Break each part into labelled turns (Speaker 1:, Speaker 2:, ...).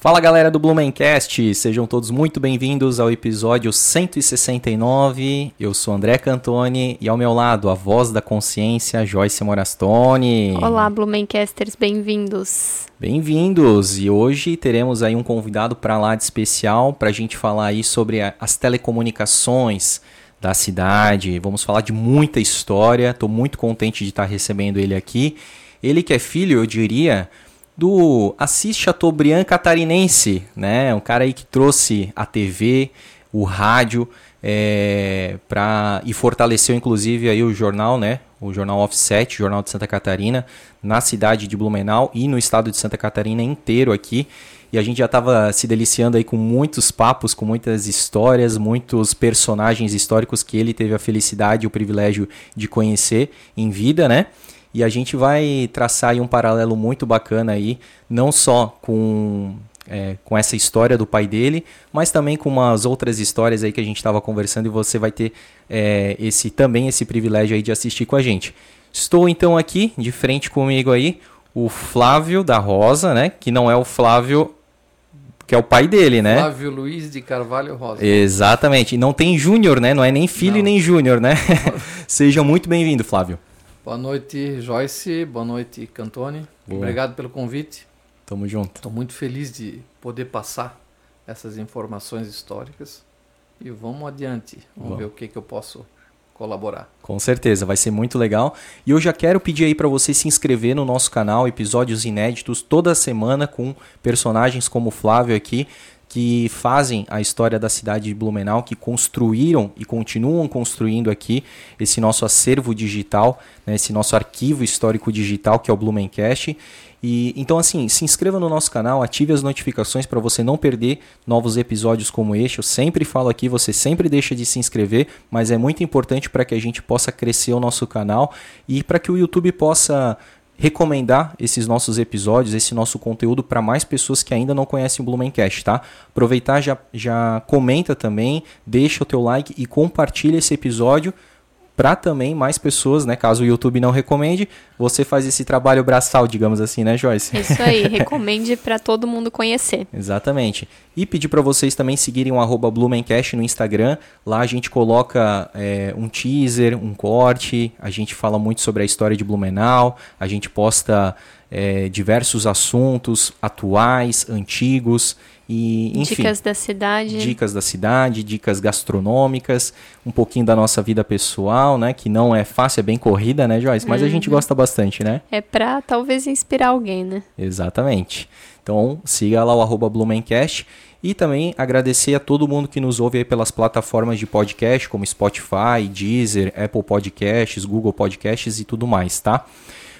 Speaker 1: Fala galera do Blumencast, sejam todos muito bem-vindos ao episódio 169. Eu sou André Cantoni e ao meu lado a voz da consciência Joyce Morastone.
Speaker 2: Olá, Blumencasters, bem-vindos.
Speaker 1: Bem-vindos! E hoje teremos aí um convidado para lá de especial para a gente falar aí sobre a- as telecomunicações da cidade. Vamos falar de muita história. Estou muito contente de estar recebendo ele aqui. Ele que é filho, eu diria, do Assis Chateaubriand catarinense, né? Um cara aí que trouxe a TV, o rádio é, pra, e fortaleceu inclusive aí o jornal, né? O jornal Offset, o jornal de Santa Catarina, na cidade de Blumenau e no estado de Santa Catarina inteiro aqui. E a gente já estava se deliciando aí com muitos papos, com muitas histórias, muitos personagens históricos que ele teve a felicidade e o privilégio de conhecer em vida, né? E a gente vai traçar aí um paralelo muito bacana aí, não só com, é, com essa história do pai dele, mas também com umas outras histórias aí que a gente estava conversando e você vai ter é, esse também esse privilégio aí de assistir com a gente. Estou então aqui, de frente comigo aí, o Flávio da Rosa, né? Que não é o Flávio, que é o pai dele, né?
Speaker 3: Flávio Luiz de Carvalho Rosa.
Speaker 1: Exatamente. E não tem Júnior, né? Não é nem filho e
Speaker 3: Não.
Speaker 1: nem Júnior, né? Seja muito bem-vindo, Flávio.
Speaker 3: Boa noite, Joyce. Boa noite, Cantone.
Speaker 1: Boa.
Speaker 3: Obrigado pelo convite.
Speaker 1: Tamo junto.
Speaker 3: Estou muito feliz de poder passar essas informações históricas. E vamos adiante. Vamos
Speaker 1: Vamos.
Speaker 3: ver o que, que eu posso colaborar.
Speaker 1: Com certeza, vai ser muito legal. E eu já quero pedir aí para você se inscrever no nosso canal, episódios inéditos toda semana com personagens como o Flávio aqui, que fazem a história da cidade de Blumenau, que construíram e continuam construindo aqui esse nosso acervo digital, né, esse nosso arquivo histórico digital que é o Blumencast. E então assim, se inscreva no nosso canal, ative as notificações para você não perder novos episódios como este. Eu sempre falo aqui, você sempre deixa de se inscrever, mas é muito importante para que a gente possa crescer o nosso canal e para que o YouTube possa recomendar esses nossos episódios, esse nosso conteúdo para mais pessoas que ainda não conhecem o Blumencast, tá? Aproveitar já já comenta também, deixa o teu like e compartilha esse episódio para também mais pessoas, né? Caso o YouTube não recomende, você faz esse trabalho braçal, digamos assim, né, Joyce?
Speaker 2: Isso aí, recomende pra todo mundo conhecer.
Speaker 1: Exatamente. E pedir para vocês também seguirem o arroba Blumencast no Instagram. Lá a gente coloca é, um teaser, um corte, a gente fala muito sobre a história de Blumenau, a gente posta é, diversos assuntos atuais, antigos e enfim
Speaker 2: Dicas da cidade.
Speaker 1: dicas da cidade, dicas gastronômicas, um pouquinho da nossa vida pessoal, né? Que não é fácil, é bem corrida, né, Joyce? Mas a gente gosta bastante, né?
Speaker 2: É pra talvez inspirar alguém, né?
Speaker 1: Exatamente. Então siga lá o arroba Blumencast e também agradecer a todo mundo que nos ouve aí pelas plataformas de podcast, como Spotify, Deezer, Apple Podcasts, Google Podcasts e tudo mais, tá?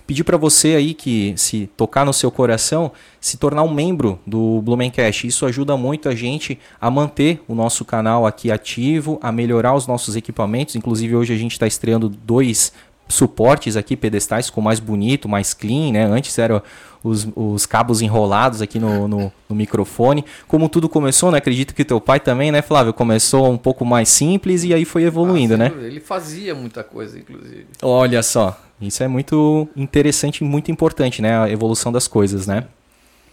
Speaker 1: Pedir para você aí que se tocar no seu coração, se tornar um membro do Blumencast. Isso ajuda muito a gente a manter o nosso canal aqui ativo, a melhorar os nossos equipamentos. Inclusive hoje a gente está estreando dois suportes aqui, pedestais, ficou mais bonito, mais clean, né? Antes eram os, os cabos enrolados aqui no, no, no microfone. Como tudo começou, né? Acredito que teu pai também, né, Flávio? Começou um pouco mais simples e aí foi evoluindo,
Speaker 3: Ah, sem
Speaker 1: né?
Speaker 3: dúvida. Ele fazia muita coisa, inclusive.
Speaker 1: Olha só, isso é muito interessante e muito importante, né? A evolução das coisas, né?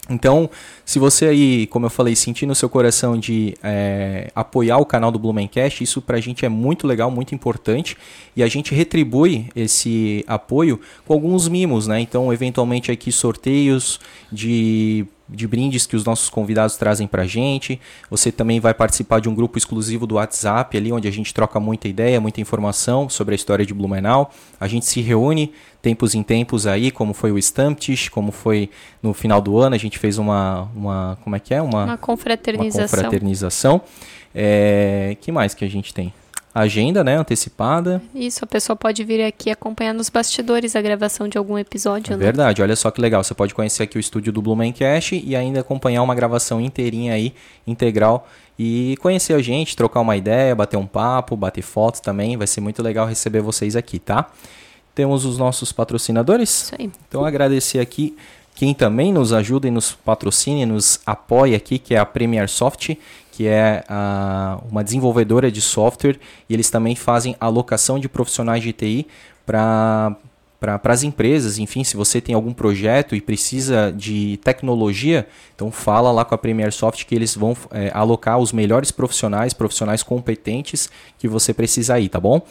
Speaker 1: Então, se você aí, como eu falei, sentir no seu coração de é, apoiar o canal do Blumencast, isso pra gente é muito legal, muito importante. E a gente retribui esse apoio com alguns mimos, né? Então, eventualmente aqui sorteios de, de brindes que os nossos convidados trazem pra gente. Você também vai participar de um grupo exclusivo do WhatsApp ali, onde a gente troca muita ideia, muita informação sobre a história de Blumenau. A gente se reúne tempos em tempos aí, como foi o Stamptish, como foi no final do ano, a gente fez uma. uma como é que é? Uma,
Speaker 2: Uma
Speaker 1: uma
Speaker 2: confraternização.
Speaker 1: confraternização. É, que mais que a gente tem? Agenda, né? Antecipada.
Speaker 2: Isso, a pessoa pode vir aqui acompanhar nos bastidores a gravação de algum episódio,
Speaker 1: É
Speaker 2: né?
Speaker 1: verdade, olha só que legal. Você pode conhecer aqui o estúdio do Blumencast e ainda acompanhar uma gravação inteirinha aí, integral, e conhecer a gente, trocar uma ideia, bater um papo, bater fotos também. Vai ser muito legal receber vocês aqui, tá? Temos os nossos patrocinadores.
Speaker 2: Isso aí.
Speaker 1: Então agradecer aqui quem também nos ajuda e nos patrocina e nos apoia aqui, que é a Premier Soft, que é a- uma desenvolvedora de software, e eles também fazem alocação de profissionais de TI para para as empresas, enfim, se você tem algum projeto e precisa de tecnologia, então fala lá com a Premier Soft que eles vão é, alocar os melhores profissionais, profissionais competentes que você precisa aí, tá bom?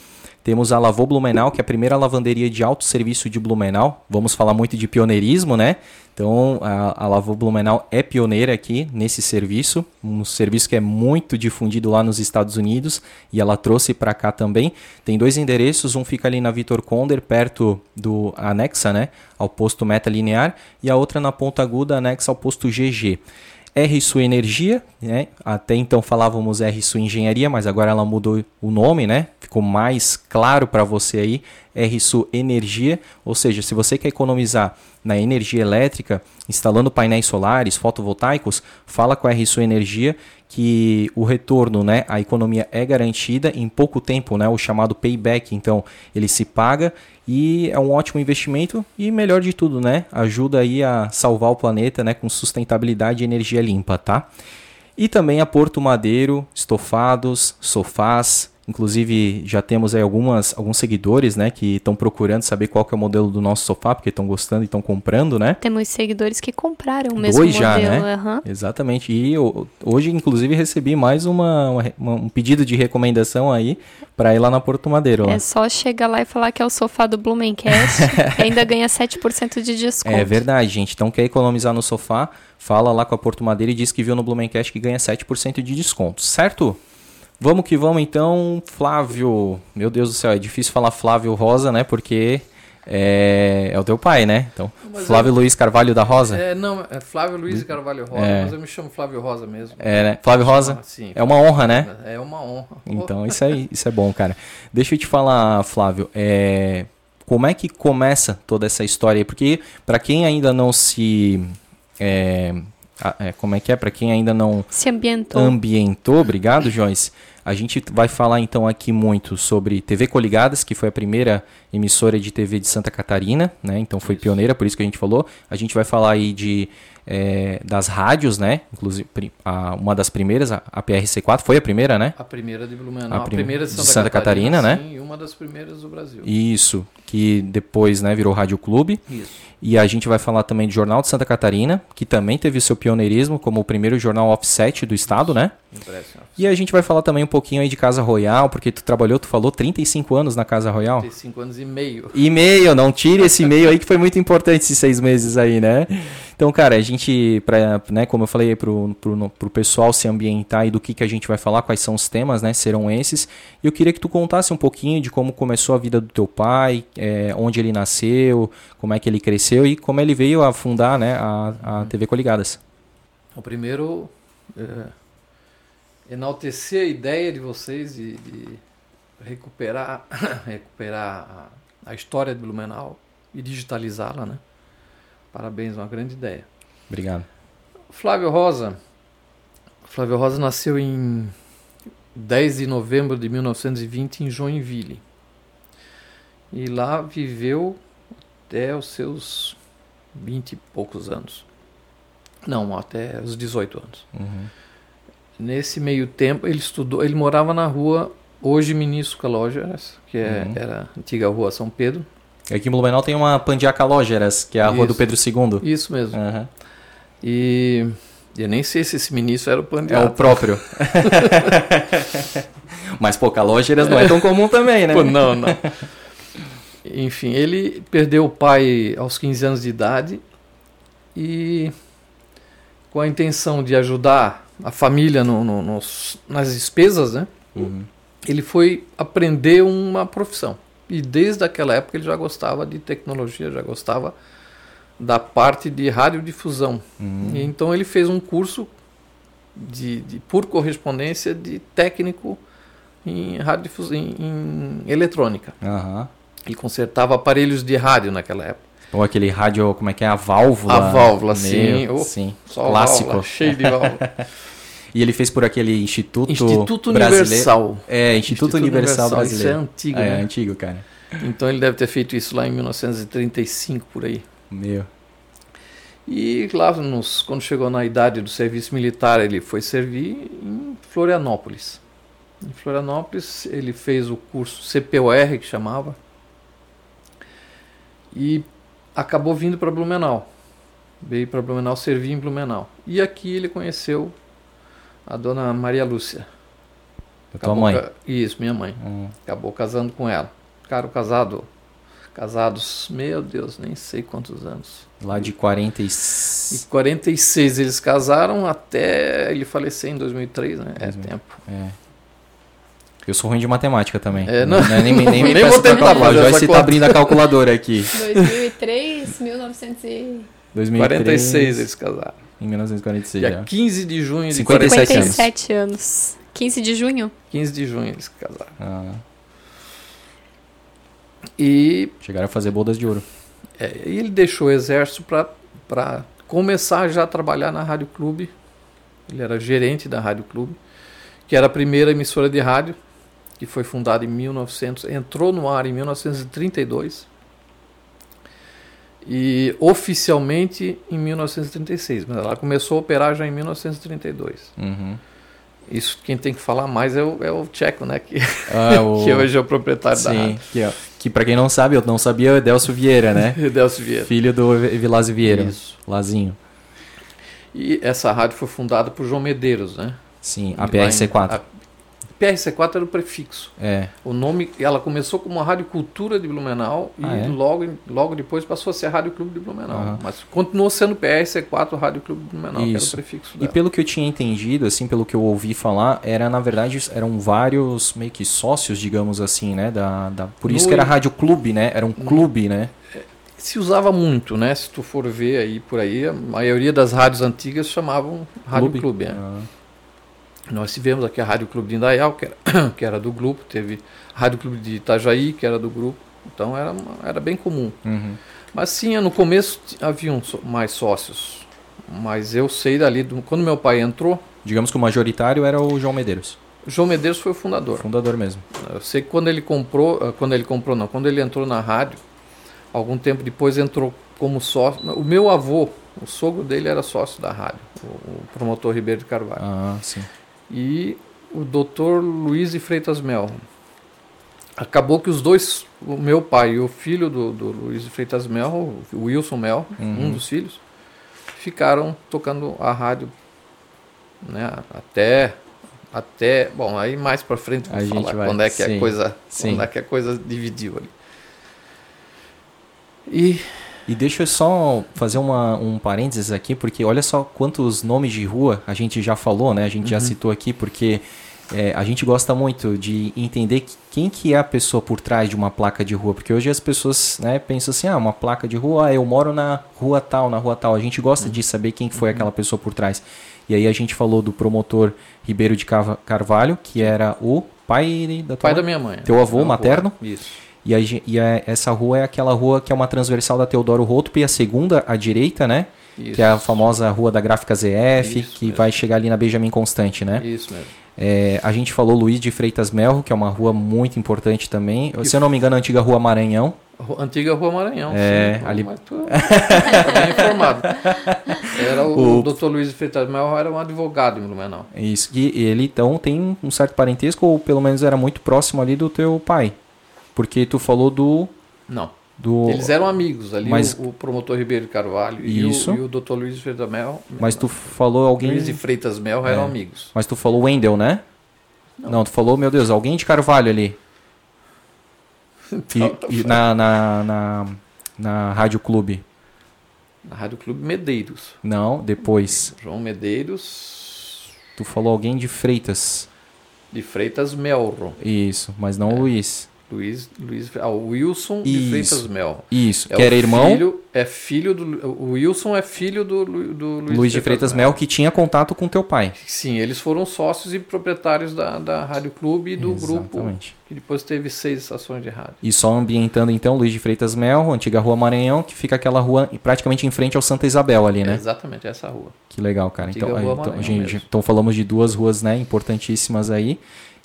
Speaker 1: Temos a Lavô Blumenau, que é a primeira lavanderia de alto serviço de Blumenau. Vamos falar muito de pioneirismo, né? Então, a, a Lavô Blumenau é pioneira aqui nesse serviço, um serviço que é muito difundido lá nos Estados Unidos e ela trouxe para cá também. Tem dois endereços, um fica ali na Vitor Conder, perto do anexa, né, ao posto Meta Linear, e a outra na Ponta Aguda, anexa ao posto GG. R Sua Energia, né? Até então falávamos R Sua Engenharia, mas agora ela mudou o nome, né? Ficou mais claro para você aí, R Sua Energia, ou seja, se você quer economizar na energia elétrica, instalando painéis solares, fotovoltaicos, fala com a R Sua Energia que o retorno, né, a economia é garantida em pouco tempo, né, o chamado payback, então ele se paga e é um ótimo investimento e melhor de tudo, né, ajuda aí a salvar o planeta, né, com sustentabilidade e energia limpa, tá? E também a Porto Madeiro, estofados, sofás, inclusive já temos aí algumas alguns seguidores, né, que estão procurando saber qual que é o modelo do nosso sofá, porque estão gostando e estão comprando, né?
Speaker 2: Temos seguidores que compraram o mesmo
Speaker 1: Dois já,
Speaker 2: modelo.
Speaker 1: né?
Speaker 2: aham.
Speaker 1: Exatamente. E eu- hoje, inclusive, recebi mais uma, uma re- uma- um pedido de recomendação aí para ir lá na Porto Madeiro. lá.
Speaker 2: É só chegar lá e falar que é o sofá do Blumencast e ainda ganha 7% de desconto.
Speaker 1: É verdade, gente. Então, quer economizar no sofá? Fala lá com a Porto Madeira e diz que viu no Blumencast que ganha 7% de desconto, certo? Vamos que vamos então, Flávio. Meu Deus do céu, é difícil falar Flávio Rosa, né? Porque é, é o teu pai, né? Então,
Speaker 3: Mas
Speaker 1: Flávio Luiz Carvalho da Rosa. É,
Speaker 3: É, não, é Flávio Luiz Carvalho Rosa,
Speaker 1: É.
Speaker 3: mas eu me chamo Flávio Rosa mesmo.
Speaker 1: né? Flávio Rosa.
Speaker 3: Ah, sim.
Speaker 1: É uma honra, né?
Speaker 3: É uma honra.
Speaker 1: Então, isso aí, isso é bom, cara. Deixa eu te falar, Flávio, é, como é que começa toda essa história aí? Porque pra quem ainda não se é, a- é, como é que é? Pra quem ainda não
Speaker 2: Se ambientou.
Speaker 1: ambientou, obrigado, Joyce. A gente vai falar então aqui muito sobre TV Coligadas, que foi a primeira emissora de TV de Santa Catarina, né? Então foi
Speaker 3: Isso.
Speaker 1: pioneira, por isso que a gente falou. A gente vai falar aí de é, das rádios, né? Inclusive pri- a- uma das primeiras, a, a PRC4 foi a primeira, né?
Speaker 3: A primeira de
Speaker 1: A
Speaker 3: Blumenau, a,
Speaker 1: prim-
Speaker 3: primeira de
Speaker 1: de
Speaker 3: Santa,
Speaker 1: Santa Catarina,
Speaker 3: né? Sim, e uma das primeiras do Brasil.
Speaker 1: Isso, que depois né, virou Rádio Clube.
Speaker 3: Isso.
Speaker 1: E a gente vai falar também do Jornal de Santa Catarina, que também teve o seu pioneirismo como o primeiro jornal offset do estado, né?
Speaker 3: Impressionante.
Speaker 1: E a gente vai falar também um pouquinho aí de Casa Royal, porque tu trabalhou, tu falou 35 anos na Casa Royal.
Speaker 3: 35 anos e meio.
Speaker 1: E-mail, não tire esse e-mail aí que foi muito importante esses seis meses aí, né? Então, cara, a gente, pra, né, como eu falei aí pro, pro, no- pro pessoal se ambientar e do que, que a gente vai falar, quais são os temas, né, serão esses. E eu queria que tu contasse um pouquinho de como começou a vida do teu pai, é, onde ele nasceu, como é que ele cresceu e como ele veio a fundar, né, a, a TV Coligadas.
Speaker 3: O primeiro, é, enaltecer a ideia de vocês de, de recuperar, recuperar a, a história de Blumenau e digitalizá-la, né? Parabéns, uma grande ideia.
Speaker 1: Obrigado.
Speaker 3: Flávio Rosa. Flávio Rosa nasceu em 10 de novembro de 1920 em Joinville. E lá viveu até os seus 20 e poucos anos. Não, até os 18 anos.
Speaker 1: Uhum.
Speaker 3: Nesse meio tempo, ele estudou, ele morava na rua hoje Ministro Calógeras, que é-
Speaker 1: Uhum.
Speaker 3: era a antiga rua São Pedro.
Speaker 1: Aqui É em Blumenau tem uma Pandiaca Lógeras, que é a rua do
Speaker 3: Isso.
Speaker 1: Pedro II.
Speaker 3: Isso mesmo.
Speaker 1: Aham.
Speaker 3: E eu nem sei se esse ministro era o
Speaker 1: É
Speaker 3: Pandiato.
Speaker 1: o próprio. Mas, pô, calógeras não é tão comum também, né?
Speaker 3: Pô, não, não. Enfim, ele perdeu o pai aos 15 anos de idade e com a intenção de ajudar a família no- no- nos- nas despesas, né?
Speaker 1: Uhum.
Speaker 3: Ele foi aprender uma profissão. E desde aquela época ele já gostava de tecnologia, já gostava da parte de radiodifusão.
Speaker 1: Uhum.
Speaker 3: E então ele fez um curso de, de- por correspondência de técnico em, radiodifus- em, em eletrônica.
Speaker 1: Aham.
Speaker 3: Ele consertava aparelhos de rádio naquela época.
Speaker 1: Ou aquele rádio, como é que é? A válvula.
Speaker 3: A válvula,
Speaker 1: Meu,
Speaker 3: sim. Oh,
Speaker 1: sim.
Speaker 3: Só
Speaker 1: Clássico.
Speaker 3: válvula, cheio de válvula.
Speaker 1: E ele fez por aquele Instituto,
Speaker 3: Instituto
Speaker 1: Brasileiro.
Speaker 3: Universal.
Speaker 1: É, Instituto, Universal, Brasileiro.
Speaker 3: Isso é antigo,
Speaker 1: é,
Speaker 3: né?
Speaker 1: antigo, cara.
Speaker 3: Então ele deve ter feito isso lá em 1935, por aí.
Speaker 1: Meu.
Speaker 3: E lá, nos, quando chegou na idade do serviço militar, ele foi servir em Florianópolis. Em Florianópolis, ele fez o curso CPOR, que chamava, E acabou vindo para Blumenau. Veio para Blumenau servir em Blumenau. E aqui ele conheceu a dona Maria Lúcia.
Speaker 1: Da tua mãe.
Speaker 3: ca- Isso, minha mãe.
Speaker 1: Hum,
Speaker 3: Acabou casando com ela. Ficaram casado, casados, meu Deus, nem sei quantos anos.
Speaker 1: lá de 40 e...
Speaker 3: Em 46 eles casaram até ele falecer em 2003, né? É tempo.
Speaker 1: É. Eu sou ruim de matemática também.
Speaker 3: É, não-
Speaker 1: é nem, nem, nem me
Speaker 3: nem vou
Speaker 1: peço pra
Speaker 3: tentar
Speaker 1: calcular.
Speaker 3: fazer
Speaker 1: Já
Speaker 3: essa
Speaker 1: está
Speaker 3: conta.
Speaker 1: abrindo a calculadora aqui.
Speaker 2: 2003, 1900 e...
Speaker 1: 2003,
Speaker 3: 46 eles casaram.
Speaker 1: Em 1946.
Speaker 3: Dia
Speaker 1: já.
Speaker 3: 15 de junho de
Speaker 1: 57 anos.
Speaker 2: 57
Speaker 3: 47
Speaker 2: anos. 15 de junho?
Speaker 3: 15 de junho eles casaram.
Speaker 1: Ah,
Speaker 3: E
Speaker 1: chegaram a fazer bodas de ouro.
Speaker 3: é, e ele deixou o exército para começar já a trabalhar na Rádio Clube. Ele era gerente da Rádio Clube, que era a primeira emissora de rádio, que foi fundada em 1900, entrou no ar em 1932 e oficialmente em 1936, mas ela começou a operar já em 1932.
Speaker 1: Uhum.
Speaker 3: Isso quem tem que falar mais é o, é o Tcheco, né? Que,
Speaker 1: Ah, o...
Speaker 3: que hoje é o proprietário da
Speaker 1: Sim, que, ó, que pra quem não sabe, eu não sabia, é Delcio Vieira, né?
Speaker 3: rádio. Delcio Vieira.
Speaker 1: Filho do Vi- Vilásio Vieira.
Speaker 3: Isso.
Speaker 1: Lazinho.
Speaker 3: E essa rádio foi fundada por João Medeiros, né?
Speaker 1: Sim, a PRC4.
Speaker 3: A PRC4 era o prefixo.
Speaker 1: É.
Speaker 3: O nome, ela começou como a Rádio Cultura de Blumenau e
Speaker 1: Ah, é?
Speaker 3: logo, em- logo depois passou a ser a Rádio Clube de Blumenau.
Speaker 1: Aham.
Speaker 3: Mas continuou sendo PRC4 Rádio Clube de Blumenau, que era o
Speaker 1: Isso.
Speaker 3: prefixo
Speaker 1: E
Speaker 3: dela.
Speaker 1: pelo que eu tinha entendido, assim, pelo que eu ouvi falar, era na verdade eram vários meio que sócios, digamos assim, né? Da, da... Por isso
Speaker 3: No-
Speaker 1: que era rádio clube, né? Era um
Speaker 3: Hum.
Speaker 1: clube, né?
Speaker 3: Se usava muito, né? Se tu for ver aí por aí, a maioria das rádios antigas chamavam Rádio Clube. é.
Speaker 1: Ah,
Speaker 3: Nós tivemos aqui a Rádio Clube de Indaial, que era, que era do grupo, teve Rádio Clube de Itajaí, que era do grupo. Então era, uma- era bem comum.
Speaker 1: uhum.
Speaker 3: Mas sim, Assim, no começo t- haviam só- mais sócios. Mas eu sei dali, do- quando meu pai entrou,
Speaker 1: Digamos que o majoritário era o João Medeiros,
Speaker 3: João Medeiros foi o fundador.
Speaker 1: fundador mesmo.
Speaker 3: Eu sei que quando ele comprou, ah, quando ele comprou não, quando ele entrou na rádio, algum tempo depois entrou como sócio. O meu avô, o sogro dele era sócio da rádio, o, o promotor Ribeiro de Carvalho.
Speaker 1: Ah, sim.
Speaker 3: E o doutor Luiz de Freitas Mel. Acabou que os dois, o meu pai e o filho do, do Luiz de Freitas Mel, o Wilson Mel,
Speaker 1: Uhum.
Speaker 3: um dos filhos, ficaram tocando a rádio, né, até até, bom, aí mais para frente
Speaker 1: A
Speaker 3: vamos
Speaker 1: gente
Speaker 3: falar
Speaker 1: vai-
Speaker 3: quando é que
Speaker 1: sim,
Speaker 3: a coisa,
Speaker 1: sim.
Speaker 3: quando é que a coisa dividiu ali. E
Speaker 1: E deixa eu só fazer uma, um parênteses aqui, porque olha só quantos nomes de rua a gente já falou, né? A gente já citou aqui, porque é, a gente gosta muito de entender que- quem que é a pessoa por trás de uma placa de rua, porque hoje as pessoas né, pensam assim, ah, uma placa de rua, ah, eu moro na rua tal, na rua tal. A gente gosta de saber quem foi aquela pessoa por trás. E aí a gente falou do promotor Ribeiro de Cava- Carvalho, que era o pai da tua
Speaker 3: pai
Speaker 1: mãe?
Speaker 3: da minha mãe.
Speaker 1: Teu avô
Speaker 3: Meu
Speaker 1: materno?
Speaker 3: Isso.
Speaker 1: E, a gen- e a- essa rua é aquela rua que é uma transversal da Teodoro Roto e a segunda à direita, né?
Speaker 3: Isso.
Speaker 1: Que é a famosa rua da gráfica ZF,
Speaker 3: Isso
Speaker 1: que
Speaker 3: mesmo.
Speaker 1: vai chegar ali na Benjamin Constante, né?
Speaker 3: Isso mesmo.
Speaker 1: É, a gente falou Luiz de Freitas Melro, que é uma rua muito importante também. Se eu não me engano, a antiga Rua Maranhão.
Speaker 3: Ru- Antiga Rua Maranhão.
Speaker 1: É,
Speaker 3: sim,
Speaker 1: ali-
Speaker 3: Mas tu tá bem informado. Era o,
Speaker 1: O-
Speaker 3: Dr. Luiz de Freitas Mel era um advogado em Blumenau.
Speaker 1: É Isso, que ele então tem um certo parentesco, ou pelo menos era muito próximo ali do teu pai. Porque tu falou do.
Speaker 3: Não.
Speaker 1: do
Speaker 3: Eles é- eram amigos ali,
Speaker 1: Mas-
Speaker 3: o, o promotor Ribeiro de Carvalho
Speaker 1: Isso.
Speaker 3: E, o, e o Dr. Luiz de Freitas Mel.
Speaker 1: Mas tu falou alguém.
Speaker 3: Luiz de Freitas Mel eram
Speaker 1: É.
Speaker 3: amigos.
Speaker 1: Mas tu falou Wendel, né? Não. tu falou, meu Deus, alguém de Carvalho ali. E- e na, na, na, na Rádio Clube.
Speaker 3: Na Rádio Clube Medeiros.
Speaker 1: Não, depois.
Speaker 3: João Medeiros
Speaker 1: Tu falou alguém de Freitas.
Speaker 3: de Freitas Melro.
Speaker 1: Isso, mas não o
Speaker 3: É.
Speaker 1: Luiz.
Speaker 3: Luiz, Luiz, ah, o Wilson de
Speaker 1: Isso.
Speaker 3: Freitas Mel.
Speaker 1: Isso,
Speaker 3: É
Speaker 1: que
Speaker 3: o
Speaker 1: era irmão
Speaker 3: filho- é filho do. O Wilson é filho do, Lu- do Luiz,
Speaker 1: Luiz de Freitas Mel, que tinha contato com teu pai.
Speaker 3: Sim, eles foram sócios e proprietários da, da Rádio Clube e do grupo,
Speaker 1: Exatamente.
Speaker 3: que depois teve seis estações de rádio.
Speaker 1: E só ambientando então Luiz de Freitas Mel, antiga Rua Maranhão, que fica aquela rua praticamente em frente ao Santa Isabel ali, né?
Speaker 3: Exatamente, essa rua.
Speaker 1: Que legal, cara.
Speaker 3: Antiga
Speaker 1: Então, aí,
Speaker 3: Rua
Speaker 1: então,
Speaker 3: Maranhão
Speaker 1: gente,
Speaker 3: mesmo.
Speaker 1: então falamos de duas ruas, né, importantíssimas aí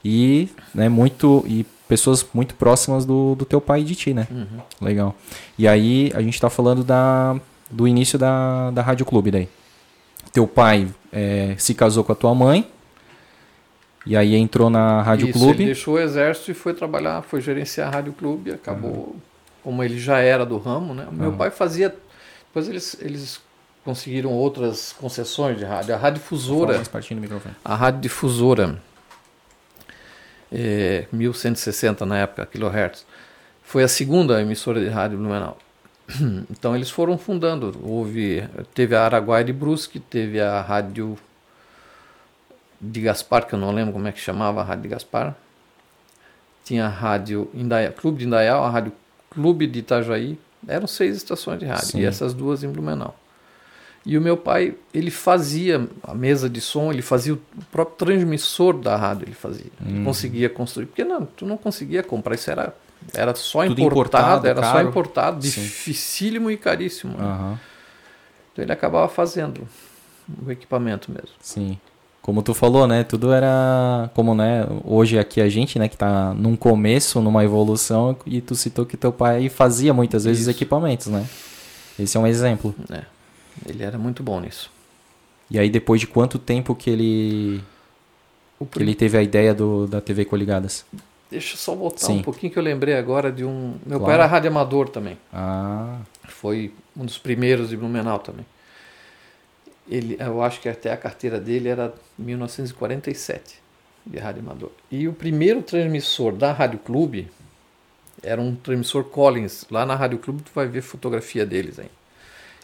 Speaker 1: e, né, muito e pessoas muito próximas do, do teu pai e de ti, né?
Speaker 3: Uhum.
Speaker 1: Legal. E aí a gente tá falando da do início da da Rádio Clube daí. Teu pai eh, se casou com a tua mãe. E aí entrou na Rádio
Speaker 3: Isso, Ele
Speaker 1: Clube. Uhum.
Speaker 3: deixou o exército e foi trabalhar, foi gerenciar a Rádio Clube e acabou como ele já era do ramo, né? O meu
Speaker 1: Aham.
Speaker 3: pai fazia. Depois eles, eles conseguiram outras concessões de rádio. A Rádio Difusora.
Speaker 1: mais pertinho do microfone.
Speaker 3: A Rádio Difusora, é, 1160 na época, kHz, foi a segunda emissora de rádio Blumenau. Então eles foram fundando. Houve, teve a Araguaia de Brusque, teve a Rádio de Gaspar, que eu não lembro como é que chamava a Rádio de Gaspar. Tinha a Rádio Indaia, Clube de Indaial, a Rádio Clube de Itajaí. Eram seis estações de rádio,
Speaker 1: Sim.
Speaker 3: e essas duas em Blumenau. E o meu pai, ele fazia a mesa de som, ele fazia o próprio transmissor da rádio, ele fazia. Ele conseguia construir, porque não, tu não conseguia comprar, isso era, era só
Speaker 1: Tudo
Speaker 3: importado,
Speaker 1: importado,
Speaker 3: era
Speaker 1: caro.
Speaker 3: só importado,
Speaker 1: Sim. Ah.
Speaker 3: dificílimo e caríssimo. né?
Speaker 1: Aham,
Speaker 3: Então ele acabava fazendo o equipamento mesmo.
Speaker 1: sim. Como tu falou, né? Tudo era como, né? Hoje aqui a gente, né? Que tá num começo, numa evolução. E tu citou que teu pai fazia muitas vezes
Speaker 3: Isso.
Speaker 1: equipamentos, né? Esse é um exemplo.
Speaker 3: né? Ele era muito bom nisso.
Speaker 1: E aí depois de quanto tempo que ele,
Speaker 3: O
Speaker 1: que ele teve a ideia do, da TV Coligadas?
Speaker 3: Deixa eu só voltar
Speaker 1: Sim.
Speaker 3: um pouquinho que eu lembrei agora de um. Meu
Speaker 1: Claro.
Speaker 3: pai era rádio amador também.
Speaker 1: Ah,
Speaker 3: Foi um dos primeiros de Blumenau também. Ele, eu acho que até a carteira dele era 1947 de rádio amador. E o primeiro transmissor da Rádio Clube era um transmissor Collins. Lá na Rádio Clube tu vai ver fotografia deles aí.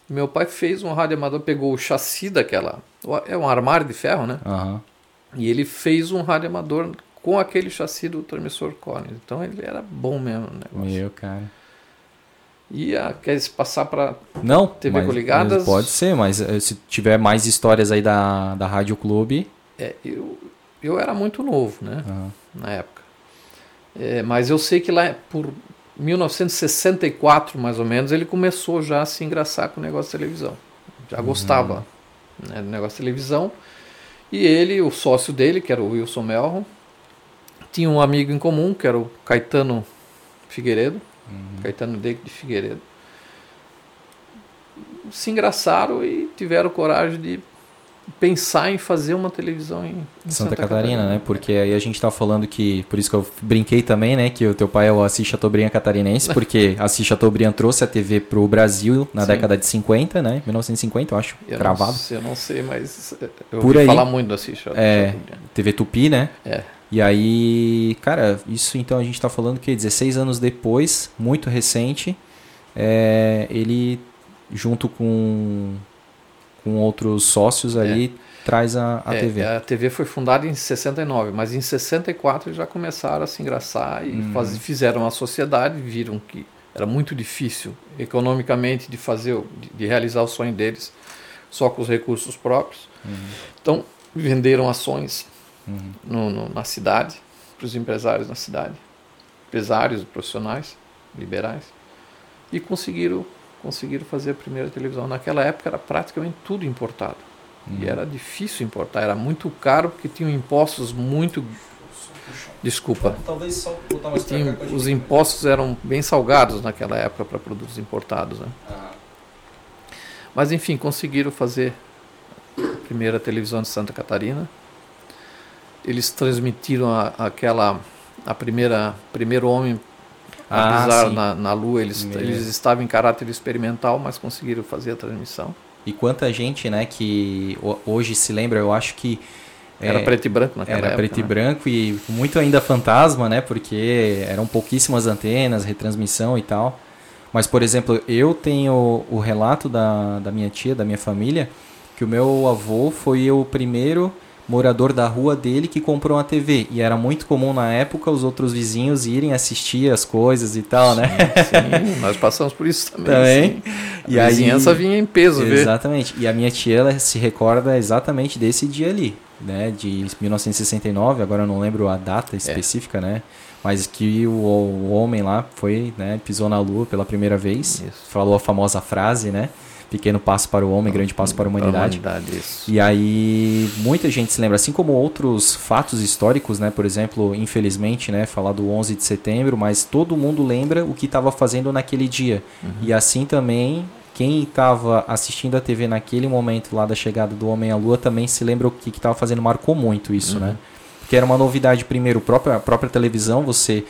Speaker 3: E meu pai fez um rádio amador, pegou o chassi daquela, é um armário de ferro, né?
Speaker 1: aham.
Speaker 3: E ele fez um rádio amador com aquele chassi do transmissor Collins. Então ele era bom mesmo no negócio.
Speaker 1: Meu, cara.
Speaker 3: E a, quer se passar para
Speaker 1: Não,
Speaker 3: TV
Speaker 1: mas-
Speaker 3: Coligadas-
Speaker 1: mas Pode ser, mas eh, se tiver mais histórias aí da, da Rádio Clube.
Speaker 3: É, eu, eu era muito novo, né?
Speaker 1: aham.
Speaker 3: Na época. É, mas eu sei que lá por 1964, mais ou menos, ele começou já a se engraçar com o negócio de televisão.
Speaker 1: Uhum.
Speaker 3: Já gostava né, do negócio de televisão. E ele, o sócio dele, que era o Wilson Melro, tinha um amigo em comum, que era o Caetano Figueiredo.
Speaker 1: Uhum.
Speaker 3: Caetano Deque de Figueiredo. Se engraçaram e tiveram coragem de pensar em fazer uma televisão em, em
Speaker 1: Santa, Catarina, né? Porque aí a gente tá falando que. Por isso que eu brinquei também, né? Que o teu pai é o Assis Chateaubriand catarinense, porque Assis Chateaubriand trouxe a TV pro Brasil na
Speaker 3: Sim.
Speaker 1: década de 50, né? 1950, eu acho.
Speaker 3: Eu
Speaker 1: cravado.
Speaker 3: Não, sei- eu não sei, mas eh, eu
Speaker 1: Por
Speaker 3: ouvi
Speaker 1: aí.
Speaker 3: falar muito assim. Chato,
Speaker 1: É. TV Tupi, né?
Speaker 3: É.
Speaker 1: E aí, cara, isso então a gente tá falando que 16 anos depois, muito recente, é, ele junto com, com outros sócios ali traz a, a
Speaker 3: É,
Speaker 1: TV.
Speaker 3: A TV foi fundada em 69, mas em 64 já começaram a se engraçar e
Speaker 1: Uhum.
Speaker 3: faz- fizeram uma sociedade, viram que era muito difícil economicamente de fazer, o- de, de realizar o sonho deles só com os recursos próprios.
Speaker 1: Uhum.
Speaker 3: Então venderam ações no- no- na cidade para os empresários na cidade, empresários, profissionais, liberais, e conseguiram conseguiram fazer a primeira televisão. Naquela época era praticamente tudo importado. E era difícil importar, era muito caro porque tinham impostos muito. Desculpa.
Speaker 1: Talvez só botar
Speaker 3: Tinham- os impostos eram bem salgados naquela época para produtos importados. Né? Mas enfim, conseguiram fazer a primeira televisão de Santa Catarina. Eles transmitiram a- aquela. A primeira. Primeiro homem a
Speaker 1: Ah,
Speaker 3: pisar
Speaker 1: sim.
Speaker 3: na, na Lua. Eles,
Speaker 1: Primeiro.
Speaker 3: eles estavam em caráter experimental, mas conseguiram fazer a transmissão.
Speaker 1: E quanta gente, né, que ho- hoje se lembra, eu acho que
Speaker 3: Era
Speaker 1: é,
Speaker 3: preto e branco naquela
Speaker 1: Era
Speaker 3: época.
Speaker 1: preto e
Speaker 3: né?
Speaker 1: branco e muito ainda fantasma, né? Porque eram pouquíssimas antenas, retransmissão e tal. Mas, por exemplo, eu tenho o relato da, da minha tia, da minha família, que o meu avô foi o primeiro morador da rua dele que comprou uma TV. E era muito comum na época os outros vizinhos irem assistir as coisas e tal, né?
Speaker 3: Sim, nós passamos por isso também.
Speaker 1: Também.
Speaker 3: sim.
Speaker 1: E
Speaker 3: A
Speaker 1: aí-
Speaker 3: vizinhança vinha em peso, ver.
Speaker 1: Exatamente. E a minha tia ela se recorda exatamente desse dia ali, né? De 1969, agora eu não lembro a
Speaker 3: É.
Speaker 1: data específica, né? Mas que o, o homem lá foi, né? Pisou na lua pela primeira vez.
Speaker 3: Isso.
Speaker 1: Falou a famosa frase, né? Pequeno passo para o homem, grande passo para a humanidade.
Speaker 3: humanidade, isso.
Speaker 1: E aí muita gente se lembra, assim como outros fatos históricos, né? Por exemplo, infelizmente, né? Falar do 11 de setembro, mas todo mundo lembra o que estava fazendo naquele dia. E assim também quem estava assistindo a TV naquele momento lá da chegada do homem à Lua também se lembra o que estava fazendo. Marcou muito isso, né? Porque era uma novidade primeiro, própria a própria televisão, você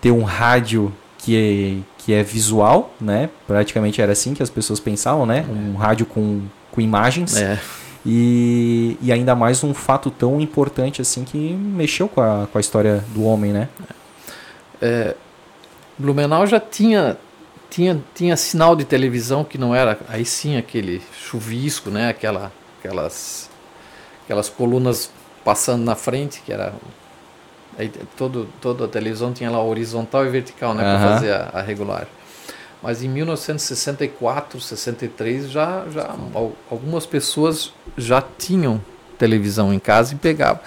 Speaker 1: ter um rádio que, que é visual, né? Praticamente era assim que as pessoas pensavam, né? Um rádio com, com imagens.
Speaker 3: É.
Speaker 1: E, e ainda mais um fato tão importante assim que mexeu com a, com a história do homem, né?
Speaker 3: É, Blumenau já tinha, tinha tinha sinal de televisão que não era aí sim aquele chuvisco, né? Aquela, aquelas aquelas colunas passando na frente que era aí todo toda a televisão tinha lá horizontal e vertical, né? Para
Speaker 1: Aham.
Speaker 3: fazer a, a regular. Mas em 1964, 63 já já al- algumas pessoas já tinham televisão em casa e pegavam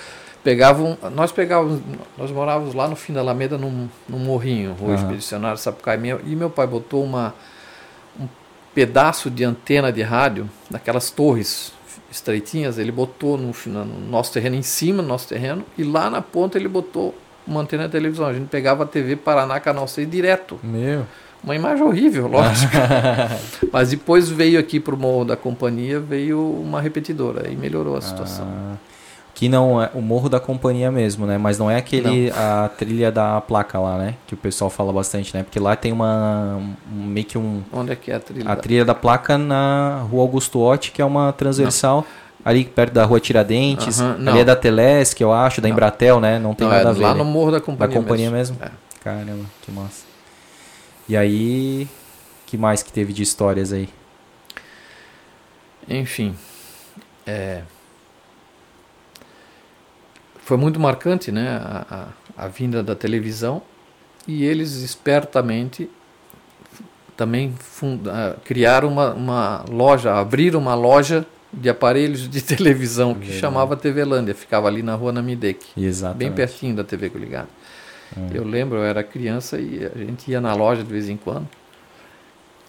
Speaker 3: pegavam, nós pegávamos, nós morávamos lá no fim da Alameda, num, num morrinho, rua
Speaker 1: Aham.
Speaker 3: Expedicionário Sapucaí, Meu- e meu pai botou uma, um pedaço de antena de rádio, daquelas torres estreitinhas, ele botou no, fina- no nosso terreno, em cima do nosso terreno, e lá na ponta ele botou uma antena de televisão, a gente pegava a TV Paraná Canal 6 direto,
Speaker 1: Meu.
Speaker 3: uma imagem horrível, lógico, mas depois veio aqui pro Morro da Companhia, veio uma repetidora, e melhorou a situação.
Speaker 1: Ah, Que não é o Morro da Companhia mesmo, né? Mas não é aquele a trilha da placa lá, né? Que o pessoal fala bastante, né? Porque lá tem uma um- meio que um
Speaker 3: Onde é que é a trilha?
Speaker 1: a trilha da placa na Rua Augusto Otti, que é uma transversal ali perto da Rua Tiradentes,
Speaker 3: Aham, não.
Speaker 1: ali é da Telesc, eu acho, da Embratel, né? Não tem
Speaker 3: Não, é
Speaker 1: nada a ver.
Speaker 3: lá
Speaker 1: né?
Speaker 3: no Morro da
Speaker 1: Da
Speaker 3: Companhia
Speaker 1: companhia mesmo.
Speaker 3: É.
Speaker 1: Caramba, que massa. E aí, que mais que teve de histórias aí?
Speaker 3: Enfim. é, Foi muito marcante né, a, a- a vinda da televisão e eles espertamente também funda- ah, criaram uma, uma loja, abriram uma loja de aparelhos de televisão que
Speaker 1: Verdade.
Speaker 3: chamava TV Lândia, ficava ali na rua Namidec,
Speaker 1: Exatamente.
Speaker 3: bem pertinho da TV Coligada. Eu lembro, eu era criança e a gente ia na loja de vez em quando.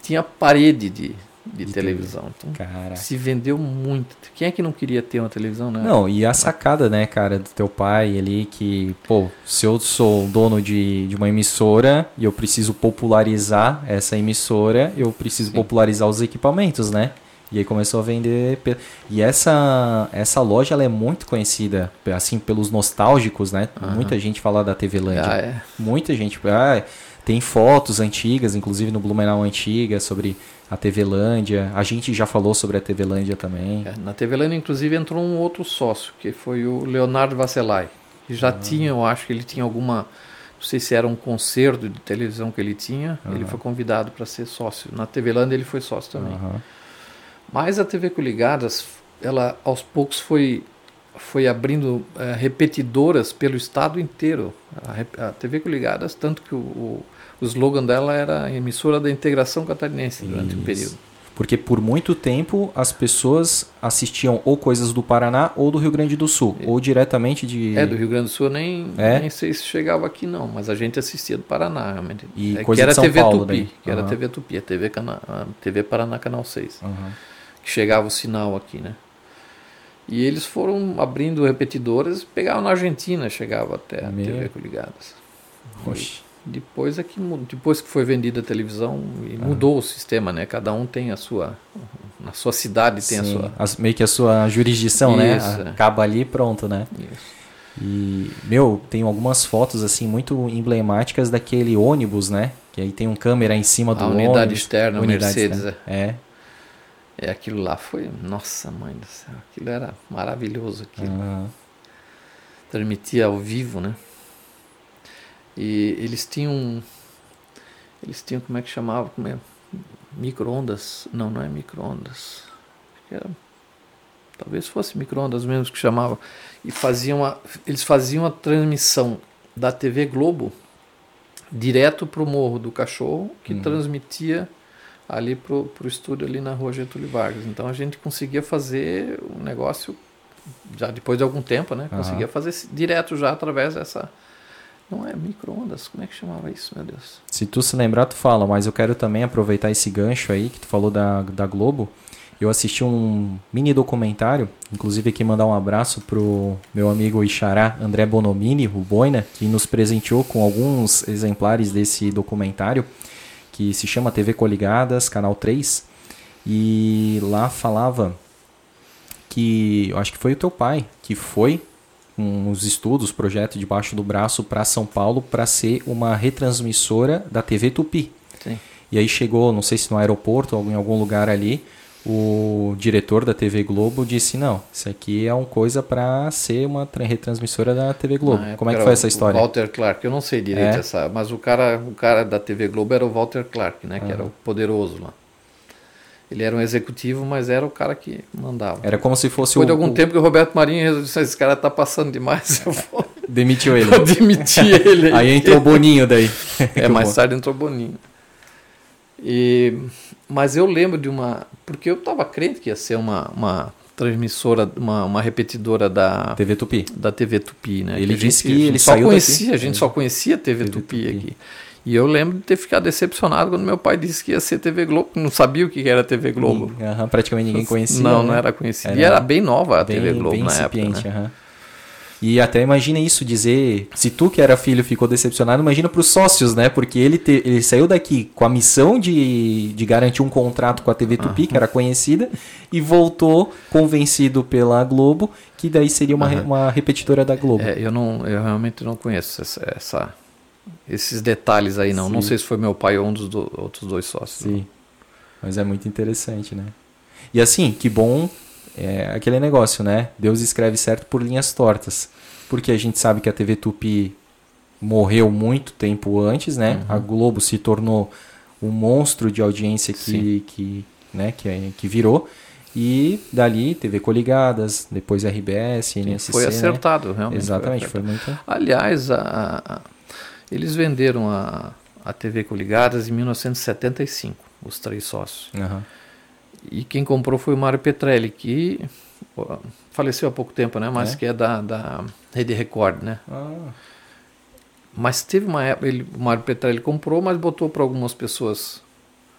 Speaker 3: Tinha parede de, de,
Speaker 1: De
Speaker 3: televisão. Então,
Speaker 1: Caraca.
Speaker 3: se vendeu muito. Quem é que não queria ter uma televisão, né?
Speaker 1: Não, e a sacada, né, cara, do teu pai ali, que, pô, se eu sou dono de, de uma emissora e eu preciso popularizar essa emissora, eu preciso
Speaker 3: Sim.
Speaker 1: popularizar os equipamentos, né? E aí começou a vender. pe- E essa, essa loja ela é muito conhecida, assim, pelos nostálgicos, né?
Speaker 3: Aham.
Speaker 1: Muita gente fala da TV Lândia.
Speaker 3: Ah, é.
Speaker 1: Muita gente. Ah, tem fotos antigas, inclusive no Blumenau Antiga, sobre a TV Lândia. A gente já falou sobre a TV Lândia também.
Speaker 3: É, Na TV Lândia, inclusive, entrou um outro sócio, que foi o Leonardo Vasselay. Que
Speaker 1: Ah.
Speaker 3: já tinha, eu acho que ele tinha alguma. Não sei se era um concerto de televisão que ele tinha. Ele foi convidado para ser sócio. Na TV Lândia, ele foi sócio também.
Speaker 1: Aham.
Speaker 3: Mas a TV Coligadas, ela aos poucos foi, foi abrindo eh, repetidoras pelo estado inteiro. A, rep- a TV Coligadas, tanto que o, o, o slogan dela era emissora da integração catarinense durante o
Speaker 1: Isso.
Speaker 3: período.
Speaker 1: Porque por muito tempo as pessoas assistiam ou coisas do Paraná ou do Rio Grande do Sul, ou diretamente de.
Speaker 3: É, do Rio Grande do Sul eu nem,
Speaker 1: É?
Speaker 3: nem sei se chegava aqui não, mas a gente assistia do Paraná, realmente.
Speaker 1: E
Speaker 3: É,
Speaker 1: coisa
Speaker 3: que era
Speaker 1: de São
Speaker 3: TV
Speaker 1: Paulo
Speaker 3: Tupi,
Speaker 1: daí.
Speaker 3: que era
Speaker 1: Aham.
Speaker 3: TV Tupi, a TV, Cana- a TV Paraná Canal 6.
Speaker 1: Aham.
Speaker 3: que chegava o sinal aqui, né? E eles foram abrindo repetidoras, pegavam na Argentina, chegava até a
Speaker 1: Meu.
Speaker 3: TV Coligadas.
Speaker 1: Oxi.
Speaker 3: Depois é que mu- depois que foi vendida a televisão e
Speaker 1: Ah.
Speaker 3: mudou o sistema, né? Cada um tem a sua na sua cidade
Speaker 1: Sim,
Speaker 3: tem a sua.
Speaker 1: assim, as- meio que a sua jurisdição, né?
Speaker 3: Isso, é.
Speaker 1: Acaba ali e pronto, né? E, meu, tem algumas fotos, assim, muito emblemáticas daquele ônibus, né? Que aí tem um câmera em cima do
Speaker 3: A unidade
Speaker 1: ônibus.
Speaker 3: externa, Mercedes,
Speaker 1: externa. É.
Speaker 3: É aquilo lá foi, nossa mãe do céu, aquilo era maravilhoso aquilo.
Speaker 1: aham.
Speaker 3: transmitia ao vivo, né? E eles tinham um, eles tinham como é que chamava, como é? Microondas? Não, não é microondas. Acho que era- talvez fosse microondas mesmo que chamava e faziam a, eles faziam a transmissão da TV Globo direto pro Morro do Cachorro, que transmitia ali pro, pro estúdio ali na Rua Getúlio Vargas. Então a gente conseguia fazer um negócio já depois de algum tempo, né?
Speaker 1: Aham.
Speaker 3: Conseguia fazer esse- direto já através dessa não é microondas, como é que chamava isso, meu Deus?
Speaker 1: Se tu se lembrar, tu fala, mas eu quero também aproveitar esse gancho aí que tu falou da, da Globo. Eu assisti um mini documentário, inclusive aqui mandar um abraço pro meu amigo Ixará André Bonomini, o Boina, que nos presenteou com alguns exemplares desse documentário, que se chama TV Coligadas, Canal 3. E lá falava que eu acho que foi o teu pai que foi uns estudos, projeto debaixo do braço para São Paulo para ser uma retransmissora da TV Tupi.
Speaker 3: Sim.
Speaker 1: E aí chegou, não sei se no aeroporto ou em algum lugar ali, o diretor da TV Globo disse: Não, isso aqui é uma coisa para ser uma tra- retransmissora da TV Globo.
Speaker 3: Na
Speaker 1: Como é
Speaker 3: época
Speaker 1: que foi
Speaker 3: era
Speaker 1: essa
Speaker 3: o
Speaker 1: história?
Speaker 3: Walter Clark, eu não sei direito
Speaker 1: É?
Speaker 3: essa, mas o cara, o cara da TV Globo era o Walter Clark, né, que era o poderoso lá. Ele era um executivo, mas era o cara que mandava.
Speaker 1: Era como se fosse
Speaker 3: Foi de
Speaker 1: o,
Speaker 3: algum
Speaker 1: o-
Speaker 3: tempo que o Roberto Marinho resolveu, "Isso, esse cara tá passando demais, eu vou,
Speaker 1: demitiu ele.
Speaker 3: vou demitir ele.
Speaker 1: aí entrou o Boninho daí.
Speaker 3: É, mais tarde entrou Boninho. E, mas eu lembro de uma. Porque eu estava crente que ia ser uma, uma transmissora, uma, uma repetidora da,
Speaker 1: TV Tupi.
Speaker 3: da TV Tupi, né?
Speaker 1: Ele
Speaker 3: a gente-
Speaker 1: disse que
Speaker 3: a gente
Speaker 1: ele
Speaker 3: só
Speaker 1: saiu
Speaker 3: conhecia,
Speaker 1: daqui.
Speaker 3: a gente só conhecia a TV,
Speaker 1: TV
Speaker 3: Tupi,
Speaker 1: Tupi.
Speaker 3: aqui. E eu lembro de ter ficado decepcionado quando meu pai disse que ia ser TV Globo, não sabia o que era TV Globo.
Speaker 1: Aham, praticamente ninguém conhecia.
Speaker 3: não,
Speaker 1: né?
Speaker 3: não era conhecida. E
Speaker 1: Era
Speaker 3: era bem nova a TV Globo na época.
Speaker 1: incipiente,
Speaker 3: Né?
Speaker 1: aham. E até imagina isso dizer, se tu que era filho ficou decepcionado, imagina para os sócios, né? Porque ele, te- ele saiu daqui com a missão de, de garantir um contrato com a TV Tupi, que era conhecida, e voltou convencido pela Globo, que daí seria uma, re- uma repetidora da Globo.
Speaker 3: É, eu, não, eu realmente não conheço essa, essa- esses detalhes aí, não. Não
Speaker 1: Sim.
Speaker 3: sei se foi meu pai ou um dos do- outros dois sócios.
Speaker 1: Sim. Mas é muito interessante, né? E assim, que bom é aquele negócio, né? Deus escreve certo por linhas tortas. Porque a gente sabe que a TV Tupi morreu muito tempo antes, né?
Speaker 3: Uhum.
Speaker 1: A Globo se tornou um monstro de audiência que,
Speaker 3: Sim.
Speaker 1: que, né? que, é- que virou. E dali, TV Coligadas, depois RBS, NSC.
Speaker 3: foi
Speaker 1: né?
Speaker 3: acertado, realmente. foi
Speaker 1: Exatamente,
Speaker 3: acertado.
Speaker 1: foi muito.
Speaker 3: Aliás, a- a- eles venderam a, a TV Coligadas em 1975, os três sócios.
Speaker 1: Aham.
Speaker 3: E quem comprou foi o Mário Petrelli, que ó, faleceu há pouco tempo, né? Mas
Speaker 1: É?
Speaker 3: que é da, da Rede Record, né?
Speaker 1: Ah,
Speaker 3: Mas teve uma época, ele, o Mário Petrelli comprou, mas botou para algumas pessoas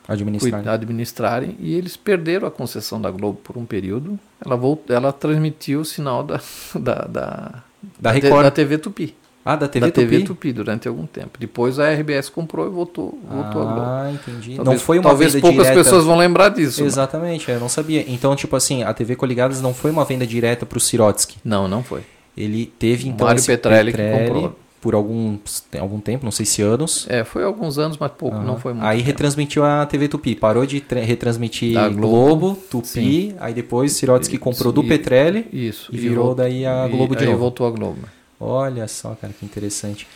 Speaker 1: administrar.
Speaker 3: cuidar, administrarem e eles perderam a concessão da Globo por um período. Ela, voltou, ela transmitiu o sinal da, da, da,
Speaker 1: Da
Speaker 3: te-
Speaker 1: Record.
Speaker 3: da TV Tupi.
Speaker 1: Ah, da TV
Speaker 3: da TV Tupi?
Speaker 1: Tupi.
Speaker 3: durante algum tempo. Depois a RBS comprou e voltou, voltou a Globo.
Speaker 1: Ah, entendi.
Speaker 3: Talvez,
Speaker 1: não foi uma
Speaker 3: talvez
Speaker 1: venda
Speaker 3: poucas
Speaker 1: direta.
Speaker 3: pessoas vão lembrar disso. mas-
Speaker 1: Exatamente, eu não sabia. Então, tipo assim, a TV Coligadas não foi uma venda direta pro Sirotsky.
Speaker 3: Não, não foi.
Speaker 1: Ele teve então
Speaker 3: Mário
Speaker 1: esse
Speaker 3: Petrelli que comprou.
Speaker 1: por alguns, algum tempo, não sei se anos.
Speaker 3: É, foi há alguns anos, mas pouco,
Speaker 1: Aham.
Speaker 3: não É, foi muito.
Speaker 1: aí
Speaker 3: tempo.
Speaker 1: retransmitiu a TV Tupi, parou de tra- retransmitir
Speaker 3: Da
Speaker 1: Globo,
Speaker 3: Globo.
Speaker 1: Tupi, aí depois Sirotsky comprou do
Speaker 3: E-
Speaker 1: Petrelli.
Speaker 3: Isso.
Speaker 1: e virou
Speaker 3: vol-
Speaker 1: daí a Globo
Speaker 3: e,
Speaker 1: de
Speaker 3: aí
Speaker 1: novo.
Speaker 3: voltou a Globo.
Speaker 1: Olha só, cara, que interessante.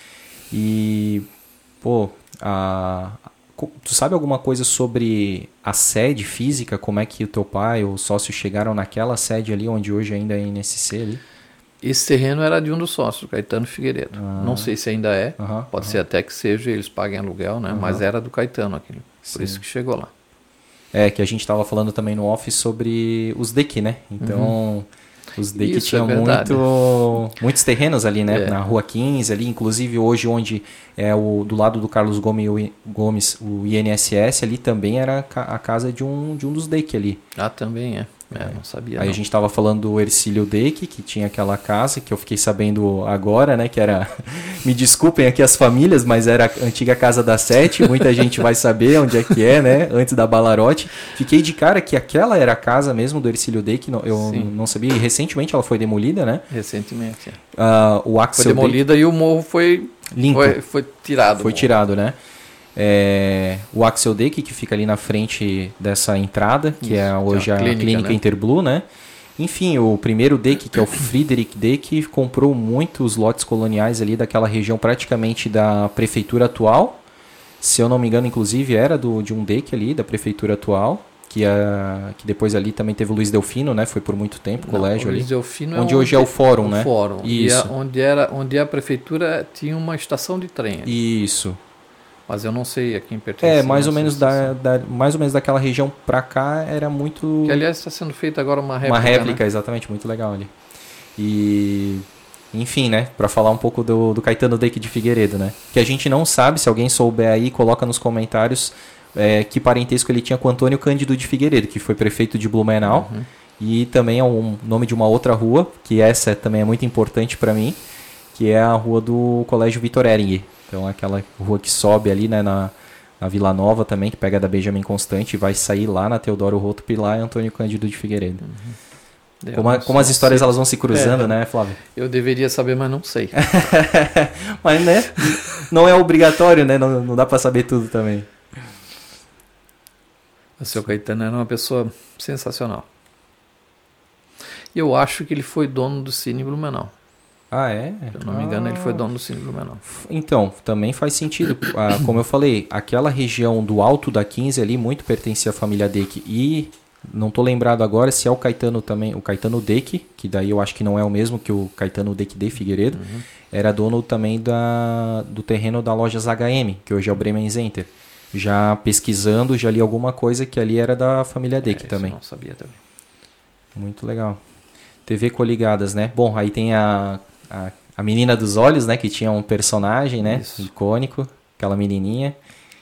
Speaker 1: E, pô, a, co- tu sabe alguma coisa sobre a sede física? Como é que o teu pai ou o sócio chegaram naquela sede ali, onde hoje ainda é NSC ali?
Speaker 3: Esse terreno era de um dos sócios, Caetano Figueiredo.
Speaker 1: Ah.
Speaker 3: Não sei se ainda é.
Speaker 1: Aham,
Speaker 3: Pode ser até que seja, eles paguem aluguel, né? Mas era do Caetano aquele. Por isso que chegou lá.
Speaker 1: É, que a gente tava falando também no off sobre os DEC, né? Então, os DEC
Speaker 3: Uhum. Isso é
Speaker 1: tinham
Speaker 3: verdade.
Speaker 1: muito, muitos terrenos ali, né?
Speaker 3: É.
Speaker 1: Na Rua 15 ali, inclusive hoje onde é o do lado do Carlos Gomes, o, I- Gomes, o INSS ali também era a ca- a casa de um, de um dos DEC ali.
Speaker 3: Ah, também é. É, não sabia.
Speaker 1: Aí
Speaker 3: não.
Speaker 1: a gente tava falando do Ercílio Deck, que tinha aquela casa, que eu fiquei sabendo agora, né? Que era. Me desculpem aqui as famílias, mas era a antiga casa da Sete. Muita gente vai saber onde é que é, né? Antes da Balarote. Fiquei de cara que aquela era a casa mesmo do Ercílio Deck. não- Eu
Speaker 3: Sim.
Speaker 1: não sabia. E recentemente ela foi demolida, né?
Speaker 3: Recentemente. é.
Speaker 1: Ah, o
Speaker 3: Foi
Speaker 1: Axel Deck-
Speaker 3: demolida e o morro foi,
Speaker 1: Limpo.
Speaker 3: foi, foi tirado.
Speaker 1: Foi
Speaker 3: o morro.
Speaker 1: tirado, né? É, o Axel Deck, que fica ali na frente dessa entrada, que é
Speaker 3: Isso,
Speaker 1: hoje
Speaker 3: tem
Speaker 1: a
Speaker 3: uma
Speaker 1: clínica,
Speaker 3: clínica, né?
Speaker 1: Interblue, né? Enfim, o primeiro Deck, que é o Friedrich Deck, comprou muitos lotes coloniais ali daquela região praticamente da prefeitura atual. Se eu não me engano, inclusive, era do, de um Deck ali, da prefeitura atual. Que, a, que depois ali também teve o Luiz Delfino, né? Foi por muito tempo,
Speaker 3: Não,
Speaker 1: colégio
Speaker 3: o
Speaker 1: ali.
Speaker 3: Luiz Delfino
Speaker 1: onde hoje é o fórum, né?
Speaker 3: fórum. E
Speaker 1: Isso.
Speaker 3: a- onde, era, onde a prefeitura tinha uma estação de trem. ali.
Speaker 1: Isso.
Speaker 3: Mas eu não sei a quem pertence.
Speaker 1: É, mais ou
Speaker 3: né, essa
Speaker 1: menos da,
Speaker 3: estação.
Speaker 1: da- mais ou menos daquela região pra cá era muito
Speaker 3: Que, aliás, está sendo feita agora uma réplica.
Speaker 1: uma réplica,
Speaker 3: né?
Speaker 1: exatamente, muito legal ali. E enfim, né, Pra falar um pouco do, do Caetano Deck de Figueiredo, né? Que a gente não sabe, se alguém souber aí, coloca nos comentários é, que parentesco ele tinha com Antônio Cândido de Figueiredo, que foi prefeito de Blumenau.
Speaker 3: Uhum.
Speaker 1: E também é um nome de uma outra rua, que essa também é muito importante pra mim, que é a rua do Colégio Vitor Ehring. Então, aquela rua que sobe ali, né, na, na Vila Nova também, que pega da Benjamin Constante e vai sair lá na Teodoro Roto Pilar e Antônio Cândido de Figueiredo.
Speaker 3: né? Eu
Speaker 1: Como, a-
Speaker 3: não
Speaker 1: como as
Speaker 3: sei.
Speaker 1: histórias elas vão se cruzando, né, Flávio?
Speaker 3: Eu deveria saber, mas não sei.
Speaker 1: Mas, né? Não é obrigatório, né? Não, não dá pra saber tudo também.
Speaker 3: O seu Caetano era uma pessoa sensacional. E eu acho que ele foi dono do Cine Blumenau.
Speaker 1: Ah, é?
Speaker 3: Se eu não me engano, ele foi dono do Cine Blumenau.
Speaker 1: Então, também faz sentido. Ah, como eu falei, aquela região do alto da 15 ali muito pertencia à família Deck. E não tô lembrado agora se é o Caetano também, o Caetano Deck, que daí eu acho que não é o mesmo que o Caetano Deck de Figueiredo, era dono também da, do terreno da Lojas HM, que hoje é o Bremen Center. Já pesquisando, já li alguma coisa que ali era da família
Speaker 3: É,
Speaker 1: Deck
Speaker 3: isso
Speaker 1: também.
Speaker 3: eu não sabia também.
Speaker 1: Muito legal. TV Coligadas, né? Bom, aí tem a, a, a Menina dos Olhos, né? Que tinha um personagem, né?
Speaker 3: Isso.
Speaker 1: Icônico. Aquela menininha.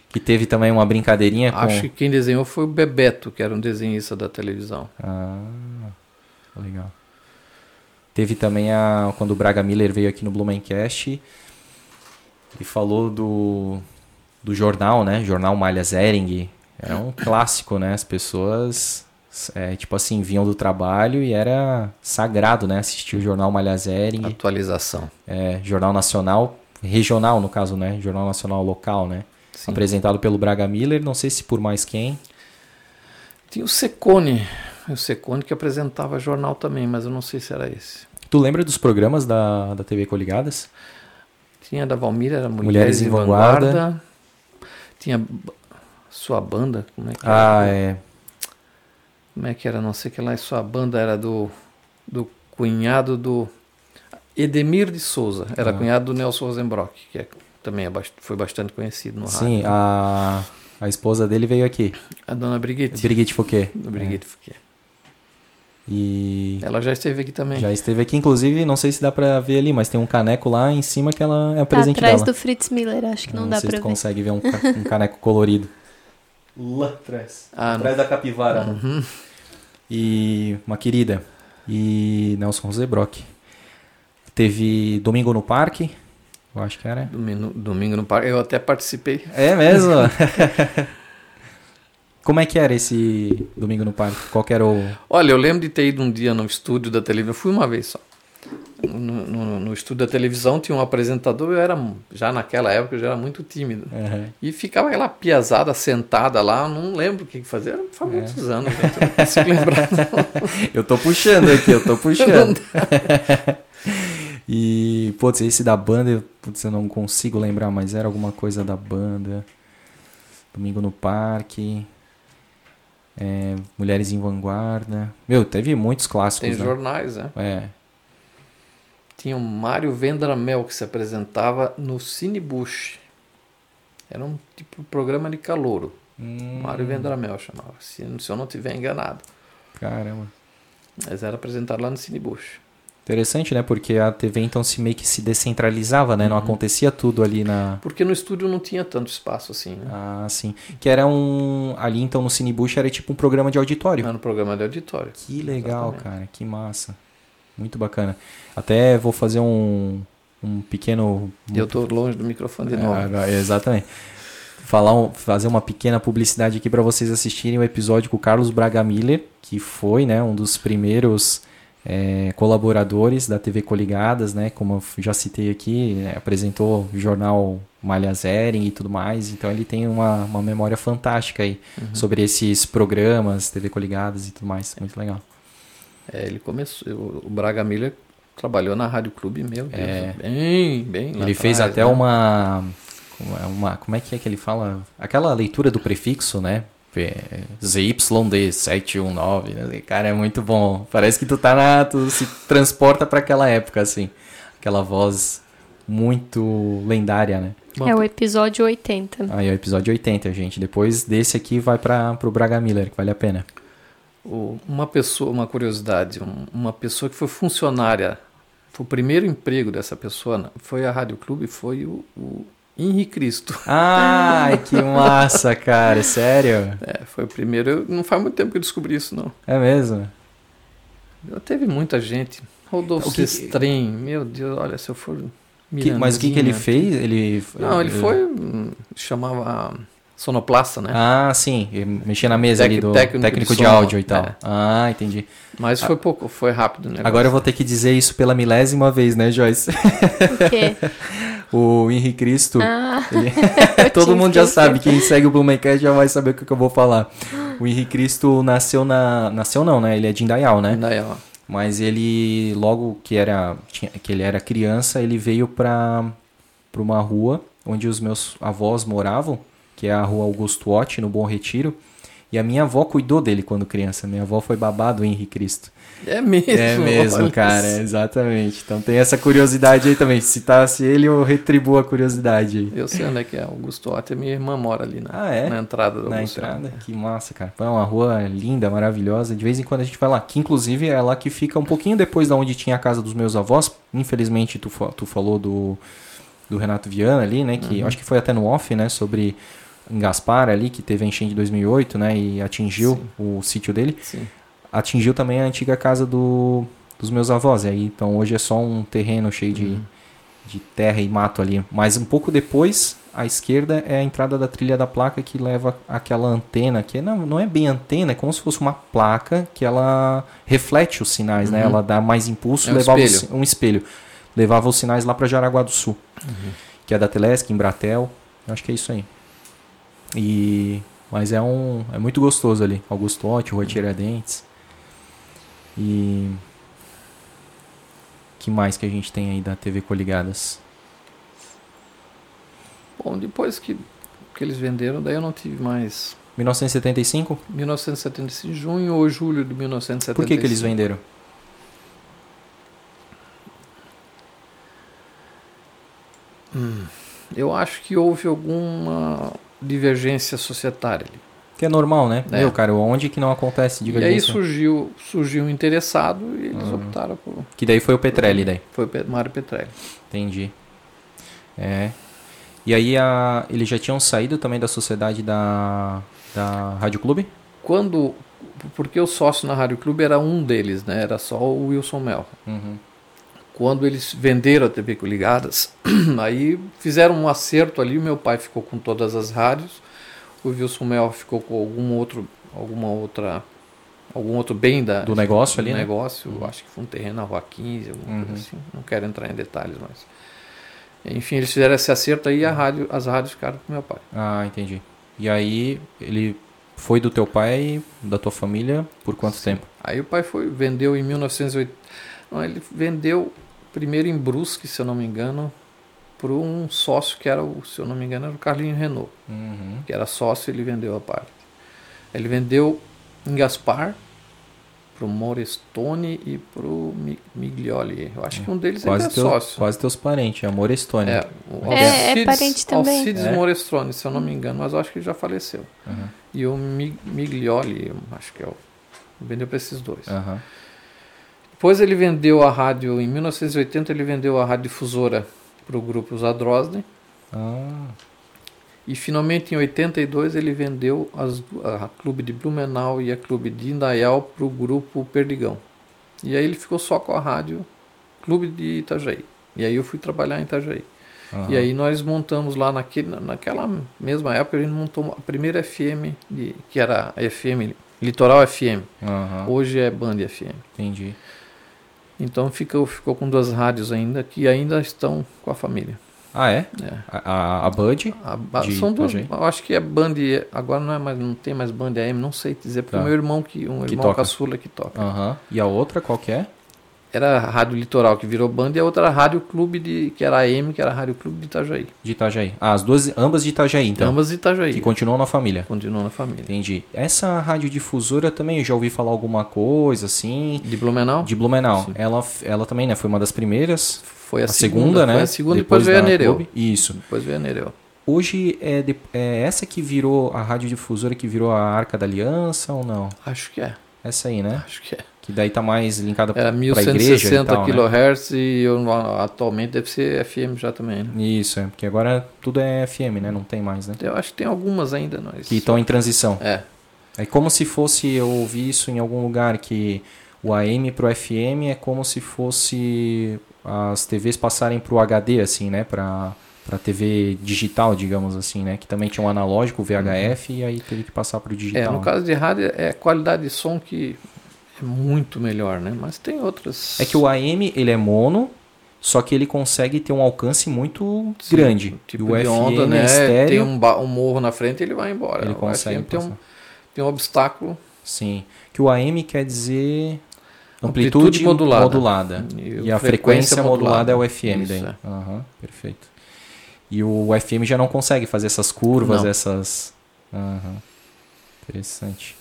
Speaker 1: Que teve também uma brincadeirinha É com...
Speaker 3: Acho que quem desenhou foi o Bebeto, que era um desenhista da televisão.
Speaker 1: Ah, legal. Teve também a... Quando o Braga Miller veio aqui no Blumencast e falou do, do jornal, né? Jornal Malha Zering. Era um clássico, né? As pessoas, é, tipo assim, vinham do trabalho e era sagrado, né? Assistir o Jornal Malha Zering.
Speaker 3: Atualização.
Speaker 1: É, jornal Nacional, regional no caso, né? Jornal Nacional local, né?
Speaker 3: Sim.
Speaker 1: Apresentado pelo Braga Miller, não sei se por mais quem.
Speaker 3: Tinha o Secone. O Secone que apresentava jornal também, mas eu não sei se era esse.
Speaker 1: Tu lembra dos programas da, da TV Coligadas?
Speaker 3: Tinha a da Valmira, era Mulheres,
Speaker 1: Mulheres
Speaker 3: em
Speaker 1: em Vanguarda.
Speaker 3: Vanguarda. Tinha b- sua banda, como é que
Speaker 1: Ah,
Speaker 3: era?
Speaker 1: é.
Speaker 3: Como é que era? Não sei que lá. e Sua banda era do, do cunhado do Edemir de Souza. Era
Speaker 1: Ah.
Speaker 3: cunhado do Nelson Rosenbrock, que é- também é bast- foi bastante conhecido no rádio.
Speaker 1: Sim, a, a esposa dele veio aqui.
Speaker 3: A dona Briguetti.
Speaker 1: Brigitte Fouquet.
Speaker 3: do Brigitte
Speaker 1: É.
Speaker 3: Fouquet.
Speaker 1: E
Speaker 3: Ela já esteve aqui também.
Speaker 1: já esteve aqui, inclusive, não sei se dá pra ver ali, mas tem um caneco lá em cima que ela é
Speaker 2: Tá
Speaker 1: presente
Speaker 2: atrás
Speaker 1: dela.
Speaker 2: do Fritz Miller, acho que não, dá
Speaker 1: sei
Speaker 2: pra
Speaker 1: se tu
Speaker 2: ver.
Speaker 1: consegue ver um, ca- um caneco colorido. Lá atrás.
Speaker 3: Ah,
Speaker 1: atrás da capivara.
Speaker 2: Uhum.
Speaker 1: E uma querida. E Nelson Rosebrock. Teve Domingo no Parque. Eu acho que era.
Speaker 3: Domingo, domingo no parque. Eu até participei.
Speaker 1: É mesmo? Como é que era esse Domingo no Parque? Qual que era o.
Speaker 3: Olha, eu lembro de ter ido um dia no estúdio da televisão. Eu fui uma vez só. No, no- no estúdio da televisão tinha um apresentador. Eu era, já naquela época, eu já era muito tímido.
Speaker 1: Aham.
Speaker 3: E ficava aquela piazada sentada lá, eu não lembro o que que fazia, era-
Speaker 1: É.
Speaker 3: faz muitos anos, né? gente, eu não consigo lembrar. né?
Speaker 1: Eu tô puxando aqui, eu tô puxando. E, putz, esse da banda, eu- putz, eu não consigo lembrar, mas era alguma coisa da banda. Domingo no Parque. é, Mulheres em Vanguarda. Meu, teve muitos clássicos,
Speaker 3: Tem
Speaker 1: né?
Speaker 3: jornais, né?
Speaker 1: É.
Speaker 3: Tinha o Mário Vendramel que se apresentava no Cinebush. Era um tipo de programa de calouro.
Speaker 1: Hum,
Speaker 3: Mário Vendramel chamava, se, se eu não tiver enganado.
Speaker 1: Caramba.
Speaker 3: Mas era apresentado lá no Cinebush.
Speaker 1: Interessante, né? Porque a TV então se meio que se descentralizava, né? Não acontecia tudo ali na.
Speaker 3: Porque no estúdio não tinha tanto espaço assim, né?
Speaker 1: Ah, sim. Que era um. Ali então no Cinebush era tipo um programa de auditório.
Speaker 3: Era no programa de auditório.
Speaker 1: Que legal,
Speaker 3: Exatamente.
Speaker 1: cara. Que massa. Muito bacana. Até vou fazer um, um pequeno.
Speaker 3: E eu tô longe do microfone de novo.
Speaker 1: É, é, exatamente. Falar um- fazer uma pequena publicidade aqui para vocês assistirem o episódio com o Carlos Braga Miller, que foi né, um dos primeiros é, colaboradores da TV Coligadas, né? Como eu f- já citei aqui, né, apresentou o jornal Malha Zering e tudo mais. Então ele tem uma, uma memória fantástica aí
Speaker 3: Uhum.
Speaker 1: sobre esses programas, TV Coligadas e tudo mais. Muito legal.
Speaker 3: É, ele começou. O Braga Miller trabalhou na Rádio Clube, meu Deus. Bem, bem. lá
Speaker 1: É. Ele fez
Speaker 3: atrás,
Speaker 1: até
Speaker 3: né?
Speaker 1: uma, como é- uma. Como é que é que ele fala? Aquela leitura do prefixo, né? É, ZYD719. Né? Cara, é muito bom. Parece que tu tá na. Tu se transporta pra aquela época, assim. Aquela voz muito lendária, né?
Speaker 2: É o episódio 80.
Speaker 1: Aí é o episódio 80, gente. Depois desse aqui vai para pro Braga Miller, que vale a pena.
Speaker 3: O- Uma pessoa, uma curiosidade, um- uma pessoa que foi funcionária, foi o primeiro emprego dessa pessoa, na- foi a Rádio Clube, foi o, o Henri Cristo.
Speaker 1: Ai, que massa, cara. Sério?
Speaker 3: É, foi o primeiro. eu- não faz muito tempo que eu descobri isso, não.
Speaker 1: É mesmo?
Speaker 3: Eu- Teve muita gente. Rodolfo
Speaker 1: O que-
Speaker 3: Sestrin, meu Deus, olha, se eu for.
Speaker 1: Que- mas o que, que ele
Speaker 3: Mirandinha.
Speaker 1: fez? É. Ele,
Speaker 3: Não, ele foi. hum, Chamava. sonoplasta, né?
Speaker 1: Ah, sim. eu Mexia na mesa
Speaker 3: Tec-
Speaker 1: ali do
Speaker 3: técnico
Speaker 1: técnico,
Speaker 3: de
Speaker 1: de,
Speaker 3: som,
Speaker 1: áudio e tal.
Speaker 3: é.
Speaker 1: Ah, entendi.
Speaker 3: Mas foi pouco, foi rápido o negócio.
Speaker 1: Ah. Agora eu vou ter que dizer isso pela milésima vez, né, Joyce?
Speaker 2: O quê?
Speaker 1: O Henri Cristo.
Speaker 2: Ah,
Speaker 1: Todo
Speaker 2: tinha
Speaker 1: mundo já
Speaker 2: esquecido.
Speaker 1: sabe, quem segue o Blumencast já vai saber o que, que eu vou falar. O Henri Cristo nasceu na. Nasceu não, né? Ele é de Indaial, né?
Speaker 3: Daí, ó,
Speaker 1: Mas ele, logo que, era, tinha- que ele era criança, ele veio pra, pra uma rua onde os meus avós moravam, que é a rua Augusto Otti, no Bom Retiro. E a minha avó cuidou dele quando criança. Minha avó foi babado Henri Cristo.
Speaker 3: É mesmo.
Speaker 1: É mesmo,
Speaker 3: olha
Speaker 1: cara,
Speaker 3: isso.
Speaker 1: exatamente. Então tem essa curiosidade aí também. Se tasse ele, eu retribuo a curiosidade aí.
Speaker 3: Eu sei onde é que é. Augusto Otter, minha irmã mora ali na,
Speaker 1: Ah, é?
Speaker 3: na entrada do
Speaker 1: Na
Speaker 3: Augusto Otter.
Speaker 1: entrada, que massa, cara. É uma rua linda, maravilhosa. De vez em quando a gente vai lá, que inclusive é lá que fica um pouquinho depois da onde tinha a casa dos meus avós. Infelizmente, tu, fa- tu falou do, do Renato Viana ali, né? Que eu acho que foi até no off, né? Sobre em Gaspar ali, que teve a enchente de 2008, né? E atingiu o sítio dele.
Speaker 3: Sim.
Speaker 1: Atingiu também a antiga casa do, dos meus avós. E aí, então hoje é só um terreno cheio
Speaker 3: Uhum.
Speaker 1: de, de terra e mato ali. Mas um pouco depois, à esquerda, é a entrada da trilha da placa que leva aquela antena, que não, não é bem antena, é como se fosse uma placa que ela reflete os sinais, né?
Speaker 3: Uhum.
Speaker 1: Ela dá mais impulso,
Speaker 3: É um
Speaker 1: levava os
Speaker 3: espelho.
Speaker 1: si- um espelho. Levava os sinais lá para Jaraguá do Sul,
Speaker 3: Uhum.
Speaker 1: que é da Telesc, Embratel. Eu acho que é isso aí. E mas é um é muito gostoso ali, Augusto Otti, Rua Tiradentes. E que mais que a gente tem aí da TV Coligadas?
Speaker 3: Bom, depois que, que eles venderam, daí eu não tive mais.
Speaker 1: 1975?
Speaker 3: 1975, junho ou julho de 1975.
Speaker 1: Por que, que eles venderam?
Speaker 3: Eu acho que houve alguma divergência societária ali.
Speaker 1: Que é normal, né?
Speaker 3: É.
Speaker 1: Meu, cara, onde que não acontece
Speaker 3: E é aí
Speaker 1: divergência? Ah.
Speaker 3: surgiu, surgiu um interessado e eles optaram por.
Speaker 1: Que daí foi o Petrelli, daí.
Speaker 3: Foi o Pe- Mário Petrelli.
Speaker 1: Entendi. É. E aí a, eles já tinham saído também da sociedade da, da Rádio Clube?
Speaker 3: Quando. Porque o sócio na Rádio Clube era um deles, né? Era só o Wilson Mel.
Speaker 1: Uhum.
Speaker 3: quando eles venderam a TV Coligadas, aí fizeram um acerto ali, meu pai ficou com todas as rádios, o Wilson Mel ficou com algum outro, alguma outra, algum outro bem da,
Speaker 1: Do negócio ali,
Speaker 3: do
Speaker 1: né?
Speaker 3: negócio, eu acho que foi um terreno na Rua 15, alguma
Speaker 1: Uhum.
Speaker 3: coisa assim, não quero entrar em detalhes, mas... Enfim, eles fizeram esse acerto aí e
Speaker 1: Uhum.
Speaker 3: a rádio, as rádios ficaram com meu pai.
Speaker 1: Ah, entendi. E aí ele foi do teu pai, da tua família, por quanto tempo?
Speaker 3: Aí o pai foi, vendeu em 1980. Não, ele vendeu primeiro em Brusque, se eu não me engano, para um sócio que era, o, se eu não me engano, era o Carlinho Renault,
Speaker 1: Uhum.
Speaker 3: que era sócio ele vendeu a parte. Ele vendeu em Gaspar pro Morestone e pro Mi- Miglioli. Eu acho que um deles ainda é
Speaker 1: Quase, teus,
Speaker 3: sócio.
Speaker 1: quase teus parentes, amor Estônia.
Speaker 3: É, o
Speaker 1: É,
Speaker 2: é parente também.
Speaker 3: Alcides
Speaker 1: É.
Speaker 3: Morestone, se eu não me engano, mas eu acho que ele já faleceu.
Speaker 1: Uhum.
Speaker 3: E o Mi- Miglioli, eu acho que é o. Vendeu para esses dois.
Speaker 1: Aham.
Speaker 3: Depois ele vendeu a rádio, em 1980 ele vendeu a rádio difusora para o grupo Zadrosny
Speaker 1: Ah,
Speaker 3: e finalmente em 82 ele vendeu as, du- a Clube de Blumenau e a Clube de Indaial para o grupo Perdigão. E aí ele ficou só com a rádio Clube de Itajaí. E aí eu fui trabalhar em Itajaí.
Speaker 1: aham.
Speaker 3: E aí nós montamos lá naquele, na- naquela mesma época, ele montou a primeira FM, de, que era a FM, Litoral FM.
Speaker 1: Aham,
Speaker 3: Hoje é Band FM.
Speaker 1: Entendi.
Speaker 3: Então ficou, ficou com duas rádios ainda que ainda estão com a família.
Speaker 1: Ah, é?
Speaker 3: É.
Speaker 1: A, a, a Bud?
Speaker 3: A ba-
Speaker 1: De
Speaker 3: são duas.
Speaker 1: Itajaí?
Speaker 3: Eu acho que é Band. Agora não é mais, não tem mais Band AM, não sei dizer, porque
Speaker 1: Tá.
Speaker 3: o meu irmão que um
Speaker 1: Que
Speaker 3: irmão
Speaker 1: toca.
Speaker 3: caçula que toca.
Speaker 1: Aham. E a outra qual que é?
Speaker 3: Era a Rádio Litoral que virou Band e a outra era a Rádio Clube de que era AM, que era a Rádio Clube de Itajaí.
Speaker 1: De Itajaí. Ah, as duas, ambas de Itajaí, então.
Speaker 3: Ambas de Itajaí.
Speaker 1: Que continuam na família.
Speaker 3: Continuam na família.
Speaker 1: Entendi. Essa radiodifusora também, eu já ouvi falar alguma coisa, assim,
Speaker 3: De Blumenau
Speaker 1: de Blumenau. Ela, ela também, né, foi uma das primeiras.
Speaker 3: foi a,
Speaker 1: a segunda, né?
Speaker 3: Foi a segunda e depois,
Speaker 1: da
Speaker 3: veio a Nereu.
Speaker 1: Clube. Isso.
Speaker 3: Depois veio a Nereu.
Speaker 1: Hoje é, de- é essa que virou a radiodifusora que virou a Arca da Aliança ou não?
Speaker 3: Acho que é.
Speaker 1: Essa aí, né?
Speaker 3: Acho que é.
Speaker 1: Que daí tá mais linkada
Speaker 3: Era
Speaker 1: pra igreja e
Speaker 3: 1160
Speaker 1: tal, né?
Speaker 3: kHz e eu, atualmente deve ser FM já também, né?
Speaker 1: Isso, é, porque agora tudo é FM, né? Não tem mais, né?
Speaker 3: Eu acho que tem algumas ainda, nós.
Speaker 1: Que tá estão em transição.
Speaker 3: É.
Speaker 1: É como se fosse, eu ouvi isso em algum lugar, que o AM pro FM é como se fosse as TVs passarem pro HD, assim, né? Pra, para TV digital, digamos assim, né? Que também tinha um analógico, VHF, e aí teve que passar para o digital.
Speaker 3: Uhum. É, no
Speaker 1: né?
Speaker 3: caso de rádio é a qualidade de som que é muito melhor, né? Mas tem outras.
Speaker 1: É que o AM ele é mono, só que ele consegue ter um alcance muito
Speaker 3: Sim,
Speaker 1: é grande.
Speaker 3: tipo
Speaker 1: e o
Speaker 3: de
Speaker 1: FM
Speaker 3: onda, né?
Speaker 1: é estéreo.
Speaker 3: Tem um, ba- um morro na frente, ele vai embora.
Speaker 1: Ele
Speaker 3: O
Speaker 1: consegue
Speaker 3: FM tem um,
Speaker 1: passar.
Speaker 3: tem um obstáculo.
Speaker 1: Sim. Que o AM quer dizer amplitude,
Speaker 3: Amplitude modulada.
Speaker 1: modulada. E, a frequência, modulada, é o FM daí.
Speaker 3: Isso, é.
Speaker 1: Aham, perfeito. E o FM já não consegue fazer essas curvas,
Speaker 3: Não.
Speaker 1: essas. Aham. Interessante.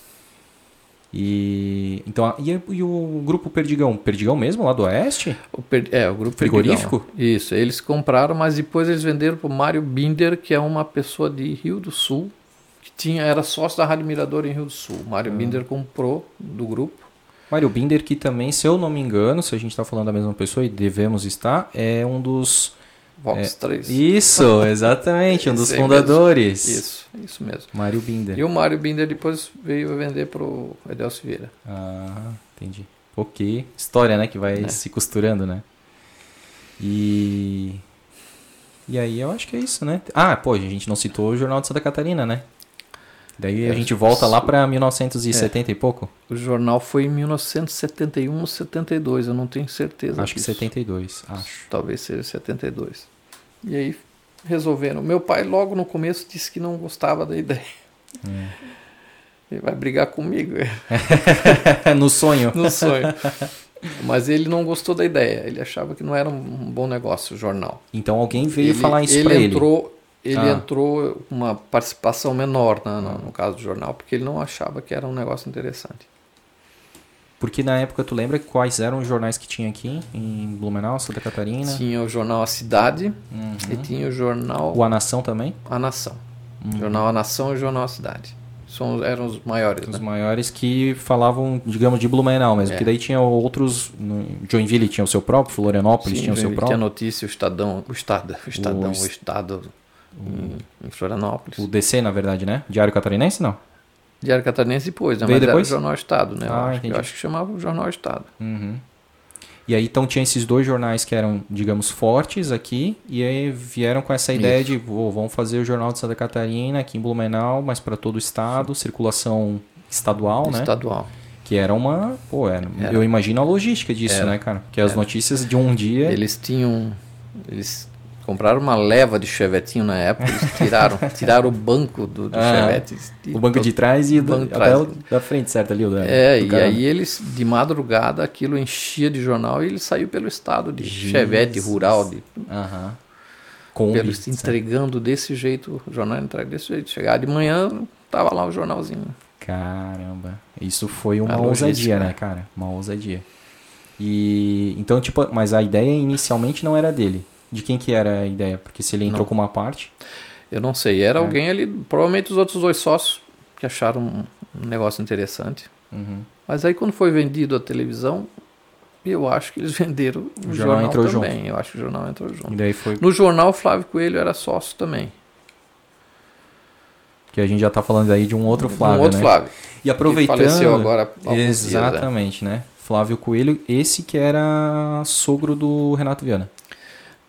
Speaker 1: E então a- e, e o grupo Perdigão, Perdigão mesmo lá do Oeste?
Speaker 3: O per- É, o grupo
Speaker 1: Frigorífico?
Speaker 3: Perdigão. Isso, eles compraram, mas depois eles venderam pro Mário Binder, que é uma pessoa de Rio do Sul, que tinha era sócio da Rádio Mirador em Rio do Sul. O
Speaker 1: Ah.
Speaker 3: Mário Binder comprou do grupo.
Speaker 1: Mário Binder que também, se eu não me engano, se a gente está falando da mesma pessoa e devemos estar, é um dos
Speaker 3: Vox 3.
Speaker 1: É, Isso, exatamente, um dos
Speaker 3: Esse aí mesmo.
Speaker 1: fundadores.
Speaker 3: Isso, isso mesmo.
Speaker 1: Mário Binder.
Speaker 3: E o Mário Binder depois veio vender pro Edelcio Vieira.
Speaker 1: Ah, entendi. Pô, que história, né? Que vai
Speaker 3: É.
Speaker 1: se costurando, né? E. E aí eu acho que é isso, né? Ah, pô, a gente não citou o Jornal de Santa Catarina, né? Daí a
Speaker 3: É,
Speaker 1: gente volta lá pra 1970 e pouco?
Speaker 3: O jornal foi em 1971 ou 72, eu não tenho certeza.
Speaker 1: Acho que
Speaker 3: disso.
Speaker 1: 72, acho.
Speaker 3: Talvez seja 72. E aí resolveram. Meu pai logo no começo disse que não gostava da ideia.
Speaker 1: É.
Speaker 3: Ele vai brigar comigo é,
Speaker 1: no sonho.
Speaker 3: no sonho. Mas ele não gostou da ideia. Ele achava que não era um bom negócio o jornal.
Speaker 1: Então alguém veio falar isso
Speaker 3: ele
Speaker 1: pra ele.
Speaker 3: entrou, ele.
Speaker 1: Ah.
Speaker 3: entrou com uma participação menor na- na- no caso do jornal, porque ele não achava que era um negócio interessante.
Speaker 1: Porque na época tu lembra quais eram os jornais que tinha aqui em Blumenau, Santa Catarina?
Speaker 3: Tinha o jornal A Cidade
Speaker 1: né? Uhum. Uhum.
Speaker 3: e tinha o jornal
Speaker 1: O A Nação também?
Speaker 3: A Nação. Jornal A Nação e Jornal A Cidade. São, eram os maiores,
Speaker 1: Os
Speaker 3: né?
Speaker 1: maiores que falavam, digamos, de Blumenau mesmo.
Speaker 3: É.
Speaker 1: Que daí tinha outros. no- Joinville tinha o seu próprio, Florianópolis tinha o seu
Speaker 3: ele
Speaker 1: próprio.
Speaker 3: a notícia, o Estadão, o Estado, o Estadão, o,
Speaker 1: es-
Speaker 3: Estado em, em Florianópolis.
Speaker 1: O DC, na verdade, né? Diário Catarinense, não?
Speaker 3: Diário Catarinense depois, né?
Speaker 1: Veio
Speaker 3: Mas era o
Speaker 1: depois?
Speaker 3: Jornal Estado, né? Eu
Speaker 1: Ah,
Speaker 3: acho que- eu, acho,
Speaker 1: entendi.
Speaker 3: que chamava o Jornal Estado.
Speaker 1: Uhum. E aí então tinha esses dois jornais que eram, digamos, fortes aqui. E aí vieram com essa ideia de, "Pô, vamos fazer o Jornal de Santa Catarina aqui em Blumenau, mas para todo o estado, circulação estadual, né?
Speaker 3: Estadual.
Speaker 1: Que era uma. Pô, era-
Speaker 3: Era.
Speaker 1: eu imagino a logística disso, né, cara? Porque as notícias de um dia.
Speaker 3: Eles tinham. Eles compraram uma leva de chevetinho na época, eles tiraram, tiraram o banco do, do
Speaker 1: Ah,
Speaker 3: chevette. e
Speaker 1: O banco de trás e do,
Speaker 3: banco de
Speaker 1: até
Speaker 3: trás.
Speaker 1: o da frente, certo? Ali, o da,
Speaker 3: É,
Speaker 1: do
Speaker 3: e
Speaker 1: cara, né?
Speaker 3: aí eles, de madrugada, aquilo enchia de jornal e ele saiu pelo estado de chevette rural, de,
Speaker 1: Aham. Kombi,
Speaker 3: pelo, entregando desse jeito, o jornal entrega desse jeito. Chegava de manhã, tava lá o jornalzinho.
Speaker 1: Caramba. Isso foi uma
Speaker 3: A logística,
Speaker 1: ousadia, né,
Speaker 3: né?
Speaker 1: cara? Uma ousadia. E então, tipo, mas a ideia inicialmente não era dele. De quem que era a ideia? Porque se ele entrou com uma parte,
Speaker 3: Eu não sei,
Speaker 1: É.
Speaker 3: era alguém ali, provavelmente os outros dois sócios, que acharam um um negócio interessante.
Speaker 1: uhum,
Speaker 3: Mas aí quando foi vendido a televisão, eu acho que eles venderam o,
Speaker 1: O jornal
Speaker 3: jornal,
Speaker 1: entrou
Speaker 3: também. Eu acho que o jornal entrou
Speaker 1: e
Speaker 3: junto.
Speaker 1: daí foi
Speaker 3: No jornal, o Flávio Coelho era sócio também.
Speaker 1: que a gente já tá falando aí de um outro Flávio,
Speaker 3: um outro
Speaker 1: né?
Speaker 3: Flávio.
Speaker 1: E aproveitando,
Speaker 3: Que faleceu agora há alguns dias, né?
Speaker 1: exatamente, né? Flávio Coelho, esse que era sogro do Renato Viana.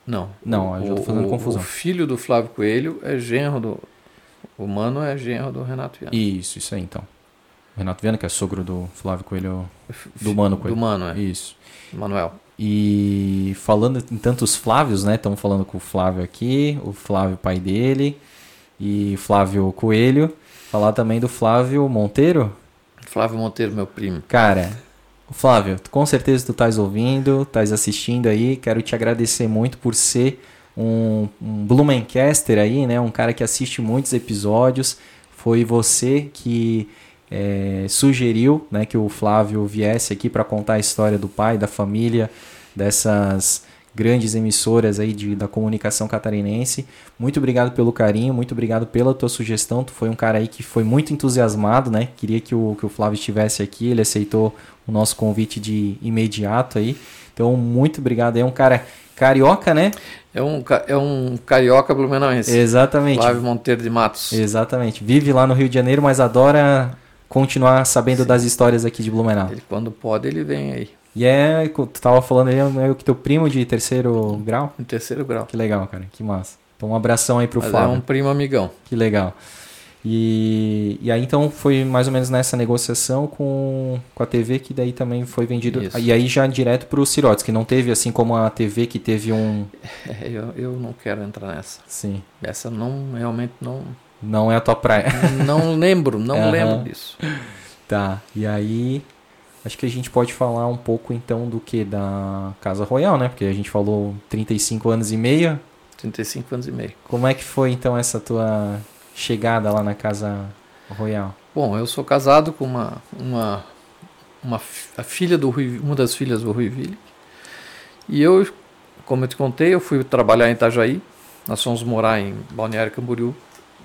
Speaker 3: Não.
Speaker 1: Não, eu já tô fazendo
Speaker 3: o,
Speaker 1: confusão.
Speaker 3: O filho do Flávio Coelho é genro do. O Mano é genro do Renato Viana.
Speaker 1: Isso, isso aí então. Renato Viana, que é sogro do Flávio Coelho, do Mano
Speaker 3: Do
Speaker 1: Coelho.
Speaker 3: Mano, é.
Speaker 1: Isso.
Speaker 3: Manuel.
Speaker 1: E falando em tantos Flávios, né? Estamos falando com o Flávio aqui, o Flávio pai dele e Flávio Coelho. Falar também do Flávio Monteiro.
Speaker 3: Flávio Monteiro, meu primo.
Speaker 1: Cara, o Flávio, tu- com certeza tu estás ouvindo, estás assistindo aí. Quero te agradecer muito por ser um, um Blumencaster aí, né? Um cara que assiste muitos episódios. Foi você que eh, sugeriu né, que o Flávio viesse aqui para contar a história do pai, da família, dessas grandes emissoras aí de, da comunicação catarinense. Muito obrigado pelo carinho, muito obrigado pela tua sugestão. Tu foi um cara aí que foi muito entusiasmado, né? Queria que o, que o Flávio estivesse aqui, ele aceitou o nosso convite de imediato aí. Então, muito obrigado. É um cara carioca, né?
Speaker 3: É um, ca- é um carioca blumenauense.
Speaker 1: Exatamente.
Speaker 3: Flávio Monteiro de Matos.
Speaker 1: Exatamente. Vive lá no Rio de Janeiro, mas adora continuar sabendo das histórias aqui de Blumenau.
Speaker 3: Ele, quando pode, ele vem aí.
Speaker 1: E é, co- tu tava falando, ele é meio que teu primo de terceiro grau.
Speaker 3: Em terceiro grau.
Speaker 1: Que legal, cara. Que massa. Então um abração aí pro
Speaker 3: Mas é
Speaker 1: Fábio.
Speaker 3: um primo amigão.
Speaker 1: Que legal. E, e aí então foi mais ou menos nessa negociação com, com a TV que daí também foi vendido.
Speaker 3: Isso.
Speaker 1: E aí já direto pro Sirotes, que não teve assim como a TV que teve um.
Speaker 3: É, eu, eu não quero entrar nessa.
Speaker 1: Sim.
Speaker 3: Essa não, realmente não.
Speaker 1: Não é a tua praia.
Speaker 3: Não lembro, não
Speaker 1: Aham.
Speaker 3: lembro disso.
Speaker 1: Tá. E aí. Acho que a gente pode falar um pouco então do que? Da Casa Royal, né? Porque a gente falou 35 anos e meio.
Speaker 3: 35 anos e meio.
Speaker 1: Como é que foi então essa tua chegada lá na Casa Royal?
Speaker 3: Bom, eu sou casado com uma uma, uma fi- a filha do Rui, uma das filhas do Rui Ville. E eu, como eu te contei, eu fui trabalhar em Itajaí. Nós fomos morar em Balneário Camboriú.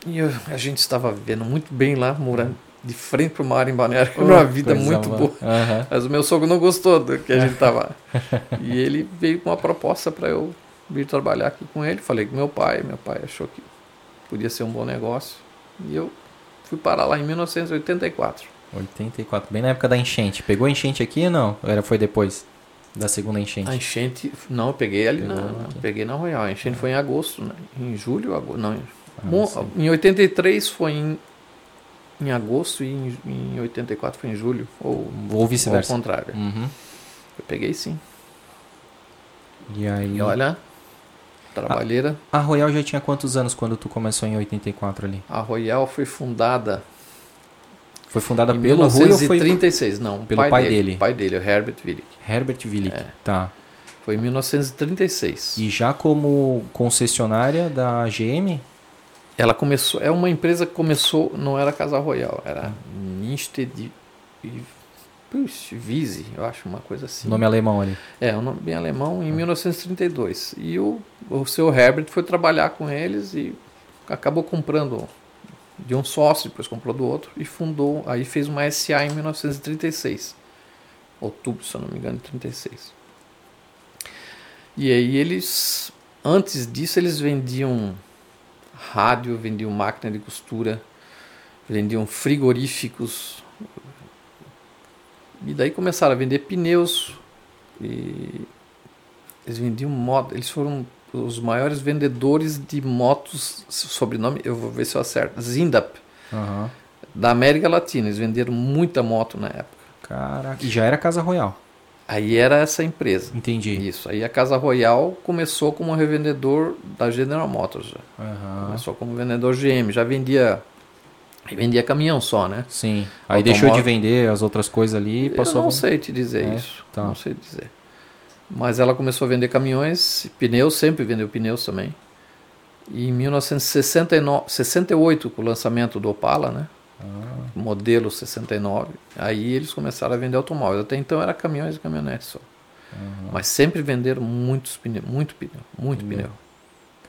Speaker 3: E eu- a gente estava vivendo muito bem lá, morando de frente para o mar em Balneário. Era uma vida
Speaker 1: Coisa
Speaker 3: muito boa.
Speaker 1: Aham.
Speaker 3: Mas o meu sogro não gostou do que a gente tava. e ele veio com uma proposta para eu vir trabalhar aqui com ele. Falei com meu pai, meu pai achou que podia ser um bom negócio. E eu fui parar lá em 1984.
Speaker 1: 84, bem na época da enchente. Pegou a enchente aqui ou não? Ou Era, foi depois da segunda enchente?
Speaker 3: A enchente, não, eu peguei ali,
Speaker 1: Pegou
Speaker 3: na,
Speaker 1: lá, ok.
Speaker 3: peguei na Royal. A enchente foi em agosto, né? em julho, agosto, não. em-
Speaker 1: Ah,
Speaker 3: Bom,
Speaker 1: sim.
Speaker 3: em 83 foi em, em agosto e em, em 84 foi em julho, ou,
Speaker 1: Ou
Speaker 3: ou ao
Speaker 1: vice-versa.
Speaker 3: contrário.
Speaker 1: Uhum.
Speaker 3: Eu peguei sim.
Speaker 1: E aí,
Speaker 3: E olha, trabalheira.
Speaker 1: a Royal já tinha quantos anos quando tu começou em 84 ali?
Speaker 3: A Royal foi fundada
Speaker 1: Foi fundada
Speaker 3: em
Speaker 1: pelo Rui ou foi
Speaker 3: 1936, não,
Speaker 1: Pelo pai dele.
Speaker 3: O pai dele, o Herbert Willick.
Speaker 1: Herbert Willick?
Speaker 3: É.
Speaker 1: Tá.
Speaker 3: Foi em 1936.
Speaker 1: E já como concessionária da GM?
Speaker 3: Ela começou, é uma empresa que começou, não era Casa Royal, era
Speaker 1: Ah.
Speaker 3: Nisted e Puxa, Vise, eu acho uma coisa assim.
Speaker 1: Nome alemão ali.
Speaker 3: É, um nome bem alemão, em 1932. E o, o seu Herbert foi trabalhar com eles e acabou comprando de um sócio, depois comprou do outro e fundou, aí fez uma SA em 1936. Outubro, se eu não me engano, de 36. E aí eles, antes disso, eles vendiam rádio, vendiam máquina de costura, vendiam frigoríficos. E daí começaram a vender pneus, e eles vendiam moto, eles foram os maiores vendedores de motos, sobrenome, eu vou ver se eu acerto, Zindap,
Speaker 1: Aham.
Speaker 3: da América Latina. Eles venderam muita moto na época.
Speaker 1: Caraca. E já era Casa Royal.
Speaker 3: Aí era essa empresa.
Speaker 1: Entendi.
Speaker 3: Isso. Aí a Casa Royal começou como revendedor da General Motors. já.
Speaker 1: Aham.
Speaker 3: Começou como vendedor GM, já vendia aí vendia caminhão só, né?
Speaker 1: Sim. Aí deixou de
Speaker 3: Automóvel.
Speaker 1: vender as outras coisas ali e passou
Speaker 3: eu não
Speaker 1: a-
Speaker 3: sei te dizer
Speaker 1: É,
Speaker 3: isso.
Speaker 1: tá.
Speaker 3: Não sei dizer. Mas ela começou a vender caminhões, e pneus, sempre vendeu pneus também. E em 1968, com o lançamento do Opala, né?
Speaker 1: Ah,
Speaker 3: Modelo 69. Aí eles começaram a vender automóveis. Até então era caminhões e caminhonetes só.
Speaker 1: Aham.
Speaker 3: Mas sempre venderam muitos pneus, muito pneu, muito
Speaker 1: Pneu.
Speaker 3: pneu.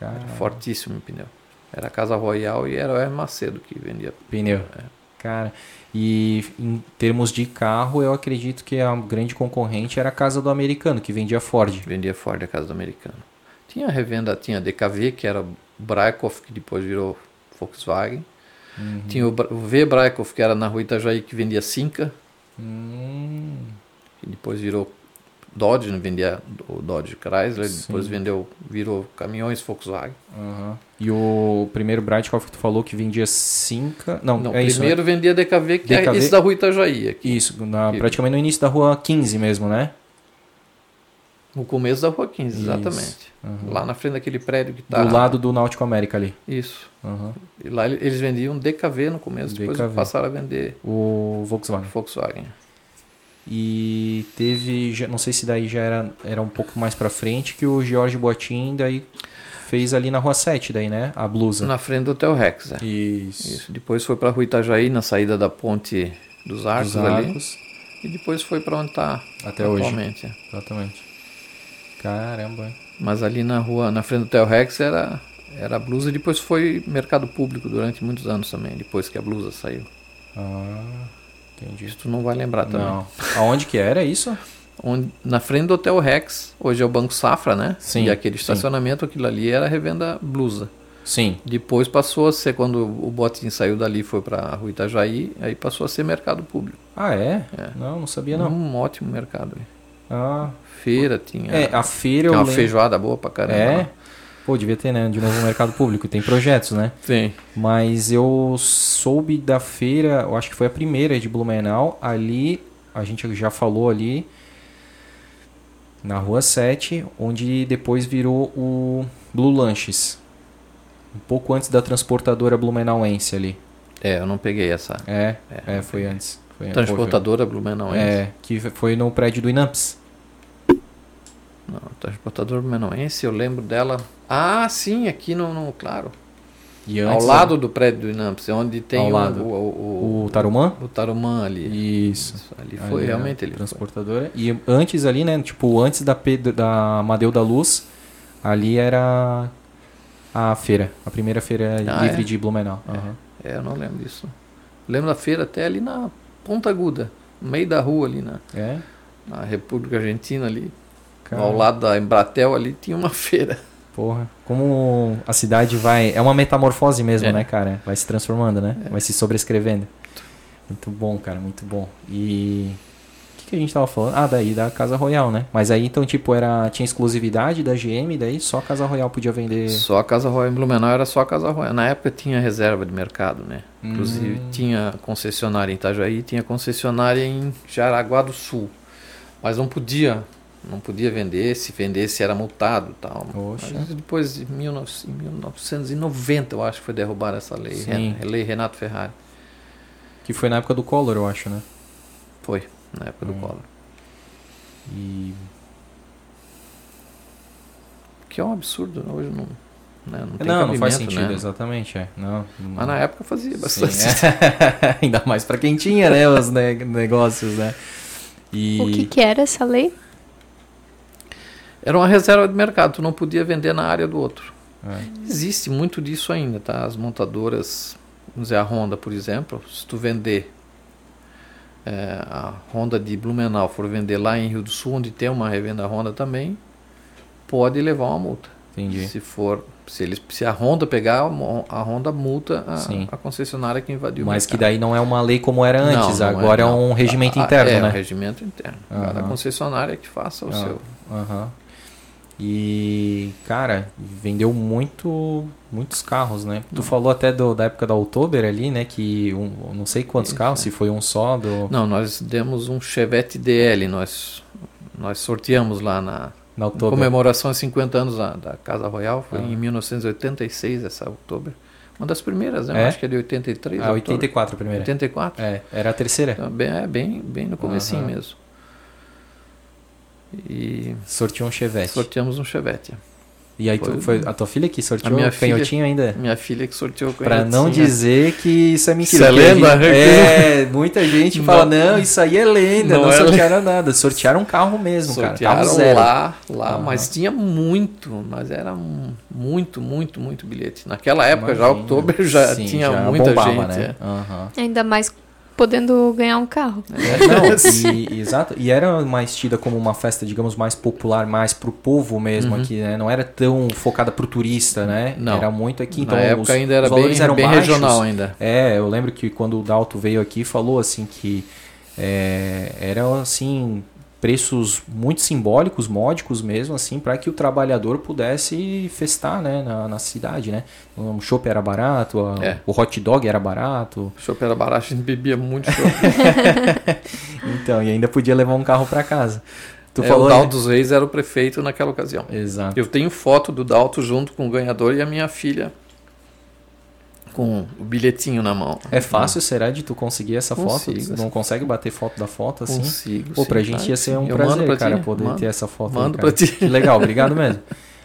Speaker 3: Era
Speaker 1: cara.
Speaker 3: fortíssimo em pneu. Era a Casa Royal e era o Hermes Macedo que vendia.
Speaker 1: Pneu.
Speaker 3: É.
Speaker 1: Cara, e em termos de carro, eu acredito que a grande concorrente era a casa do americano, que vendia Ford.
Speaker 3: Vendia Ford a casa do americano. Tinha a revenda, tinha a DKV, que era Braikoff, que depois virou Volkswagen.
Speaker 1: Uhum.
Speaker 3: Tinha o, Bra- o V Braikoff, que era na rua Itajaí, que vendia Cinca,
Speaker 1: Hum,
Speaker 3: que depois virou Dodge, né? vendia o Dodge Chrysler, depois vendeu, virou caminhões Volkswagen.
Speaker 1: aham. E o primeiro Bradcoff que tu falou que vendia Cinca. Não,
Speaker 3: Não,
Speaker 1: é isso. né?
Speaker 3: primeiro vendia DKV, que é
Speaker 1: DKV?
Speaker 3: esse da rua Itajaí, aqui,
Speaker 1: Isso, na, praticamente no início da rua 15 mesmo, né?
Speaker 3: no começo da rua 15,
Speaker 1: Isso.
Speaker 3: exatamente. Lá na frente daquele prédio que
Speaker 1: Do
Speaker 3: está...
Speaker 1: lado do Náutico América ali.
Speaker 3: Isso.
Speaker 1: Aham.
Speaker 3: E lá ele- eles vendiam DKV no começo, depois
Speaker 1: DKV.
Speaker 3: passaram a vender
Speaker 1: O Volkswagen.
Speaker 3: Volkswagen.
Speaker 1: E teve, já- não sei se daí já era, era um pouco mais pra frente, que o Jorge Botin daí fez ali na rua 7, daí, né? A blusa.
Speaker 3: Na frente do Hotel Rex, é.
Speaker 1: Isso.
Speaker 3: Isso. Depois foi para Rua Itajaí, na saída da ponte dos Arcos,
Speaker 1: Os
Speaker 3: ali.
Speaker 1: arcos.
Speaker 3: E depois foi para onde está
Speaker 1: Até hoje.
Speaker 3: atualmente. é.
Speaker 1: Exatamente. Caramba. hein?
Speaker 3: Mas ali na rua, na frente do Hotel Rex, era, era a blusa. Depois foi mercado público durante muitos anos também, depois que a blusa saiu.
Speaker 1: Ah, entendi.
Speaker 3: Isso tu não vai lembrar também.
Speaker 1: Não. Aonde que era isso?
Speaker 3: Onde, na frente do Hotel Rex, hoje é o Banco Safra, né?
Speaker 1: Sim,
Speaker 3: E aquele
Speaker 1: sim.
Speaker 3: estacionamento, aquilo ali era revenda blusa.
Speaker 1: Sim.
Speaker 3: Depois passou a ser, quando o Botin saiu dali foi para a Rua Itajaí, aí passou a ser mercado público.
Speaker 1: Ah, é?
Speaker 3: É.
Speaker 1: Não, não sabia não.
Speaker 3: Um ótimo mercado. ali.
Speaker 1: Ah,
Speaker 3: Feira tinha.
Speaker 1: é, a feira
Speaker 3: Tem
Speaker 1: eu
Speaker 3: uma né?
Speaker 1: lembro.
Speaker 3: feijoada boa pra caramba.
Speaker 1: É.
Speaker 3: lá.
Speaker 1: Pô, devia ter, né? De novo, o mercado público. Tem projetos, né?
Speaker 3: Tem.
Speaker 1: Mas eu soube da feira, eu acho que foi a primeira de Blumenau. Ali, a gente já falou ali, na Rua 7, onde depois virou o Blue Lanches. Um pouco antes da transportadora blumenauense ali.
Speaker 3: É, eu não peguei essa.
Speaker 1: É, é, foi antes. Foi
Speaker 3: Transportadora Blumenau.
Speaker 1: É, que foi no prédio do Inamps.
Speaker 3: Não, transportadora Blumenauense, eu lembro dela. Ah, sim, aqui no, no- claro.
Speaker 1: E
Speaker 3: Ao
Speaker 1: antes-
Speaker 3: lado do prédio do Inamps, é onde tem
Speaker 1: Ao
Speaker 3: o,
Speaker 1: lado.
Speaker 3: o, o,
Speaker 1: O Tarumã?
Speaker 3: o Tarumã ali.
Speaker 1: Isso.
Speaker 3: Isso, ali foi,
Speaker 1: Ali,
Speaker 3: realmente
Speaker 1: né,
Speaker 3: ele foi.
Speaker 1: transportadora. E antes ali, né? Tipo, antes da, Pedro, da Amadeu da Luz, ali era a feira. A primeira feira
Speaker 3: Ah,
Speaker 1: livre
Speaker 3: é?
Speaker 1: de Blumenau. Aham.
Speaker 3: É, eu não lembro disso. Lembro da feira até ali na Ponta Aguda, no meio da rua ali na,
Speaker 1: É?
Speaker 3: na República Argentina ali.
Speaker 1: Cara,
Speaker 3: Ao lado da Embratel ali tinha uma feira.
Speaker 1: Porra. Como a cidade vai. É uma metamorfose mesmo,
Speaker 3: É.
Speaker 1: né, cara? Vai se transformando, né? Vai se sobrescrevendo. Muito bom, cara, muito bom. E. O que, que a gente tava falando? Ah, daí da Casa Royal, né? Mas aí então, tipo, era tinha exclusividade da GM, daí só a Casa Royal podia vender.
Speaker 3: Só a Casa Royal em Blumenau era só a Casa Royal. Na época tinha reserva de mercado, né? Inclusive
Speaker 1: Hum,
Speaker 3: tinha concessionária em Itajaí, tinha concessionária em Jaraguá do Sul. Mas não podia, não podia vender, se vendesse era multado e tal.
Speaker 1: Oxa.
Speaker 3: Mas depois de 19, em 1990, eu acho que foi derrubada essa lei,
Speaker 1: Sim.
Speaker 3: Ren- lei Renato Ferrari.
Speaker 1: Que foi na época do Collor, eu acho, né?
Speaker 3: Foi, na época
Speaker 1: Hum.
Speaker 3: do Collor.
Speaker 1: E.
Speaker 3: Que é um absurdo, né? hoje não, né? não tem
Speaker 1: É, não, não faz
Speaker 3: cabimento,
Speaker 1: sentido,
Speaker 3: né?
Speaker 1: exatamente, é. Não, não-
Speaker 3: Mas na época fazia
Speaker 1: Sim,
Speaker 3: bastante.
Speaker 1: é. Ainda mais pra quem tinha, né? Os ne- negócios, né? E.
Speaker 2: O que, que era essa lei?
Speaker 3: Era uma reserva de mercado, tu não podia vender na área do outro.
Speaker 1: É.
Speaker 3: Existe muito disso ainda, tá? As montadoras, vamos dizer, a Honda, por exemplo, se tu vender eh, a Honda de Blumenau, for vender lá em Rio do Sul, onde tem uma revenda Honda também, pode levar uma multa.
Speaker 1: Entendi.
Speaker 3: Se for, se, eles, se a Honda pegar, a mo- a Honda multa
Speaker 1: Sim.
Speaker 3: a, a concessionária que invadiu
Speaker 1: Mas
Speaker 3: o
Speaker 1: que
Speaker 3: mercado.
Speaker 1: daí não é uma lei como era antes,
Speaker 3: Não, não
Speaker 1: agora é,
Speaker 3: não.
Speaker 1: um regimento
Speaker 3: Ah,
Speaker 1: interno,
Speaker 3: é, um
Speaker 1: né?
Speaker 3: regimento interno.
Speaker 1: Aham.
Speaker 3: Cada concessionária é que faça o
Speaker 1: Ah.
Speaker 3: seu.
Speaker 1: Aham. E, cara, vendeu muito, muitos carros, né?
Speaker 3: Hum.
Speaker 1: Tu falou até do- da época da Oktober ali, né? Que um, não sei quantos carros, se foi um só do,
Speaker 3: é. Não, nós demos um Chevette DL, nós, nós sorteamos lá na
Speaker 1: na Oktober.
Speaker 3: comemoração a 50 anos da, da Casa Royal, foi
Speaker 1: Ah.
Speaker 3: em 1986, essa outubro. Uma das primeiras, né?
Speaker 1: É?
Speaker 3: Eu Acho que é de 83,
Speaker 1: Ah,
Speaker 3: outubro.
Speaker 1: 84 a primeira.
Speaker 3: 84.
Speaker 1: É, era a terceira.
Speaker 3: Então, bem, é bem, bem no comecinho
Speaker 1: Aham.
Speaker 3: mesmo. E
Speaker 1: Sorteou um Chevette.
Speaker 3: sorteamos um Chevette.
Speaker 1: E aí tu,
Speaker 3: Foi-
Speaker 1: foi a tua filha que sorteou
Speaker 3: A minha
Speaker 1: o canhotinho ainda?
Speaker 3: Minha filha que sorteou com
Speaker 1: É. Pra
Speaker 3: ele,
Speaker 1: não
Speaker 3: tinha-
Speaker 1: dizer que isso é mentira.
Speaker 3: Isso é
Speaker 1: porque a
Speaker 3: lenda?
Speaker 1: gente- É, muita gente
Speaker 3: Não.
Speaker 1: fala, não, isso aí é lenda, não,
Speaker 3: Não é
Speaker 1: sortearam nada. Sortearam um carro mesmo, cara.
Speaker 3: Sortearam
Speaker 1: Carro zero.
Speaker 3: lá, lá,
Speaker 1: Aham.
Speaker 3: mas tinha muito, mas era um- muito, muito, muito bilhete. Naquela época já
Speaker 1: Imagina.
Speaker 3: outubro já
Speaker 1: Sim,
Speaker 3: tinha
Speaker 1: já
Speaker 3: muita
Speaker 1: bombava,
Speaker 3: gente.
Speaker 1: Né?
Speaker 3: é.
Speaker 1: Aham.
Speaker 2: Ainda mais podendo ganhar um carro.
Speaker 1: É, não, e- e, exato. E era mais tida como uma festa, digamos, mais popular, mais pro povo mesmo aqui, né? Não era tão focada pro turista, né?
Speaker 3: Uhum. Não.
Speaker 1: Era muito aqui. Então
Speaker 3: Na época
Speaker 1: os,
Speaker 3: ainda era
Speaker 1: os
Speaker 3: bem,
Speaker 1: valores eram
Speaker 3: bem
Speaker 1: baixos.
Speaker 3: regional ainda.
Speaker 1: É, eu lembro que quando o Dalto veio aqui falou assim que é, eram assim preços muito simbólicos, módicos mesmo, assim, para que o trabalhador pudesse festar, né, na, na cidade, né? O chopp era barato, a-
Speaker 3: É.
Speaker 1: o hot dog era barato,
Speaker 3: O chopp era barato, a gente bebia muito chopp.
Speaker 1: então e ainda podia levar um carro para casa. Tu
Speaker 3: É,
Speaker 1: falou né?
Speaker 3: o Dal dos Reis era o prefeito naquela ocasião.
Speaker 1: exato,
Speaker 3: Eu tenho foto do Dalto junto com o ganhador e a minha filha com o bilhetinho na mão.
Speaker 1: é fácil será de tu conseguir essa
Speaker 3: Consigo,
Speaker 1: foto? Tu Não consegue bater foto da foto assim?
Speaker 3: Consigo.
Speaker 1: Pô,
Speaker 3: sim,
Speaker 1: pra gente
Speaker 3: claro
Speaker 1: ia
Speaker 3: que
Speaker 1: ser
Speaker 3: sim.
Speaker 1: um
Speaker 3: Eu mando pra
Speaker 1: prazer,
Speaker 3: ti,
Speaker 1: cara, poder
Speaker 3: mando.
Speaker 1: ter essa foto. aí,
Speaker 3: mando
Speaker 1: cara.
Speaker 3: pra ti.
Speaker 1: Que legal, obrigado mesmo.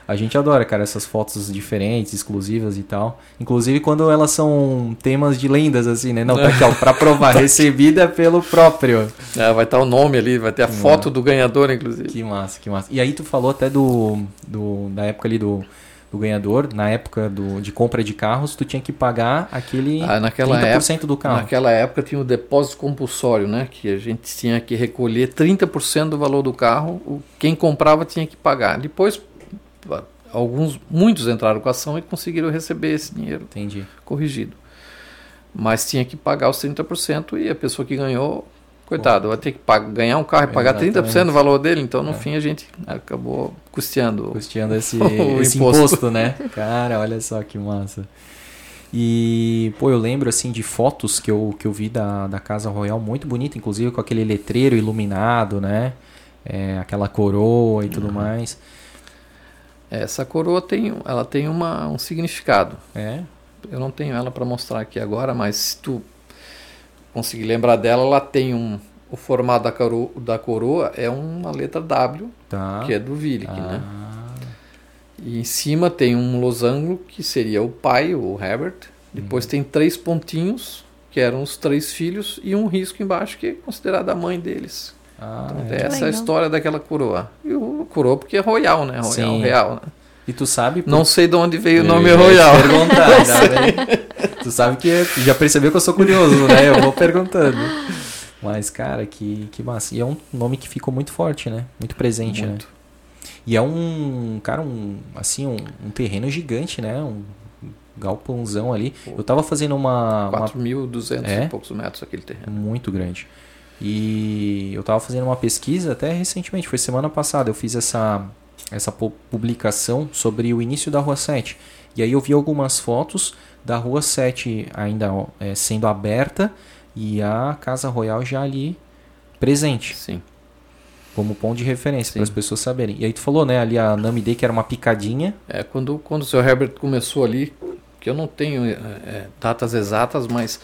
Speaker 1: A gente adora, cara, essas fotos diferentes, exclusivas e tal. Inclusive quando elas são temas de lendas, assim, né? Não, tá aqui, ó, pra provar, recebida pelo próprio.
Speaker 3: É, vai estar o nome ali, vai ter a foto do ganhador, inclusive.
Speaker 1: Que massa, que massa. E aí tu falou até do, do da época ali do, do ganhador, na época do, de compra de carros, tu tinha que pagar aquele
Speaker 3: Ah, naquela
Speaker 1: 30% do carro.
Speaker 3: Naquela época tinha o depósito compulsório, né? Que a gente tinha que recolher 30% do valor do carro, o- quem comprava tinha que pagar. Depois, a- alguns, muitos entraram com ação e conseguiram receber esse dinheiro
Speaker 1: Entendi.
Speaker 3: corrigido. Mas tinha que pagar os 30% e a pessoa que ganhou Coitado, vai ter que pag- ganhar um carro e pagar
Speaker 1: Exatamente.
Speaker 3: 30% do valor dele, então no
Speaker 1: É.
Speaker 3: fim a gente acabou custeando.
Speaker 1: Custeando esse,
Speaker 3: O
Speaker 1: esse
Speaker 3: imposto.
Speaker 1: imposto. né? Cara, olha só que massa. E, pô, eu lembro, assim, de fotos que eu, que eu vi da, da Casa Royal, muito bonita, inclusive, com aquele letreiro iluminado, né? É, aquela coroa e tudo
Speaker 3: Uhum.
Speaker 1: mais.
Speaker 3: Essa coroa tem, ela tem uma, um significado.
Speaker 1: É,
Speaker 3: Eu não tenho ela para mostrar aqui agora, mas se tu conseguir lembrar dela, ela tem um o formato da coroa, da coroa é uma letra W,
Speaker 1: tá.
Speaker 3: que é do Willig, né?
Speaker 1: Ah,
Speaker 3: E em cima tem um losango que seria o pai, o Herbert.
Speaker 1: Uhum.
Speaker 3: Depois tem três pontinhos, que eram os três filhos, e um risco embaixo que é considerado a mãe deles.
Speaker 1: ah,
Speaker 3: Então,
Speaker 1: é.
Speaker 3: é essa a
Speaker 2: legal.
Speaker 3: história daquela coroa. E o coroa porque é royal, né? Royal,
Speaker 1: Sim.
Speaker 3: real. né?
Speaker 1: E tu sabe... por-
Speaker 3: Não sei de onde veio
Speaker 1: Eu
Speaker 3: o nome
Speaker 1: ia te
Speaker 3: royal.
Speaker 1: Perguntar, ainda bem. Tu sabe que eu- já percebeu que eu sou curioso, né? Eu vou perguntando. Mas, cara, que, que massa. E é um nome que ficou muito forte, né? Muito presente, né?
Speaker 3: Muito.
Speaker 1: E é um, cara, um, assim, um, um terreno gigante, né? Um galpãozão ali. Eu tava fazendo uma, uma
Speaker 3: 4.200
Speaker 1: É?
Speaker 3: e poucos metros aquele terreno.
Speaker 1: muito grande. E eu tava fazendo uma pesquisa até recentemente, foi semana passada, eu fiz essa, essa pu- publicação sobre o início da Rua 7. E aí eu vi algumas fotos da Rua 7 ainda ó, eh, sendo aberta e a Casa Royal já ali presente,
Speaker 3: Sim.
Speaker 1: como ponto de referência,
Speaker 3: Sim.
Speaker 1: para as pessoas saberem. E aí tu falou, né, ali a Namide que era uma picadinha.
Speaker 3: É, quando, quando o seu Herbert começou ali, que eu não tenho é, é, datas exatas, mas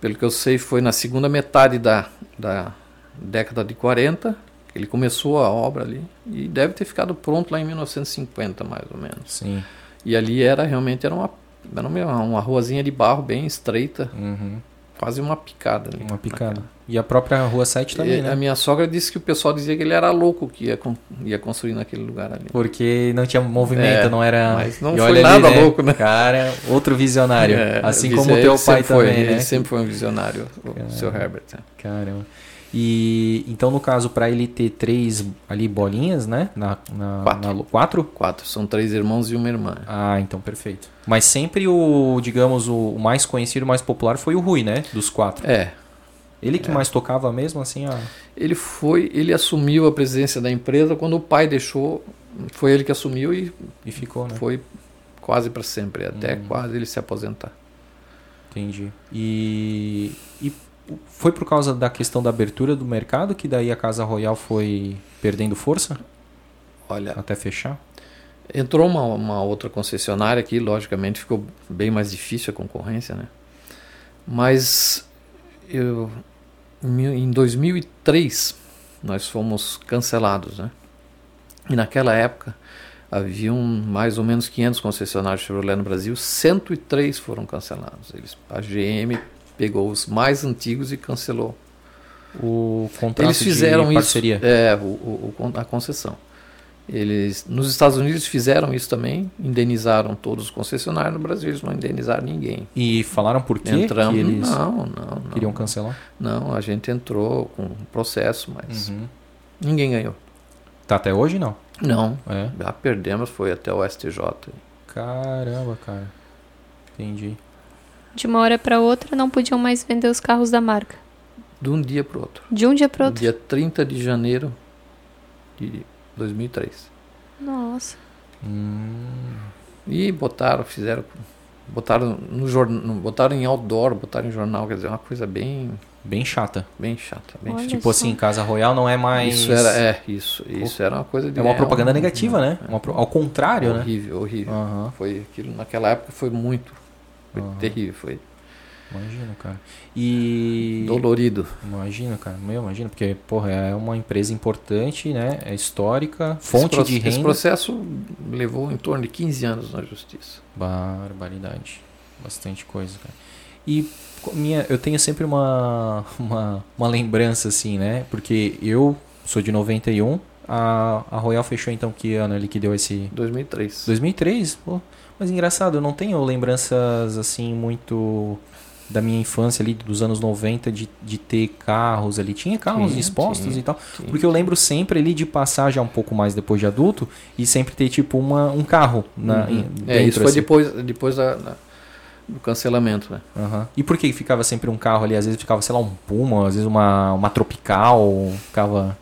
Speaker 3: pelo que eu sei foi na segunda metade da, da década de 40, que ele começou a obra ali e deve ter ficado pronto lá em 1950 mais ou menos.
Speaker 1: Sim.
Speaker 3: E ali era realmente era uma, era uma, uma ruazinha de barro bem estreita,
Speaker 1: Uhum.
Speaker 3: quase uma picada ali.
Speaker 1: Uma picada. E a própria Rua 7 também,
Speaker 3: E
Speaker 1: né?
Speaker 3: A minha sogra disse que o pessoal dizia que ele era louco que ia, con- ia construir naquele lugar ali.
Speaker 1: Porque não tinha movimento,
Speaker 3: É,
Speaker 1: não era.
Speaker 3: mas não
Speaker 1: E
Speaker 3: foi
Speaker 1: olha
Speaker 3: nada louco, né?
Speaker 1: Cara, outro visionário.
Speaker 3: É,
Speaker 1: assim
Speaker 3: vice-
Speaker 1: como o
Speaker 3: ele
Speaker 1: teu
Speaker 3: sempre
Speaker 1: pai
Speaker 3: foi,
Speaker 1: também,
Speaker 3: Ele
Speaker 1: né?
Speaker 3: sempre foi um visionário, o seu Herbert. né?
Speaker 1: Caramba. E então, no caso, pra ele ter três ali bolinhas, né? Na, na,
Speaker 3: Quatro.
Speaker 1: na lu- quatro?
Speaker 3: Quatro, são três irmãos e uma irmã.
Speaker 1: Ah, então perfeito. Mas sempre o, digamos, o o mais conhecido, o mais popular foi o Rui, né? Dos quatro.
Speaker 3: É,
Speaker 1: Ele que mais tocava mesmo, assim, ó.
Speaker 3: ele foi, ele assumiu a presidência da empresa quando o pai deixou, foi ele que assumiu e
Speaker 1: E ficou, né?
Speaker 3: foi quase para sempre, até
Speaker 1: Uhum.
Speaker 3: quase ele se aposentar.
Speaker 1: Entendi. E, e foi por causa da questão da abertura do mercado que daí a Casa Royal foi perdendo força
Speaker 3: Olha,
Speaker 1: até fechar?
Speaker 3: entrou uma, uma outra concessionária que logicamente ficou bem mais difícil a concorrência, né? Mas eu em 2003 nós fomos cancelados, né? E naquela época haviam mais ou menos 500 concessionários Chevrolet no Brasil, 103 foram cancelados. Eles, a GM pegou os mais antigos e cancelou.
Speaker 1: O contrato
Speaker 3: Eles fizeram
Speaker 1: de
Speaker 3: isso.
Speaker 1: parceria.
Speaker 3: É, o, o- o con- a concessão. Eles, nos Estados Unidos fizeram isso também, indenizaram todos os concessionários, no Brasil eles não indenizaram ninguém.
Speaker 1: E falaram por quê
Speaker 3: Entramos,
Speaker 1: que eles
Speaker 3: não, não, não.
Speaker 1: queriam cancelar?
Speaker 3: Não, a gente entrou com um processo, mas
Speaker 1: Uhum.
Speaker 3: ninguém ganhou.
Speaker 1: Tá até hoje não?
Speaker 3: Não,
Speaker 1: É.
Speaker 3: já perdemos, foi até o STJ.
Speaker 1: Caramba, cara. Entendi.
Speaker 2: De uma hora pra outra, não podiam mais vender os carros da marca.
Speaker 3: De um dia para o outro.
Speaker 2: De um dia pra
Speaker 3: No
Speaker 2: outro.
Speaker 3: dia 30 de janeiro de 2003.
Speaker 2: Nossa.
Speaker 1: Hum,
Speaker 3: E botaram, fizeram, botaram no jornal, botaram em outdoor, botaram em jornal, quer dizer, uma coisa bem
Speaker 1: bem chata.
Speaker 3: Bem chata, bem
Speaker 2: Olha
Speaker 3: chata.
Speaker 1: Tipo
Speaker 2: só.
Speaker 1: assim, Casa Royal não é mais.
Speaker 3: Isso era, é, isso, isso era uma coisa de.
Speaker 1: É uma propaganda
Speaker 3: um-
Speaker 1: negativa, né? Uma pro- Ao contrário, né?
Speaker 3: Horrível, horrível.
Speaker 1: Aham.
Speaker 3: Foi aquilo, naquela época foi muito. Foi
Speaker 1: Aham.
Speaker 3: terrível, foi
Speaker 1: Imagino, cara. E.
Speaker 3: dolorido.
Speaker 1: Imagino, cara. Meu, imagino, porque, porra, é uma empresa importante, né? É histórica, fonte de
Speaker 3: esse, proce- Esse
Speaker 1: renda.
Speaker 3: processo levou em torno de 15 anos na justiça.
Speaker 1: Barbaridade. Bastante coisa, cara. E co- minha, eu tenho sempre uma, uma, uma lembrança, assim, né? Porque eu sou de 91, a, a Royal fechou então que ano ali que deu esse.
Speaker 3: 2003.
Speaker 1: 2003? Pô, mas engraçado, eu não tenho lembranças assim muito da minha infância ali dos anos 90 de, de ter carros ali. Tinha carros
Speaker 3: Tinha,
Speaker 1: expostos
Speaker 3: tinha,
Speaker 1: e tal.
Speaker 3: tinha.
Speaker 1: Porque eu lembro sempre ali de passar já um pouco mais depois de adulto e sempre ter tipo uma, um carro na,
Speaker 3: Uhum.
Speaker 1: em- dentro,
Speaker 3: É, isso foi
Speaker 1: assim.
Speaker 3: depois, depois da, da- do cancelamento. Né?
Speaker 1: Aham. E por que ficava sempre um carro ali? Às vezes ficava, sei lá, um Puma, às vezes uma, uma Tropical, ficava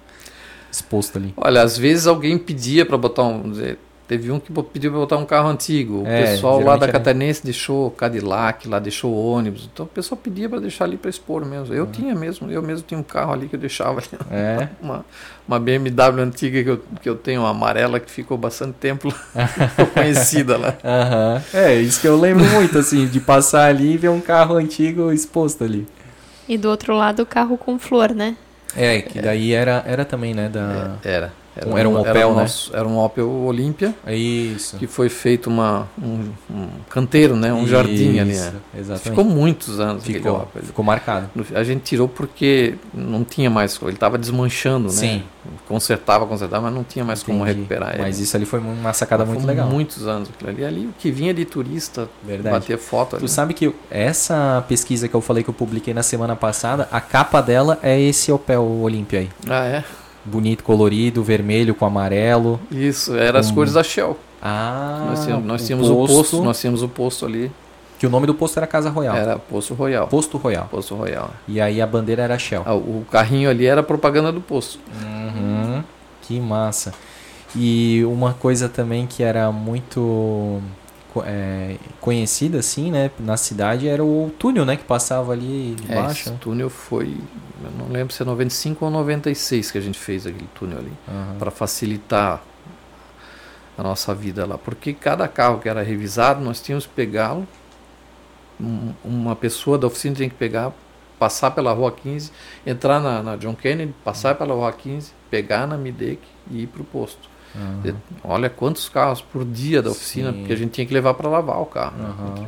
Speaker 1: exposto ali.
Speaker 3: Olha, às vezes alguém pedia para botar um. vamos dizer, Teve um que bo- pediu para botar um carro antigo. O
Speaker 1: É,
Speaker 3: pessoal lá da
Speaker 1: geralmente é.
Speaker 3: Catarinense deixou Cadillac, lá deixou ônibus. Então o pessoal pedia para deixar ali para expor mesmo.
Speaker 1: Ah.
Speaker 3: Eu tinha mesmo, eu mesmo tinha um carro ali que eu deixava ali.
Speaker 1: É.
Speaker 3: Uma, uma BMW antiga que eu, que eu tenho, uma amarela, que ficou bastante tempo lá. Ficou conhecida lá.
Speaker 1: Aham. É, isso que eu lembro muito, assim, de passar ali e ver um carro antigo exposto ali.
Speaker 2: E do outro lado o carro com flor, né?
Speaker 1: É, que daí era, era também, né? Da...
Speaker 3: É, Era.
Speaker 1: Um- era um Opel, né?
Speaker 3: nosso- era um Opel Olímpia,
Speaker 1: É. Isso.
Speaker 3: que foi feito uma, um, um canteiro,
Speaker 1: É
Speaker 3: né? um jardim ali.
Speaker 1: Isso,
Speaker 3: Né?
Speaker 1: Exatamente.
Speaker 3: Ficou muitos anos aquele
Speaker 1: Ficou,
Speaker 3: Opel.
Speaker 1: ficou marcado.
Speaker 3: No- A gente tirou porque não tinha mais, ele estava desmanchando, né?
Speaker 1: Sim.
Speaker 3: Consertava, consertava, mas não tinha mais como
Speaker 1: entendi.
Speaker 3: recuperar ele.
Speaker 1: Mas isso ali é. foi uma sacada
Speaker 3: Foi
Speaker 1: muito legal.
Speaker 3: muitos anos aquilo ali. Ali o que vinha de turista
Speaker 1: Verdade.
Speaker 3: bater foto ali.
Speaker 1: Tu sabe que eu- essa pesquisa que eu falei que eu publiquei na semana passada, a capa dela é esse Opel Olympia aí.
Speaker 3: Ah, é?
Speaker 1: Bonito, colorido, vermelho com amarelo.
Speaker 3: Isso, eram as
Speaker 1: Um-
Speaker 3: cores da Shell.
Speaker 1: Ah,
Speaker 3: nós tínhamos, nós
Speaker 1: o
Speaker 3: tínhamos o posto, nós tínhamos o posto ali,
Speaker 1: Que o nome do posto era Casa Royal.
Speaker 3: era Posto Royal.
Speaker 1: Posto Royal.
Speaker 3: Posto Royal.
Speaker 1: E aí a bandeira era Shell.
Speaker 3: Ah, o carrinho ali era a propaganda do posto.
Speaker 1: Uhum, que massa. E uma coisa também que era muito co- é, conhecida, assim, né, na cidade, era o túnel, né, que passava ali
Speaker 3: É,
Speaker 1: debaixo.
Speaker 3: esse túnel foi, eu não lembro se é 95 ou 96 que a gente fez aquele túnel ali.
Speaker 1: Aham.
Speaker 3: para facilitar a nossa vida lá. Porque cada carro que era revisado, nós tínhamos que pegá-lo. Um- Uma pessoa da oficina tinha que pegar, passar pela Rua 15, entrar na, na John Kennedy, passar pela Rua 15, pegar na Midec e ir para o posto.
Speaker 1: Aham.
Speaker 3: Quer dizer, Olha quantos carros por dia da oficina,
Speaker 1: Sim.
Speaker 3: porque a gente tinha que levar para lavar o carro. né?
Speaker 1: Aham.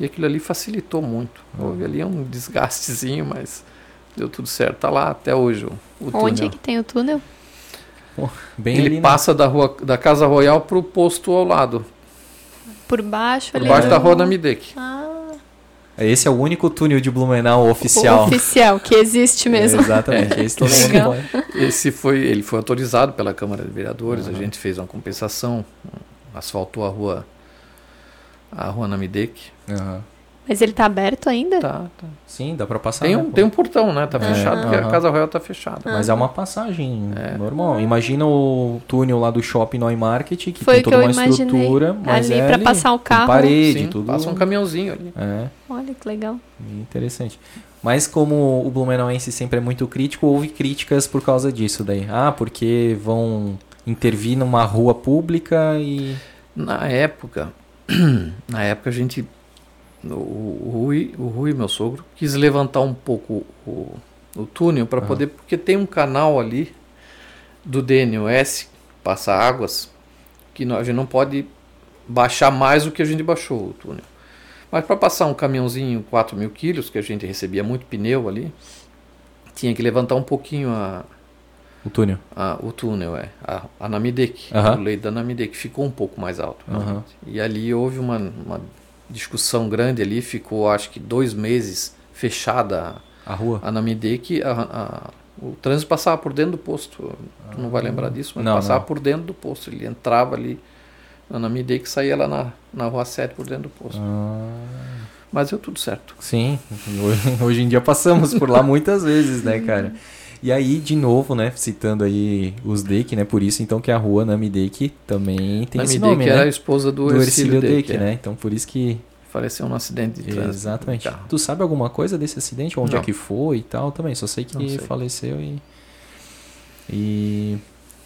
Speaker 3: E aquilo ali facilitou muito. Houve ali um desgastezinho, mas deu tudo certo. Está lá até hoje o, o
Speaker 2: Onde
Speaker 3: túnel.
Speaker 2: é que tem o túnel?
Speaker 1: Bem
Speaker 3: Ele
Speaker 1: ali na- Tá
Speaker 3: passa da, rua, da Casa Royal pro posto ao lado,
Speaker 2: Por baixo
Speaker 3: por
Speaker 2: ali.
Speaker 3: baixo da
Speaker 2: do-
Speaker 3: Rua da Midec.
Speaker 2: Ah,
Speaker 1: Esse é o único túnel de Blumenau oficial.
Speaker 2: Oficial, que existe mesmo.
Speaker 1: É, exatamente. Esse todo mundo
Speaker 2: Legal.
Speaker 1: pode.
Speaker 3: Esse foi, ele foi autorizado pela Câmara de Vereadores, a gente fez uma compensação, asfaltou a rua a rua Namidec.
Speaker 1: Aham.
Speaker 2: Mas ele tá aberto ainda?
Speaker 3: Tá, tá.
Speaker 1: Sim, dá pra passar.
Speaker 3: Tem,
Speaker 1: né,
Speaker 3: um,
Speaker 1: pô?
Speaker 3: tem um portão, né? Tá
Speaker 1: É.
Speaker 3: fechado, porque a
Speaker 1: Aham.
Speaker 3: Casa Royal tá fechada.
Speaker 1: Mas é uma passagem
Speaker 3: É.
Speaker 1: normal. Imagina o túnel lá do shopping Noi Market, que
Speaker 2: Foi
Speaker 1: tem
Speaker 2: o que
Speaker 1: toda
Speaker 2: eu
Speaker 1: uma
Speaker 2: imaginei.
Speaker 1: estrutura, mas
Speaker 2: Ali
Speaker 1: é
Speaker 2: pra passar o
Speaker 1: com
Speaker 2: carro.
Speaker 1: parede,
Speaker 3: Sim,
Speaker 1: tudo.
Speaker 3: Passa um caminhãozinho ali.
Speaker 1: É.
Speaker 2: Olha que legal.
Speaker 1: Interessante. Mas como o Blumenauense sempre é muito crítico, houve críticas por causa disso daí. Ah, porque vão intervir numa rua pública e...
Speaker 3: Na época, na época a gente, o, o Rui, o Rui, meu sogro, quis levantar um pouco o, o túnel para poder, porque tem um canal ali do DNOS, passa águas, que nó- a gente não pode baixar mais do que a gente baixou o túnel. Mas para passar um caminhãozinho 4 mil quilos, que a gente recebia muito pneu ali, tinha que levantar um pouquinho a,
Speaker 1: o túnel.
Speaker 3: ah, o túnel, é. A, a Namidec,
Speaker 1: Aham.
Speaker 3: o leito da Namidec ficou um pouco mais alto.
Speaker 1: Aham.
Speaker 3: realmente. E ali houve uma, uma discussão grande ali, ficou acho que dois meses fechada
Speaker 1: A rua.
Speaker 3: a Namidec, a- a- o trânsito passava por dentro do posto. Tu não vai lembrar disso, mas
Speaker 1: Ah, Não,
Speaker 3: passava
Speaker 1: não.
Speaker 3: por dentro do posto. Ele entrava ali na Namidec e saía lá na, na rua 7 por dentro do posto.
Speaker 1: Ah.
Speaker 3: Mas deu tudo certo.
Speaker 1: Sim, ho- hoje em dia passamos por lá muitas vezes, né, cara? E aí, de novo, né, citando aí os Deck, né, por isso então que a rua Namidek também tem esse
Speaker 3: Namidec
Speaker 1: nome,
Speaker 3: era a
Speaker 1: né?
Speaker 3: esposa do,
Speaker 1: Do Ercílio
Speaker 3: Deck,
Speaker 1: Deck,
Speaker 3: é.
Speaker 1: né? Então por isso que...
Speaker 3: Faleceu num acidente de trânsito. Tá. de
Speaker 1: Exatamente.
Speaker 3: carro.
Speaker 1: Tu sabe alguma coisa desse acidente? Onde é
Speaker 3: Não.
Speaker 1: que foi e tal também? Só sei que
Speaker 3: Não sei.
Speaker 1: faleceu e... e.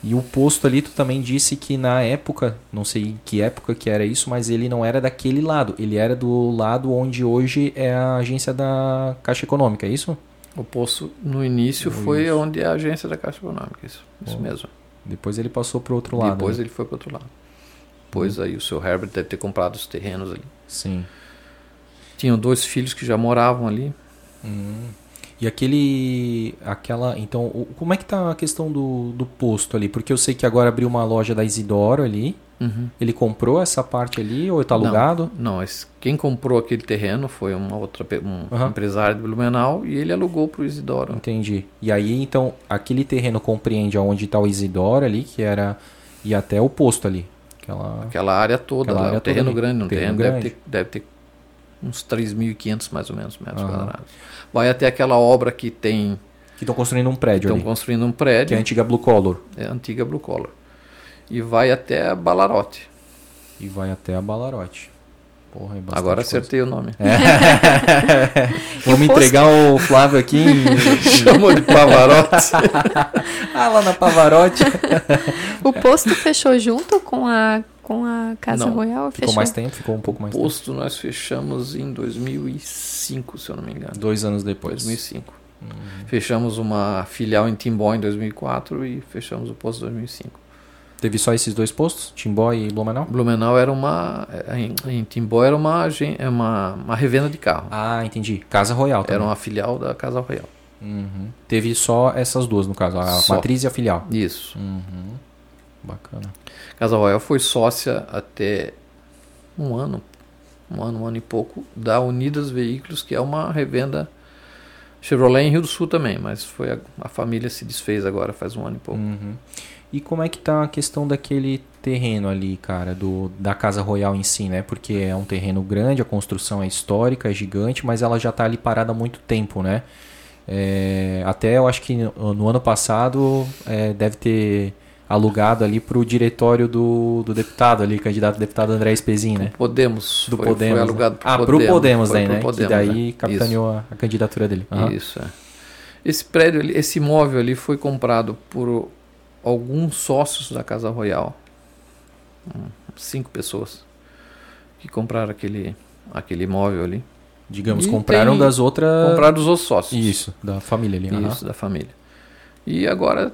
Speaker 1: E o posto ali, tu também disse que na época, não sei em que época que era isso, mas ele não era daquele lado. Ele era do lado onde hoje é a agência da Caixa Econômica, é isso?
Speaker 3: O poço no início
Speaker 1: No
Speaker 3: foi
Speaker 1: início.
Speaker 3: onde é a agência da Caixa Econômica, isso, isso
Speaker 1: Bom,
Speaker 3: mesmo.
Speaker 1: Depois ele passou pro outro lado.
Speaker 3: Depois
Speaker 1: né? Uhum.
Speaker 3: ele foi para outro lado. Depois aí o seu Herbert deve ter comprado os terrenos ali.
Speaker 1: Sim.
Speaker 3: Tinham dois filhos que já moravam ali.
Speaker 1: Hum. E aquele. aquela. Então, o- como é que tá a questão do, do posto ali? Porque eu sei que agora abriu uma loja da Isidoro ali. Ele comprou essa parte ali ou tá
Speaker 3: Não.
Speaker 1: alugado?
Speaker 3: Não, esse- quem comprou aquele terreno foi uma outra pe- um
Speaker 1: Aham.
Speaker 3: empresário de Blumenau e ele alugou para o Isidoro.
Speaker 1: Entendi. E aí, então, aquele terreno compreende aonde está o Isidoro ali, que era. E até o posto ali. Aquela.
Speaker 3: Aquela área toda,
Speaker 1: Aquela
Speaker 3: lá,
Speaker 1: área
Speaker 3: um terreno
Speaker 1: toda ali,
Speaker 3: grande, um
Speaker 1: terreno
Speaker 3: terreno,
Speaker 1: grande.
Speaker 3: Deve, ter, deve ter uns 3.500 mais ou menos metros quadrados. Vai até aquela obra que tem,
Speaker 1: Que estão construindo um prédio
Speaker 3: estão
Speaker 1: ali.
Speaker 3: construindo um prédio,
Speaker 1: Que é a antiga Blue Color.
Speaker 3: é a antiga Blue Collar. E vai até Balarote.
Speaker 1: E vai até a Balarote. Porra, é bastante
Speaker 3: Agora
Speaker 1: coisa. É
Speaker 3: acertei o nome.
Speaker 1: Vamos
Speaker 2: posto.
Speaker 1: entregar o Flávio aqui. em-
Speaker 3: Chamou de Pavarotti.
Speaker 1: ah, lá na Pavarotti.
Speaker 2: O posto fechou junto com a, com a Casa
Speaker 3: Não,
Speaker 2: Royal?
Speaker 1: Ficou
Speaker 2: Fechou. então?
Speaker 1: mais tempo, ficou um pouco mais tempo.
Speaker 3: Posto nós fechamos em 2005, se eu não me engano.
Speaker 1: Dois anos depois.
Speaker 3: 2005.
Speaker 1: Uhum.
Speaker 3: Fechamos uma filial em Timbó em 2004 e fechamos o posto em 2005.
Speaker 1: Teve só esses dois postos? Timbó e Blumenau?
Speaker 3: Blumenau era uma eh, em, em Timbó era uma agen- é uma, uma revenda de carro.
Speaker 1: Ah, entendi. Casa Royal também.
Speaker 3: Era uma filial da Casa Royal.
Speaker 1: Uhum. Teve só essas duas, no caso. A
Speaker 3: Só.
Speaker 1: matriz e a filial.
Speaker 3: Isso.
Speaker 1: Uhum. Bacana.
Speaker 3: Casa Royal foi sócia até um ano, um ano, um ano e pouco da Unidas Veículos, que é uma revenda Chevrolet em Rio do Sul também, mas foi a, a família se desfez agora faz um ano e pouco.
Speaker 1: Uhum. E como é que tá a questão daquele terreno ali, cara, do, da Casa Royal em si, né? Porque é um terreno grande, a construção é histórica, é gigante, mas ela já tá ali parada há muito tempo, né? É, até eu acho que no, no ano passado é, deve ter alugado ali pro diretório do, do deputado ali, candidato a deputado André Espezin, né?
Speaker 3: Podemos
Speaker 1: Do
Speaker 3: foi,
Speaker 1: Podemos.
Speaker 3: foi
Speaker 1: né?
Speaker 3: alugado
Speaker 1: ah, pro Podemos
Speaker 3: foi
Speaker 1: daí,
Speaker 3: pro
Speaker 1: né?
Speaker 3: Podemos,
Speaker 1: que daí
Speaker 3: né? Isso.
Speaker 1: capitaneou a, a candidatura dele. Aham.
Speaker 3: Isso, é. Esse prédio ali, esse imóvel ali foi comprado por alguns sócios da Casa Royal. Hum, Cinco pessoas que compraram aquele, aquele imóvel ali.
Speaker 1: Digamos,
Speaker 3: E
Speaker 1: compraram
Speaker 3: tem-
Speaker 1: das outras...
Speaker 3: Compraram os outros sócios.
Speaker 1: Isso, da família ali. aham.
Speaker 3: Isso, da família. E agora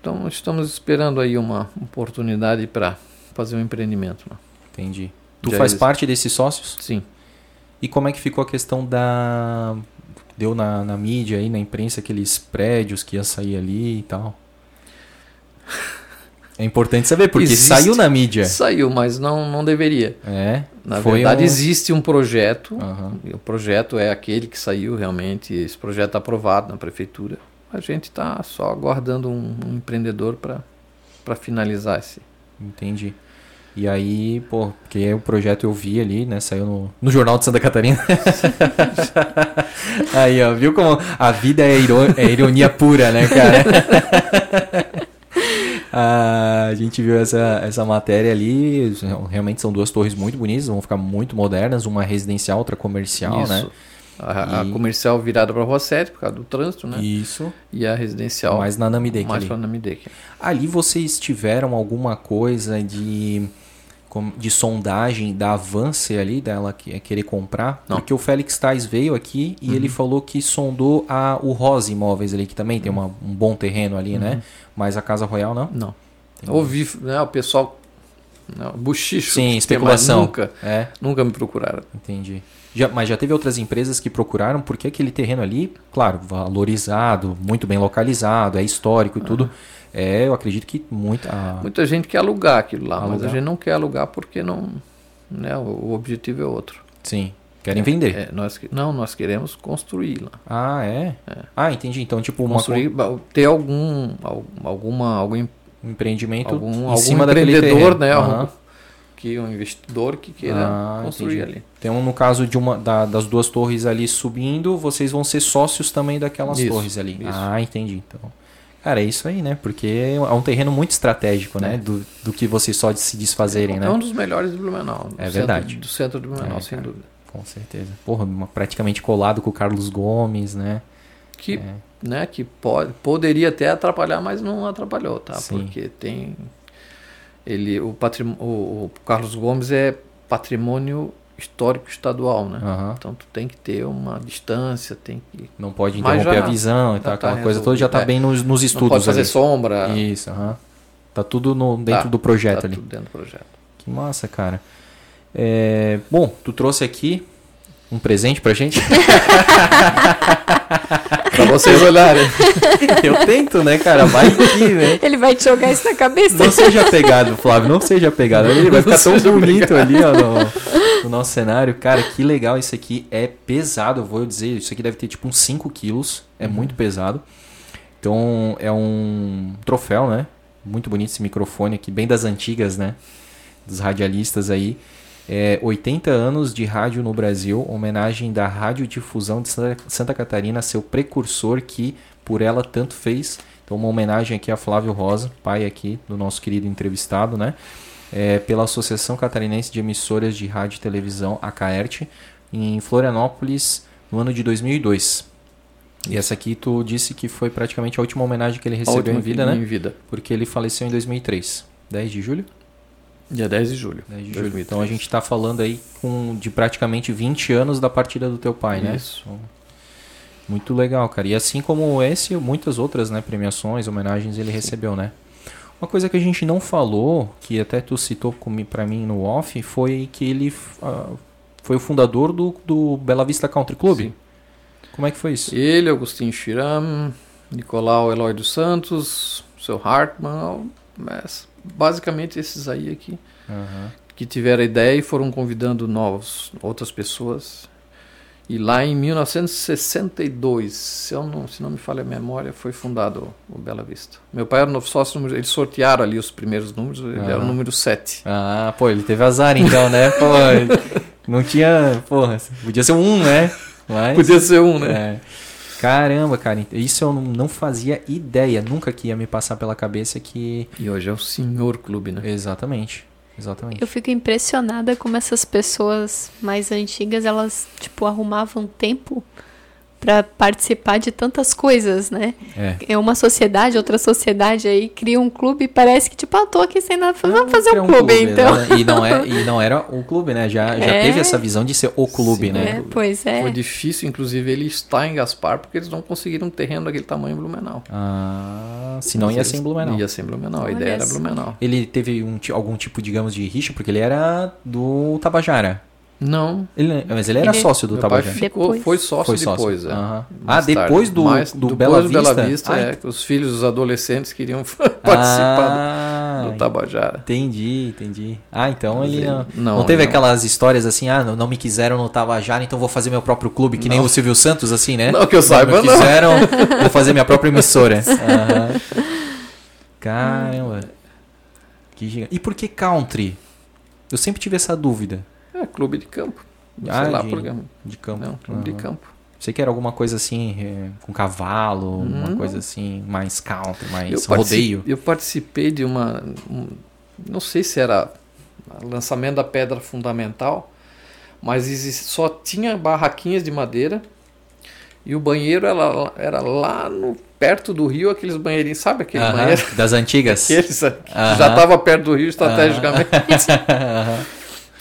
Speaker 3: então, estamos esperando aí uma oportunidade para fazer um empreendimento. né?
Speaker 1: Entendi. Tu
Speaker 3: Já
Speaker 1: faz
Speaker 3: existe.
Speaker 1: parte desses sócios?
Speaker 3: Sim.
Speaker 1: E como é que ficou a questão da. Deu na, na mídia aí, na imprensa, aqueles prédios que ia sair ali e tal. É importante saber, porque
Speaker 3: Existe.
Speaker 1: saiu na mídia.
Speaker 3: Saiu, mas não, não deveria.
Speaker 1: É.
Speaker 3: Na
Speaker 1: foi
Speaker 3: verdade,
Speaker 1: um- Ah.
Speaker 3: existe um projeto
Speaker 1: Aham.
Speaker 3: O projeto é aquele que saiu realmente, esse projeto tá aprovado na prefeitura. A gente está só aguardando um, um empreendedor para finalizar esse.
Speaker 1: Entendi. E aí, pô, porque o projeto eu vi ali, né? Saiu no, no Jornal de Santa Catarina. aí, ó, viu como a vida é, iro- é ironia pura, né, cara? Ah, a gente viu essa, essa matéria ali. Realmente são duas torres muito bonitas, vão ficar muito modernas, uma residencial, outra comercial, né?
Speaker 3: A, a
Speaker 1: E-
Speaker 3: comercial virada para a Rua 7 por causa do trânsito, né?
Speaker 1: Isso.
Speaker 3: E, a residencial
Speaker 1: Mais na né? Namideca
Speaker 3: mais
Speaker 1: ali.
Speaker 3: para Namideque.
Speaker 1: Ali vocês tiveram alguma coisa de com- de sondagem da Avance ali, dela que- é querer comprar?
Speaker 3: Não. Uhum.
Speaker 1: Porque o Félix Tais veio aqui e ele falou que sondou a, o Rosa Imóveis ali, que também tem uma- um bom terreno ali,
Speaker 3: Uhum.
Speaker 1: né? Mas a Casa Royal não?
Speaker 3: Não. Ouvi né, o pessoal. Não, buchicho.
Speaker 1: Sim,
Speaker 3: que tem,
Speaker 1: especulação.
Speaker 3: mas Nunca,
Speaker 1: É,
Speaker 3: nunca me procuraram.
Speaker 1: entendi. Já- mas já teve outras empresas que procuraram porque aquele terreno ali, claro, valorizado, muito bem localizado, é histórico e tudo.
Speaker 3: Ah.
Speaker 1: É, eu acredito que ah, muita. a-
Speaker 3: Muita gente quer alugar aquilo lá, mas a
Speaker 1: Alugar.
Speaker 3: gente não quer alugar porque não. Né, o, o objetivo é outro.
Speaker 1: sim, querem vender.
Speaker 3: É, nós, que- não, nós queremos construir lá.
Speaker 1: Ah, é? Ah, entendi. Então, tipo, uma co-
Speaker 3: construir, ba- ter algum al- alguma algum,
Speaker 1: um empreendimento
Speaker 3: algum,
Speaker 1: em
Speaker 3: algum
Speaker 1: cima daquele
Speaker 3: empreendedor,
Speaker 1: terreno.
Speaker 3: né,
Speaker 1: Aham.
Speaker 3: algum- que um investidor que queira
Speaker 1: Ah,
Speaker 3: construir
Speaker 1: entendi.
Speaker 3: ali.
Speaker 1: Então, no caso de uma da- das duas torres ali subindo, vocês vão ser sócios também daquelas
Speaker 3: Isso,
Speaker 1: torres ali.
Speaker 3: isso.
Speaker 1: Ah, entendi. Então, cara, é isso aí, né? Porque é um terreno muito estratégico, né? Do, do que vocês só de se desfazerem, né?
Speaker 3: É um dos melhores do Blumenau. do
Speaker 1: É
Speaker 3: centro-
Speaker 1: verdade.
Speaker 3: do centro de Blumenau,
Speaker 1: É,
Speaker 3: sem
Speaker 1: cara.
Speaker 3: dúvida.
Speaker 1: Com certeza. Porra, uma- praticamente colado com o Carlos Gomes, né?
Speaker 3: Que,
Speaker 1: É.
Speaker 3: né, que pode, poderia até atrapalhar, mas não atrapalhou, tá?
Speaker 1: Sim.
Speaker 3: Porque tem ele o, patrim, o, o Carlos Gomes é patrimônio histórico estadual, né?
Speaker 1: Aham.
Speaker 3: Então tu tem que ter uma distância, tem que
Speaker 1: Não pode
Speaker 3: Mas
Speaker 1: interromper
Speaker 3: já-
Speaker 1: a visão e
Speaker 3: já
Speaker 1: tal,
Speaker 3: tá
Speaker 1: aquela coisa toda. Já tá
Speaker 3: resolvido, é.
Speaker 1: bem nos, nos
Speaker 3: não
Speaker 1: estudos
Speaker 3: pode fazer
Speaker 1: ali.
Speaker 3: sombra,
Speaker 1: Isso, aham. Tá tudo no- dentro
Speaker 3: Tá,
Speaker 1: do projeto
Speaker 3: tá
Speaker 1: ali.
Speaker 3: tudo dentro do projeto.
Speaker 1: Que massa, cara. É, bom, tu trouxe aqui um presente pra gente.
Speaker 3: Para vocês olharem.
Speaker 1: Eu tento, né, cara? Vai aqui, né?
Speaker 2: Ele vai te jogar isso na cabeça.
Speaker 1: Não seja pegado, Flávio, não seja pegado. Ele vai
Speaker 3: Não
Speaker 1: ficar tão
Speaker 3: seja
Speaker 1: bonito ali, ó, no, no nosso cenário. Cara, que legal isso aqui. É pesado, eu vou dizer. Isso aqui deve ter tipo uns 5 quilos. É muito pesado. Então, é um troféu, né? Muito bonito esse microfone aqui, bem das antigas, né? Dos radialistas aí. é, 80 anos de rádio no Brasil, homenagem da Radiodifusão de Santa- Santa Catarina, seu precursor que por ela tanto fez. Então, uma homenagem aqui a Flávio Rosa, pai aqui do nosso querido entrevistado, né? É, pela Associação Catarinense de Emissoras de Rádio e Televisão, a CAERT, em Florianópolis, no ano de 2002. E essa aqui tu disse que foi praticamente a última homenagem que ele
Speaker 3: A
Speaker 1: recebeu
Speaker 3: última
Speaker 1: em vida,
Speaker 3: que-
Speaker 1: né?
Speaker 3: Em vida.
Speaker 1: Porque ele faleceu em 2003. 10 de julho?
Speaker 3: Dia 10 de julho.
Speaker 1: 10 de julho.
Speaker 3: 2003.
Speaker 1: Então a gente está falando aí com, de praticamente 20 anos da partida do teu pai, né?
Speaker 3: Isso.
Speaker 1: Então, Muito legal, cara. E assim como esse, muitas outras né, premiações, homenagens ele recebeu, né? Uma coisa que a gente não falou, que até tu citou comi- pra mim no off, foi que ele ah, foi o fundador do, do Bela Vista Country Club.
Speaker 3: Sim.
Speaker 1: Como é que foi isso?
Speaker 3: Ele, Agostinho Chiram, Nicolau Eloy dos Santos, seu Hartmann, mas basicamente esses aí aqui
Speaker 1: Aham.
Speaker 3: que tiveram a ideia e foram convidando novos, outras pessoas. E lá em 1962, se, eu não, se não me falha a memória, foi fundado o Bela Vista. Meu pai era o novo sócio, número- eles sortearam ali os primeiros números, ele era
Speaker 1: Aham.
Speaker 3: o número 7.
Speaker 1: Ah, pô, ele teve azar então, né? Pô, não tinha. Porra, podia ser um, né? Mas...
Speaker 3: Podia ser um, né?
Speaker 1: É. Caramba, cara, ent- isso eu não- não fazia ideia, nunca que ia me passar pela cabeça que.
Speaker 3: E hoje é o senhor clube, né?
Speaker 1: Exatamente, exatamente.
Speaker 2: Eu fico impressionada como essas pessoas mais antigas, elas, tipo, arrumavam tempo pra participar de tantas coisas, né?
Speaker 1: É.
Speaker 2: É uma sociedade, outra sociedade aí, cria um clube e parece que, tipo, ah, tô aqui sem nada, pra fazer. vamos fazer
Speaker 1: Era
Speaker 2: um clube, então.
Speaker 1: né? E não, é, e não era o clube, né? Já, já
Speaker 2: É.
Speaker 1: teve essa visão de ser o clube,
Speaker 3: Sim,
Speaker 1: né?
Speaker 2: É, pois é.
Speaker 3: Foi difícil, inclusive, ele estar em Gaspar, porque eles não conseguiram um terreno daquele tamanho em Blumenau.
Speaker 1: Ah, senão ia ser em Blumenau.
Speaker 3: Ia ser em Blumenau, a
Speaker 2: Olha
Speaker 3: ideia era
Speaker 2: só.
Speaker 3: Blumenau.
Speaker 1: Ele teve um ti- algum tipo, digamos, de rixa, porque ele era do Tabajara.
Speaker 3: Não,
Speaker 1: Ele- mas ele era
Speaker 2: Ele-
Speaker 1: sócio do
Speaker 3: meu pai
Speaker 1: Tabajara.
Speaker 3: ficou,
Speaker 2: Depois.
Speaker 3: foi sócio
Speaker 1: Foi sócio.
Speaker 3: depois. é.
Speaker 1: Aham. Ah,
Speaker 3: Mais tarde.
Speaker 1: depois do,
Speaker 3: Mas
Speaker 1: do Bela Vista. Ah,
Speaker 3: é, que os filhos, os adolescentes queriam participar
Speaker 1: ah,
Speaker 3: do, do Tabajara.
Speaker 1: Entendi, entendi. Ah, então
Speaker 3: Mas
Speaker 1: ele
Speaker 3: ele-
Speaker 1: não, não,
Speaker 3: não,
Speaker 1: teve
Speaker 3: não.
Speaker 1: aquelas histórias assim, ah, não, não me quiseram no Tabajara, então vou fazer meu próprio clube, que nem o Silvio Santos, assim, né?
Speaker 3: Não que eu saiba,
Speaker 1: me
Speaker 3: não.
Speaker 1: quiseram, vou fazer minha própria emissora. Aham. Caramba. Que giga... E por que country? Eu sempre tive essa dúvida
Speaker 3: É clube de campo. Sei
Speaker 1: Ah,
Speaker 3: lá,
Speaker 1: de
Speaker 3: programa.
Speaker 1: de campo. Ah,
Speaker 3: Não, clube de
Speaker 1: Aham.
Speaker 3: campo.
Speaker 1: Sei que era alguma coisa assim, eh, com cavalo, uma
Speaker 3: Não.
Speaker 1: coisa assim, mais country, mais
Speaker 3: partici-
Speaker 1: rodeio.
Speaker 3: Uhum. eu participei de uma. um- não sei se era lançamento da pedra fundamental, mas exi- só tinha barraquinhas de madeira e o banheiro era, era lá no, perto do rio, aqueles banheirinhos, sabe aquele
Speaker 1: Aham,
Speaker 3: banheiro?
Speaker 1: das antigas.
Speaker 3: Aqueles que
Speaker 1: Aham.
Speaker 3: já tá- estava perto do rio estrategicamente.
Speaker 1: Aham.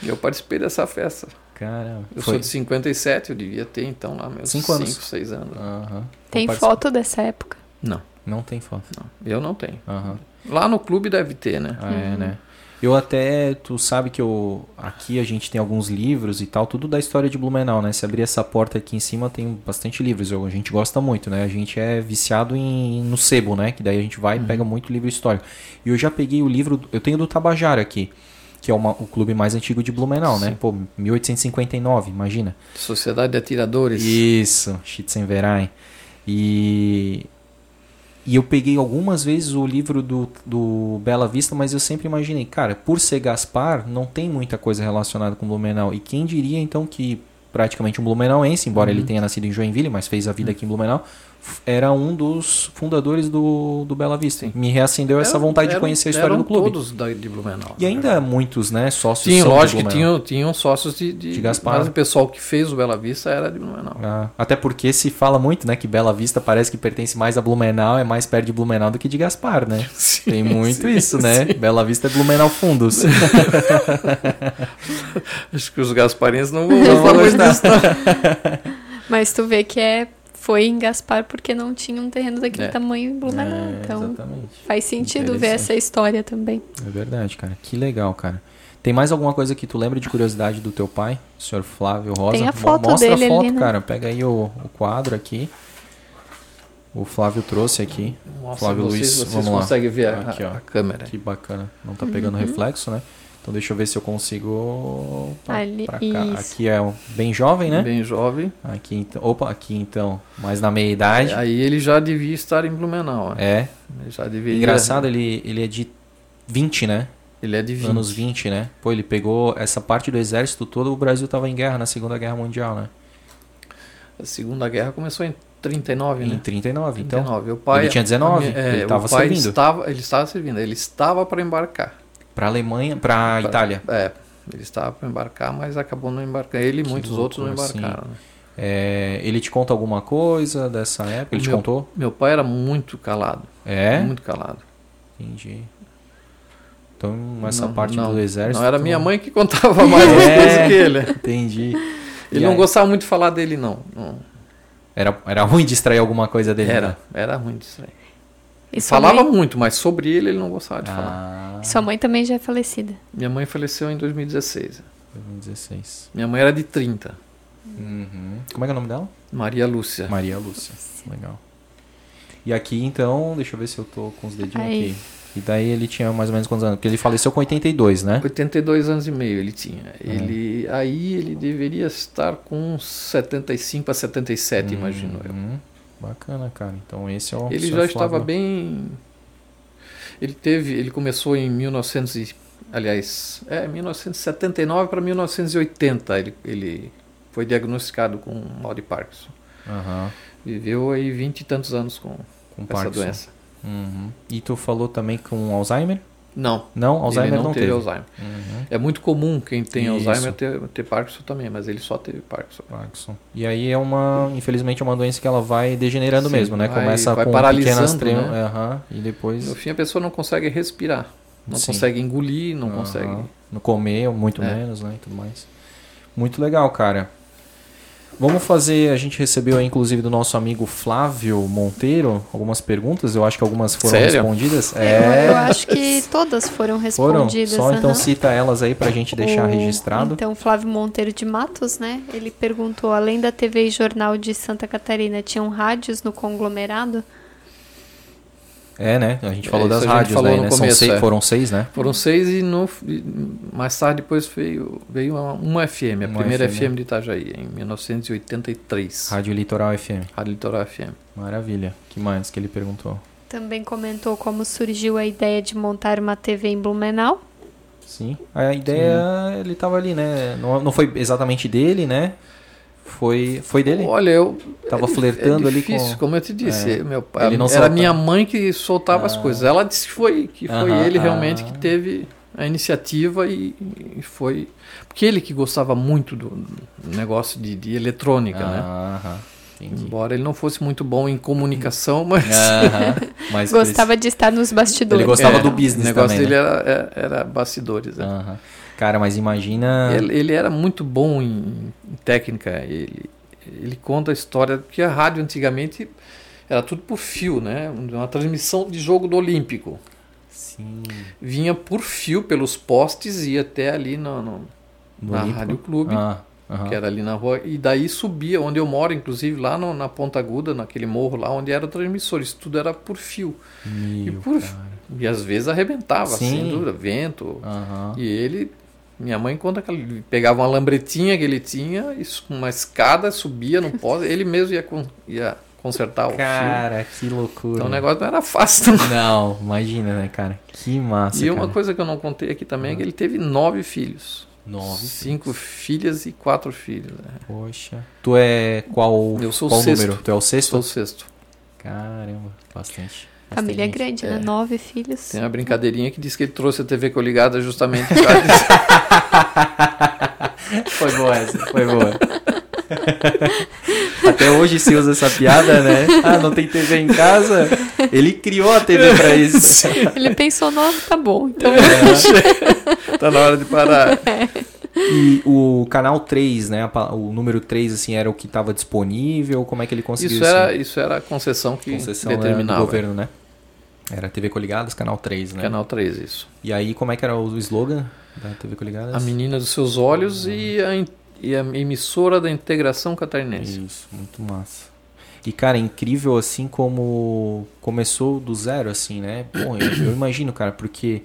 Speaker 3: Eu participei dessa festa.
Speaker 1: Caramba.
Speaker 3: Eu
Speaker 1: Foi-
Speaker 3: sou de 57, eu devia ter então lá meus
Speaker 1: Cinco anos.
Speaker 3: 5, 6 anos.
Speaker 1: Aham.
Speaker 2: Tem
Speaker 1: Vou
Speaker 2: foto dessa época.
Speaker 3: Não,
Speaker 1: Não tem foto.
Speaker 3: não, eu não tenho.
Speaker 1: Aham.
Speaker 3: Lá no clube deve ter, né?
Speaker 1: Ah,
Speaker 2: Uhum.
Speaker 1: é, né? Eu até, tu sabe que eu aqui a gente tem alguns livros e tal, tudo da história de Blumenau, né? Se abrir essa porta aqui em cima tem bastante livros. Eu- a gente gosta muito, né? A gente é viciado em no sebo, né? Que daí a gente vai e pega
Speaker 2: Uhum.
Speaker 1: muito livro histórico. E eu já peguei o livro, eu tenho do Tabajara aqui, que é uma- o clube mais antigo de Blumenau, né? Pô, 1859, imagina.
Speaker 3: Sociedade de Atiradores.
Speaker 1: Isso, Schützenverein. E e eu peguei algumas vezes o livro do, do Bela Vista, mas eu sempre imaginei, cara, por ser Gaspar, não tem muita coisa relacionada com Blumenau. E quem diria então que praticamente um blumenauense, embora
Speaker 3: Uhum.
Speaker 1: ele tenha nascido em Joinville, mas fez a vida aqui em Blumenau, f- era um dos fundadores do, do Bela Vista.
Speaker 3: Sim.
Speaker 1: Me reacendeu essa
Speaker 3: Eram-
Speaker 1: vontade de
Speaker 3: eram-
Speaker 1: conhecer a história
Speaker 3: eram
Speaker 1: do clube.
Speaker 3: todos da, de Blumenau.
Speaker 1: E ainda muitos, né, sócios
Speaker 3: Sim,
Speaker 1: são de
Speaker 3: lógico que
Speaker 1: Blumenau.
Speaker 3: tinham, tinham sócios de, de,
Speaker 1: De Gaspar.
Speaker 3: Mas o pessoal que fez o Bela Vista era de Blumenau.
Speaker 1: Ah, até porque se fala muito, né, que Bela Vista parece que pertence mais a Blumenau, é mais perto de Blumenau do que de Gaspar, né? Tem muito isso, né? Bela Vista é Blumenau Fundos.
Speaker 3: Acho que os gasparenses não vão
Speaker 1: Não
Speaker 3: gostar
Speaker 1: vou
Speaker 3: muito
Speaker 1: gostar.
Speaker 3: disso. não.
Speaker 2: Mas tu vê que é, foi em Gaspar porque não tinha um terreno daquele
Speaker 3: É.
Speaker 2: tamanho em Blumenau.
Speaker 1: É,
Speaker 2: então
Speaker 1: Exatamente.
Speaker 2: faz sentido ver
Speaker 1: Interessante.
Speaker 2: essa história também.
Speaker 1: É verdade, cara. Que legal, cara. Tem mais alguma coisa que tu lembra de curiosidade do teu pai, o senhor Flávio Rosa?
Speaker 2: Tem a
Speaker 1: Mo-
Speaker 2: foto
Speaker 1: Mostra
Speaker 2: dele
Speaker 1: a foto,
Speaker 2: ali, né?
Speaker 1: cara. Pega aí o, o quadro aqui. O Flávio trouxe aqui.
Speaker 3: Nossa,
Speaker 1: Flávio
Speaker 3: vocês,
Speaker 1: Luiz,
Speaker 3: vocês
Speaker 1: vamos lá.
Speaker 3: conseguem ver a,
Speaker 1: Aqui, ó.
Speaker 3: a câmera.
Speaker 1: Que bacana. Não
Speaker 2: Uhum.
Speaker 1: tá pegando reflexo, né? Então deixa eu ver se eu consigo. pra-
Speaker 2: Ali,
Speaker 1: pra cá.
Speaker 2: isso.
Speaker 1: Aqui é um- bem jovem, né?
Speaker 3: Bem jovem.
Speaker 1: Aqui então. Opa, aqui então. Mas na meia idade.
Speaker 3: Aí ele já devia estar em Blumenau. né?
Speaker 1: É.
Speaker 3: Ele já deveria.
Speaker 1: Engraçado, ele, ele é de 20, né?
Speaker 3: Ele é de 20.
Speaker 1: anos 20, né? Pô, ele pegou essa parte do exército todo, o Brasil tava em guerra na Segunda Guerra Mundial, né?
Speaker 3: A Segunda Guerra começou em 39,
Speaker 1: Em
Speaker 3: né?
Speaker 1: 39, então.
Speaker 3: 39. O pai,
Speaker 1: ele tinha 19,
Speaker 3: a minha- é,
Speaker 1: ele tava
Speaker 3: o pai
Speaker 1: servindo.
Speaker 3: Estava, ele estava servindo, ele estava para embarcar.
Speaker 1: Pra Alemanha, pra Itália.
Speaker 3: É, ele estava para embarcar, mas acabou não embarcando. Ele e
Speaker 1: Que
Speaker 3: muitos outros não
Speaker 1: loucura, assim. sim.
Speaker 3: embarcaram. né?
Speaker 1: É, ele te conta alguma coisa dessa época? Ele te
Speaker 3: Meu-
Speaker 1: contou?
Speaker 3: Meu pai era muito calado,
Speaker 1: É?
Speaker 3: muito calado.
Speaker 1: Entendi. Então, essa
Speaker 3: Não,
Speaker 1: parte
Speaker 3: não.
Speaker 1: do exército.
Speaker 3: Não era minha mãe que contava mais as
Speaker 1: É.
Speaker 3: coisas que ele.
Speaker 1: Entendi. E
Speaker 3: Ele não
Speaker 1: aí?
Speaker 3: gostava muito de falar dele, não. Não.
Speaker 1: Era, era ruim distrair alguma coisa dele.
Speaker 3: Era,
Speaker 1: né?
Speaker 3: era ruim disso aí.
Speaker 2: E sua
Speaker 3: Falava
Speaker 2: mãe,
Speaker 3: muito, mas sobre ele ele não gostava de falar.
Speaker 1: Ah,
Speaker 2: sua mãe também já é falecida.
Speaker 3: Minha mãe faleceu em 2016.
Speaker 1: 2016.
Speaker 3: Minha mãe era de 30.
Speaker 1: Uhum. Como é que é o nome dela?
Speaker 3: Maria Lúcia.
Speaker 1: Maria Lúcia. Legal. E aqui, então, deixa eu ver se eu tô com os dedinhos
Speaker 2: Aí.
Speaker 1: aqui. E daí ele tinha mais ou menos quantos anos? Porque ele faleceu com 82, né?
Speaker 3: 82 anos e meio ele tinha. Ele, Aí ele deveria estar com uns 75 a 77, imagino eu.
Speaker 1: Uhum. Bacana, cara. Então esse é o.
Speaker 3: Ele
Speaker 1: seu
Speaker 3: já estava
Speaker 1: Flávio.
Speaker 3: bem. Ele teve, ele começou em 1900 e, aliás, é 1979 para 1980 ele, ele foi diagnosticado com mal de Parkinson.
Speaker 1: Aham.
Speaker 3: Viveu aí vinte e tantos anos com
Speaker 1: Com
Speaker 3: essa
Speaker 1: Parkinson.
Speaker 3: doença.
Speaker 1: Uhum. E tu falou também com Alzheimer?
Speaker 3: Não,
Speaker 1: Não, Alzheimer
Speaker 3: ele não,
Speaker 1: não,
Speaker 3: teve, Alzheimer.
Speaker 1: Uhum.
Speaker 3: É muito comum quem tem
Speaker 1: Isso.
Speaker 3: Alzheimer ter, ter Parkinson também, mas ele só teve Parkinson.
Speaker 1: Parkinson. E aí é uma, infelizmente, é uma doença que ela vai degenerando
Speaker 3: Sim,
Speaker 1: mesmo, né?
Speaker 3: vai-
Speaker 1: Começa
Speaker 3: vai
Speaker 1: com pequenas
Speaker 3: paralisando,
Speaker 1: trem...
Speaker 3: né?
Speaker 1: Aham. E depois
Speaker 3: No fim a pessoa não consegue respirar, não
Speaker 1: Sim.
Speaker 3: consegue engolir, não
Speaker 1: Aham.
Speaker 3: consegue.
Speaker 1: não comer, muito
Speaker 3: É.
Speaker 1: menos, né? E tudo mais. Muito legal, cara. Vamos fazer. A gente recebeu aí, inclusive, do nosso amigo Flávio Monteiro algumas perguntas. Eu acho que algumas foram
Speaker 3: Sério?
Speaker 1: respondidas.
Speaker 2: Eu, eu
Speaker 1: É.
Speaker 2: acho que todas foram
Speaker 1: Foram?
Speaker 2: respondidas.
Speaker 1: Só então
Speaker 2: aham.
Speaker 1: cita elas aí pra gente deixar
Speaker 2: O-
Speaker 1: registrado.
Speaker 2: Então, Flávio Monteiro de Matos, né? Ele perguntou: além da TV e jornal de Santa Catarina, tinham rádios no conglomerado? então.
Speaker 1: É, né? A gente
Speaker 3: É,
Speaker 1: falou
Speaker 3: isso
Speaker 1: das
Speaker 3: a gente
Speaker 1: rádios
Speaker 3: falou
Speaker 1: aí,
Speaker 3: no
Speaker 1: né? São
Speaker 3: começo,
Speaker 1: seis,
Speaker 3: é.
Speaker 1: Foram seis, né?
Speaker 3: Foram seis e no, e mais tarde depois veio, veio uma, uma FM, a
Speaker 1: Uma
Speaker 3: primeira
Speaker 1: FM.
Speaker 3: FM. de Itajaí, em 1983.
Speaker 1: Rádio Litoral FM.
Speaker 3: Rádio Litoral FM.
Speaker 1: Maravilha. que mais que ele perguntou?
Speaker 2: Também comentou como surgiu a ideia de montar uma TV em Blumenau.
Speaker 1: Sim. A ideia, ele tava ali, né? Não, não foi exatamente dele, né? Foi, foi dele?
Speaker 3: Olha, eu
Speaker 1: Tava
Speaker 3: é dif-
Speaker 1: flertando
Speaker 3: é
Speaker 1: ali
Speaker 3: difícil,
Speaker 1: com-
Speaker 3: como eu te disse,
Speaker 1: É.
Speaker 3: meu pai,
Speaker 1: Ele não
Speaker 3: era
Speaker 1: soltava.
Speaker 3: minha mãe que soltava as coisas. Ela disse que foi que foi
Speaker 1: Aham,
Speaker 3: ele
Speaker 1: ah.
Speaker 3: realmente que teve a iniciativa e, e foi porque ele que gostava muito do do negócio de, de eletrônica, né?
Speaker 1: Ah, aham. Entendi. Ah,
Speaker 3: Embora ele não fosse muito bom em comunicação, mas
Speaker 1: Aham. Mas
Speaker 2: Gostava de estar nos bastidores.
Speaker 1: Ele gostava do business
Speaker 3: É, O negócio
Speaker 1: também,
Speaker 3: dele
Speaker 1: né?
Speaker 3: era, era, é, era bastidores.
Speaker 1: precisa-
Speaker 3: né?
Speaker 1: Aham. Cara, mas imagina.
Speaker 3: Ele, ele era muito bom em, em técnica. Ele, ele conta a história porque a rádio antigamente era tudo por fio, né? Uma transmissão de jogo do Olímpico
Speaker 1: Sim.
Speaker 3: vinha por fio pelos postes e ia até ali no, no-
Speaker 1: No
Speaker 3: na
Speaker 1: Olímpico?
Speaker 3: rádio clube.
Speaker 1: Ah, aham.
Speaker 3: Que é- era ali na rua, e daí subia, onde eu moro, inclusive, lá no- na Ponta Aguda, naquele morro lá, onde era o transmissor, isso tudo era por fio.
Speaker 1: Meu,
Speaker 3: e, por-
Speaker 1: cara.
Speaker 3: e às vezes arrebentava,
Speaker 1: Sim.
Speaker 3: sem dúvida, vento,
Speaker 1: Aham.
Speaker 3: E ele, minha mãe conta que ele pegava uma lambretinha que ele tinha, isso, com uma escada, subia no poste, ele mesmo ia, con- ia consertar é o fio.
Speaker 1: Cara, que loucura.
Speaker 3: Então o negócio não era fácil. não.
Speaker 1: Não, imagina, né, cara? Que massa.
Speaker 3: e uma
Speaker 1: cara.
Speaker 3: coisa que eu não contei aqui também é que ele teve nove filhos.
Speaker 1: Nove.
Speaker 3: Cinco filhas e quatro filhos. né?
Speaker 1: Poxa. Tu é qual,
Speaker 3: Eu sou o
Speaker 1: qual
Speaker 3: sexto.
Speaker 1: número? Tu é o sexto?
Speaker 3: Sou o sexto.
Speaker 1: Caramba, bastante. bastante
Speaker 2: Família
Speaker 1: gente.
Speaker 2: grande, né?
Speaker 3: É.
Speaker 2: Nove filhos.
Speaker 3: Tem uma brincadeirinha que diz que ele trouxe a TV coligada justamente por causa disso.
Speaker 1: Foi boa essa, foi boa. Até hoje se usa essa piada, né? Ah, não tem TV em casa? Ele criou a TV pra isso.
Speaker 2: Ele pensou, nove, tá bom. Então,
Speaker 3: Tá na hora de parar.
Speaker 1: E o canal 3, né? a pa- O número 3, assim, era o que estava disponível? Como é que ele conseguiu
Speaker 3: Isso era,
Speaker 1: assim,
Speaker 3: isso era a concessão que
Speaker 1: concessão né, do
Speaker 3: determinava.
Speaker 1: governo, né? Era TV Coligadas, canal 3, né?
Speaker 3: Canal 3, isso.
Speaker 1: E aí, como é que era o slogan da TV Coligadas?
Speaker 3: A menina dos seus olhos e a, in- e a emissora da integração catarinense.
Speaker 1: Isso, muito massa. E, cara, é incrível assim como começou do zero, assim, né? Bom, eu, eu imagino, cara, porque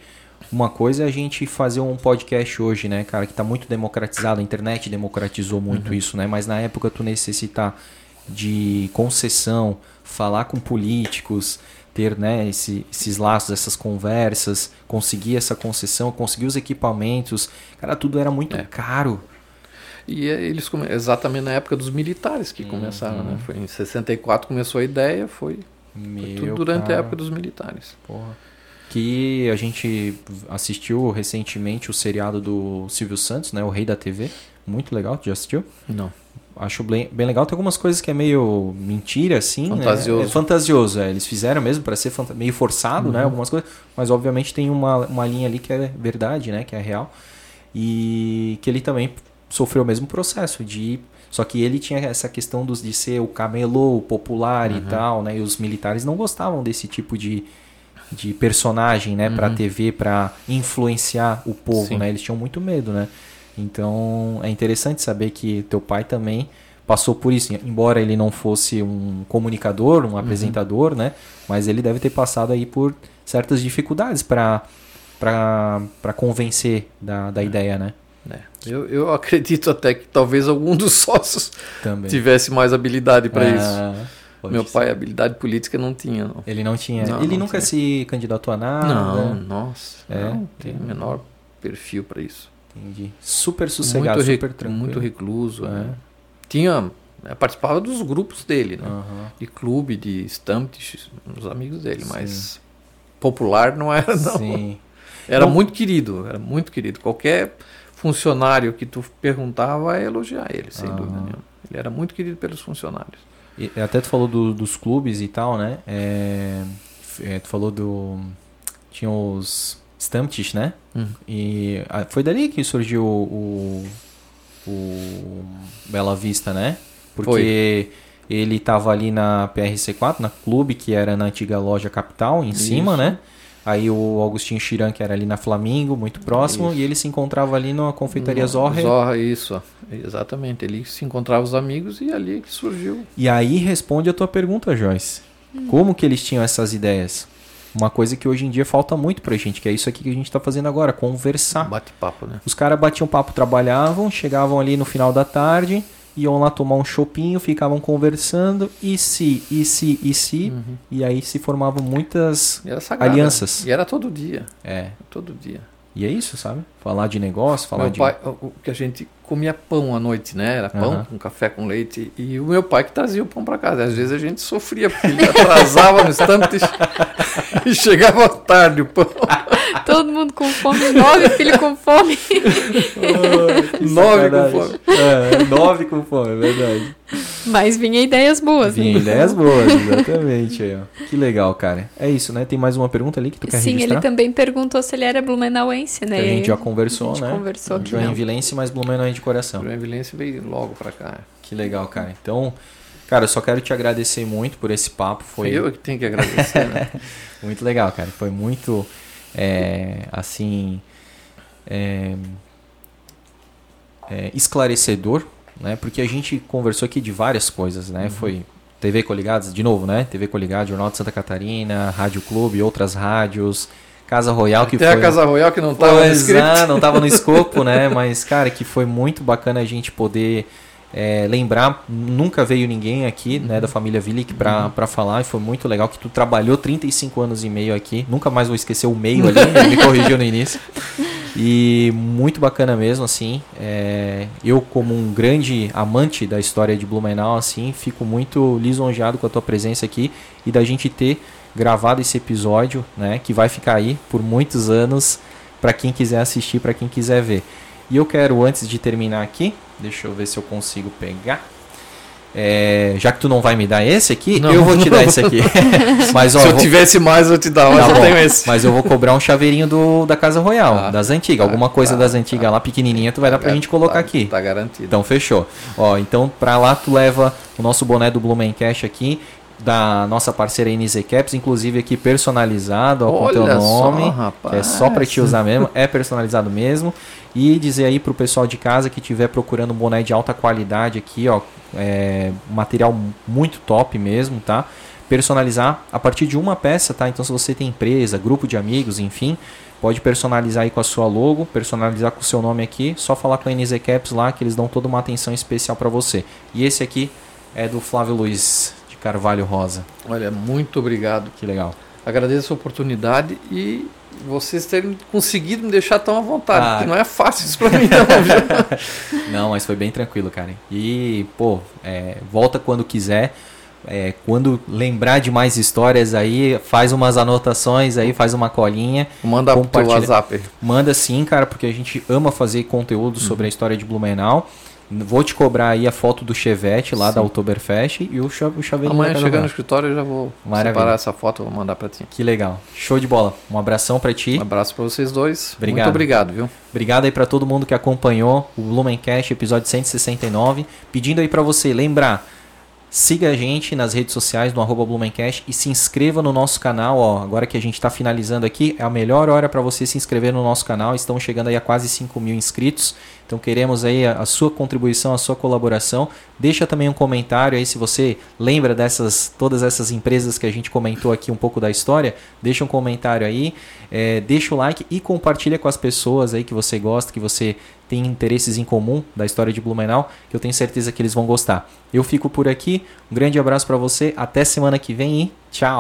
Speaker 1: uma coisa é a gente fazer um podcast hoje, né, cara, que tá muito democratizado, a internet democratizou muito
Speaker 3: Uhum.
Speaker 1: isso, né? Mas na época tu necessitar de concessão, falar com políticos, ter né, esse, esses laços, essas conversas, conseguir essa concessão, conseguir os equipamentos. Cara, tudo era muito
Speaker 3: É.
Speaker 1: caro.
Speaker 3: E eh, eles come- exatamente na época dos militares que começaram,
Speaker 1: Uhum.
Speaker 3: né? Foi em 64 começou a ideia, foi, foi
Speaker 1: Meu,
Speaker 3: tudo durante
Speaker 1: cara.
Speaker 3: a época dos militares.
Speaker 1: Porra. Que a gente assistiu recentemente o seriado do Silvio Santos, né? O Rei da TV. Muito legal, tu já assistiu?
Speaker 3: Não.
Speaker 1: Acho bem, bem legal. Tem algumas coisas que é meio mentira, assim. né?
Speaker 3: Fantasioso.
Speaker 1: É fantasioso, é. Eles fizeram mesmo para ser fanta- meio forçado, né? Algumas coisas. Mas, obviamente, tem uma, uma linha ali que é verdade, né? Que é real. E que ele também sofreu o mesmo processo de... Só que ele tinha essa questão dos, de ser o camelô, o popular e tal, né? E os militares não gostavam desse tipo de, de personagem, né? Pra TV, pra influenciar o povo,
Speaker 3: Uhum. Sim.
Speaker 1: né? Eles tinham muito medo, né? Então é interessante saber que teu pai também passou por isso, embora ele não fosse um comunicador,
Speaker 3: Uhum.
Speaker 1: um apresentador, né? Mas ele deve ter passado aí por certas dificuldades pra para convencer da,
Speaker 3: É.
Speaker 1: da ideia, né?
Speaker 3: né? Eu, eu acredito até que talvez algum dos sócios
Speaker 1: Também.
Speaker 3: tivesse mais habilidade para isso.
Speaker 1: Ah, pode
Speaker 3: Meu
Speaker 1: ser.
Speaker 3: pai habilidade política não tinha, não.
Speaker 1: Ele não tinha.
Speaker 3: Não,
Speaker 1: ele
Speaker 3: não
Speaker 1: nunca se candidatou a nada.
Speaker 3: não, nossa,
Speaker 1: Ah, É.
Speaker 3: não tem o menor perfil para isso.
Speaker 1: Entendi. Super sossegado,
Speaker 3: muito,
Speaker 1: super
Speaker 3: rec-
Speaker 1: tranquilo.
Speaker 3: muito recluso,
Speaker 1: É.
Speaker 3: é. Tinha, é, participava dos grupos dele, né?
Speaker 1: Aham.
Speaker 3: de clube, de stamp, de- os amigos dele, mas popular não era não.
Speaker 1: Sim.
Speaker 3: Era
Speaker 1: Não.
Speaker 3: muito querido, era muito querido. Qualquer funcionário que tu perguntava ia elogiar ele, sem
Speaker 1: Ah.
Speaker 3: dúvida nenhuma. Ele era muito querido pelos funcionários.
Speaker 1: E, até tu falou do- dos clubes e tal, né? É, f- é, tu falou do. Tinha os Stamptish, né?
Speaker 3: Uhum.
Speaker 1: E ah, foi dali que surgiu o, o Bela Vista, né? Porque ele tava ali na PRC4, na Clube, que era na antiga loja Capital, em
Speaker 3: Isso.
Speaker 1: cima, né? Aí o Augustinho Chiran, que era ali na Flamingo, muito próximo, e ele se encontrava ali na Confeitaria Zorre.
Speaker 3: Hum, Zorra, isso. ó. Exatamente. Ele se encontrava os amigos e ali que surgiu.
Speaker 1: E aí responde a tua pergunta, Joyce. Como que eles tinham essas ideias? Uma coisa que hoje em dia falta muito pra gente, que é isso aqui que a gente tá fazendo agora,
Speaker 3: um
Speaker 1: conversar.
Speaker 3: Bate-papo, né?
Speaker 1: Os caras batiam papo, trabalhavam, chegavam ali no final da tarde, iam lá tomar um chopinho, ficavam conversando, e se, e se, e se,
Speaker 3: Uhum.
Speaker 1: e aí se formavam muitas
Speaker 3: E era sagrado. né?
Speaker 1: Alianças.
Speaker 3: E era todo dia.
Speaker 1: é,
Speaker 3: Todo dia.
Speaker 1: E é isso, sabe? Falar de negócio, falar
Speaker 3: meu
Speaker 1: de.
Speaker 3: pai, o o que a gente comia pão à noite, né? Era pão
Speaker 1: Aham.
Speaker 3: com café com leite. E o meu pai que trazia o pão para casa. Às vezes a gente sofria, porque ele atrasava no estante e chegava tarde o pão.
Speaker 1: Ah.
Speaker 2: Todo mundo com fome, nove filhos com fome.
Speaker 3: Nove com fome.
Speaker 1: É, nove com fome, é verdade.
Speaker 2: Mas vinha ideias boas. né?
Speaker 1: Vinha ideias boas, exatamente. aí, ó. Que legal, cara. É isso, né? Tem mais uma pergunta ali que tu quer
Speaker 2: Sim,
Speaker 1: registrar?
Speaker 2: ele também perguntou se ele era blumenauense, né?
Speaker 1: Que a gente já
Speaker 2: A
Speaker 1: conversou,
Speaker 2: gente
Speaker 1: né?
Speaker 2: conversou aqui, né?
Speaker 1: Joinvilense, mas Blumenau é de coração.
Speaker 3: A violência veio logo para cá.
Speaker 1: Que legal, cara. Então, cara, eu só quero te agradecer muito por esse papo. Foi
Speaker 3: Foi eu que tenho que agradecer. Né?
Speaker 1: muito legal, cara. Foi muito, é, assim, é, é, esclarecedor, né? Porque a gente conversou aqui de várias coisas, né?
Speaker 3: Uhum.
Speaker 1: Foi TV Coligados, de novo, né? TV Coligados, Jornal de Santa Catarina, Rádio Clube, outras rádios, Casa Royal, que
Speaker 3: Até
Speaker 1: foi... um
Speaker 3: a Casa Royal que não tá estava
Speaker 1: Pois
Speaker 3: inscrito.
Speaker 1: é, não tava no escopo, né? Mas, cara, que foi muito bacana a gente poder é, lembrar. Nunca veio ninguém aqui, né, da família Vilic pra, pra falar. E foi muito legal que tu trabalhou 35 anos e meio aqui. Nunca mais vou esquecer o meio ali, ele me corrigiu no início. E muito bacana mesmo, assim. É, eu, como um grande amante da história de Blumenau, assim, fico muito lisonjeado com a tua presença aqui e da gente ter gravado esse episódio, né? Que vai ficar aí por muitos anos para quem quiser assistir, para quem quiser ver. E eu quero, antes de terminar aqui, deixa eu ver se eu consigo pegar. É, já que tu não vai me dar esse aqui,
Speaker 3: Não.
Speaker 1: eu vou te dar esse aqui. Mas ó,
Speaker 3: Se eu
Speaker 1: vou-
Speaker 3: tivesse mais, eu te dava, mas
Speaker 1: Tá
Speaker 3: eu
Speaker 1: bom,
Speaker 3: tenho esse.
Speaker 1: Mas eu vou cobrar um chaveirinho do, da Casa Royal,
Speaker 3: Tá.
Speaker 1: das antigas. Alguma coisa das antigas lá, pequenininha, tu vai dar pra gente colocar
Speaker 3: tá,
Speaker 1: aqui.
Speaker 3: Tá garantido.
Speaker 1: Então, fechou. Ó, então pra lá tu leva o nosso boné do Blumencast aqui, da nossa parceira NZ Caps, inclusive aqui personalizado, ó, com o teu
Speaker 3: Olha só,
Speaker 1: nome.
Speaker 3: rapaz.
Speaker 1: que é só pra te usar mesmo, é personalizado mesmo. E dizer aí pro pessoal de casa que estiver procurando um boné de alta qualidade aqui, ó, é, material muito top mesmo, tá? Personalizar a partir de uma peça, tá? Então se você tem empresa, grupo de amigos, enfim, pode personalizar aí com a sua logo, personalizar com o seu nome aqui, só falar com a NZ Caps lá que eles dão toda uma atenção especial pra você. E esse aqui é do Flávio Luiz de Carvalho Rosa.
Speaker 3: Olha, muito obrigado.
Speaker 1: Que legal.
Speaker 3: Agradeço a oportunidade e vocês terem conseguido me deixar tão à vontade,
Speaker 1: Ah.
Speaker 3: porque não é fácil isso pra mim, não, viu?
Speaker 1: Não, mas foi bem tranquilo, cara. E, pô, é, volta quando quiser. É, quando lembrar de mais histórias aí, faz umas anotações aí, faz uma colinha.
Speaker 3: Manda pro teu
Speaker 1: Compartilha.
Speaker 3: WhatsApp. aí.
Speaker 1: Manda sim, cara, porque a gente ama fazer conteúdo
Speaker 3: Uhum.
Speaker 1: sobre a história de Blumenau. Vou te cobrar aí a foto do Chevette lá da Oktoberfest e o, cha- o chaveirinho. da
Speaker 3: Amanhã chegando
Speaker 1: caravana.
Speaker 3: no escritório eu já vou
Speaker 1: Maravilha.
Speaker 3: separar essa foto, vou mandar pra ti.
Speaker 1: Que legal. Show de bola. Um abração pra ti.
Speaker 3: Um abraço pra vocês dois.
Speaker 1: Obrigado.
Speaker 3: Muito obrigado, viu?
Speaker 1: Obrigado aí pra todo mundo que acompanhou o Lumencast episódio 169. Pedindo aí pra você lembrar, siga a gente nas redes sociais no arroba Blumencast e se inscreva no nosso canal. Ó, agora que a gente tá finalizando aqui, é a melhor hora pra você se inscrever no nosso canal. Estamos chegando aí a quase 5 mil inscritos. Então queremos aí a, a sua contribuição, a sua colaboração. Deixa também um comentário aí se você lembra dessas todas essas empresas que a gente comentou aqui um pouco da história. Deixa um comentário aí, é, deixa o like e compartilha com as pessoas aí que você gosta, que você tem interesses em comum da história de Blumenau, que eu tenho certeza que eles vão gostar. Eu fico por aqui. Um grande abraço para você. Até semana que vem e tchau.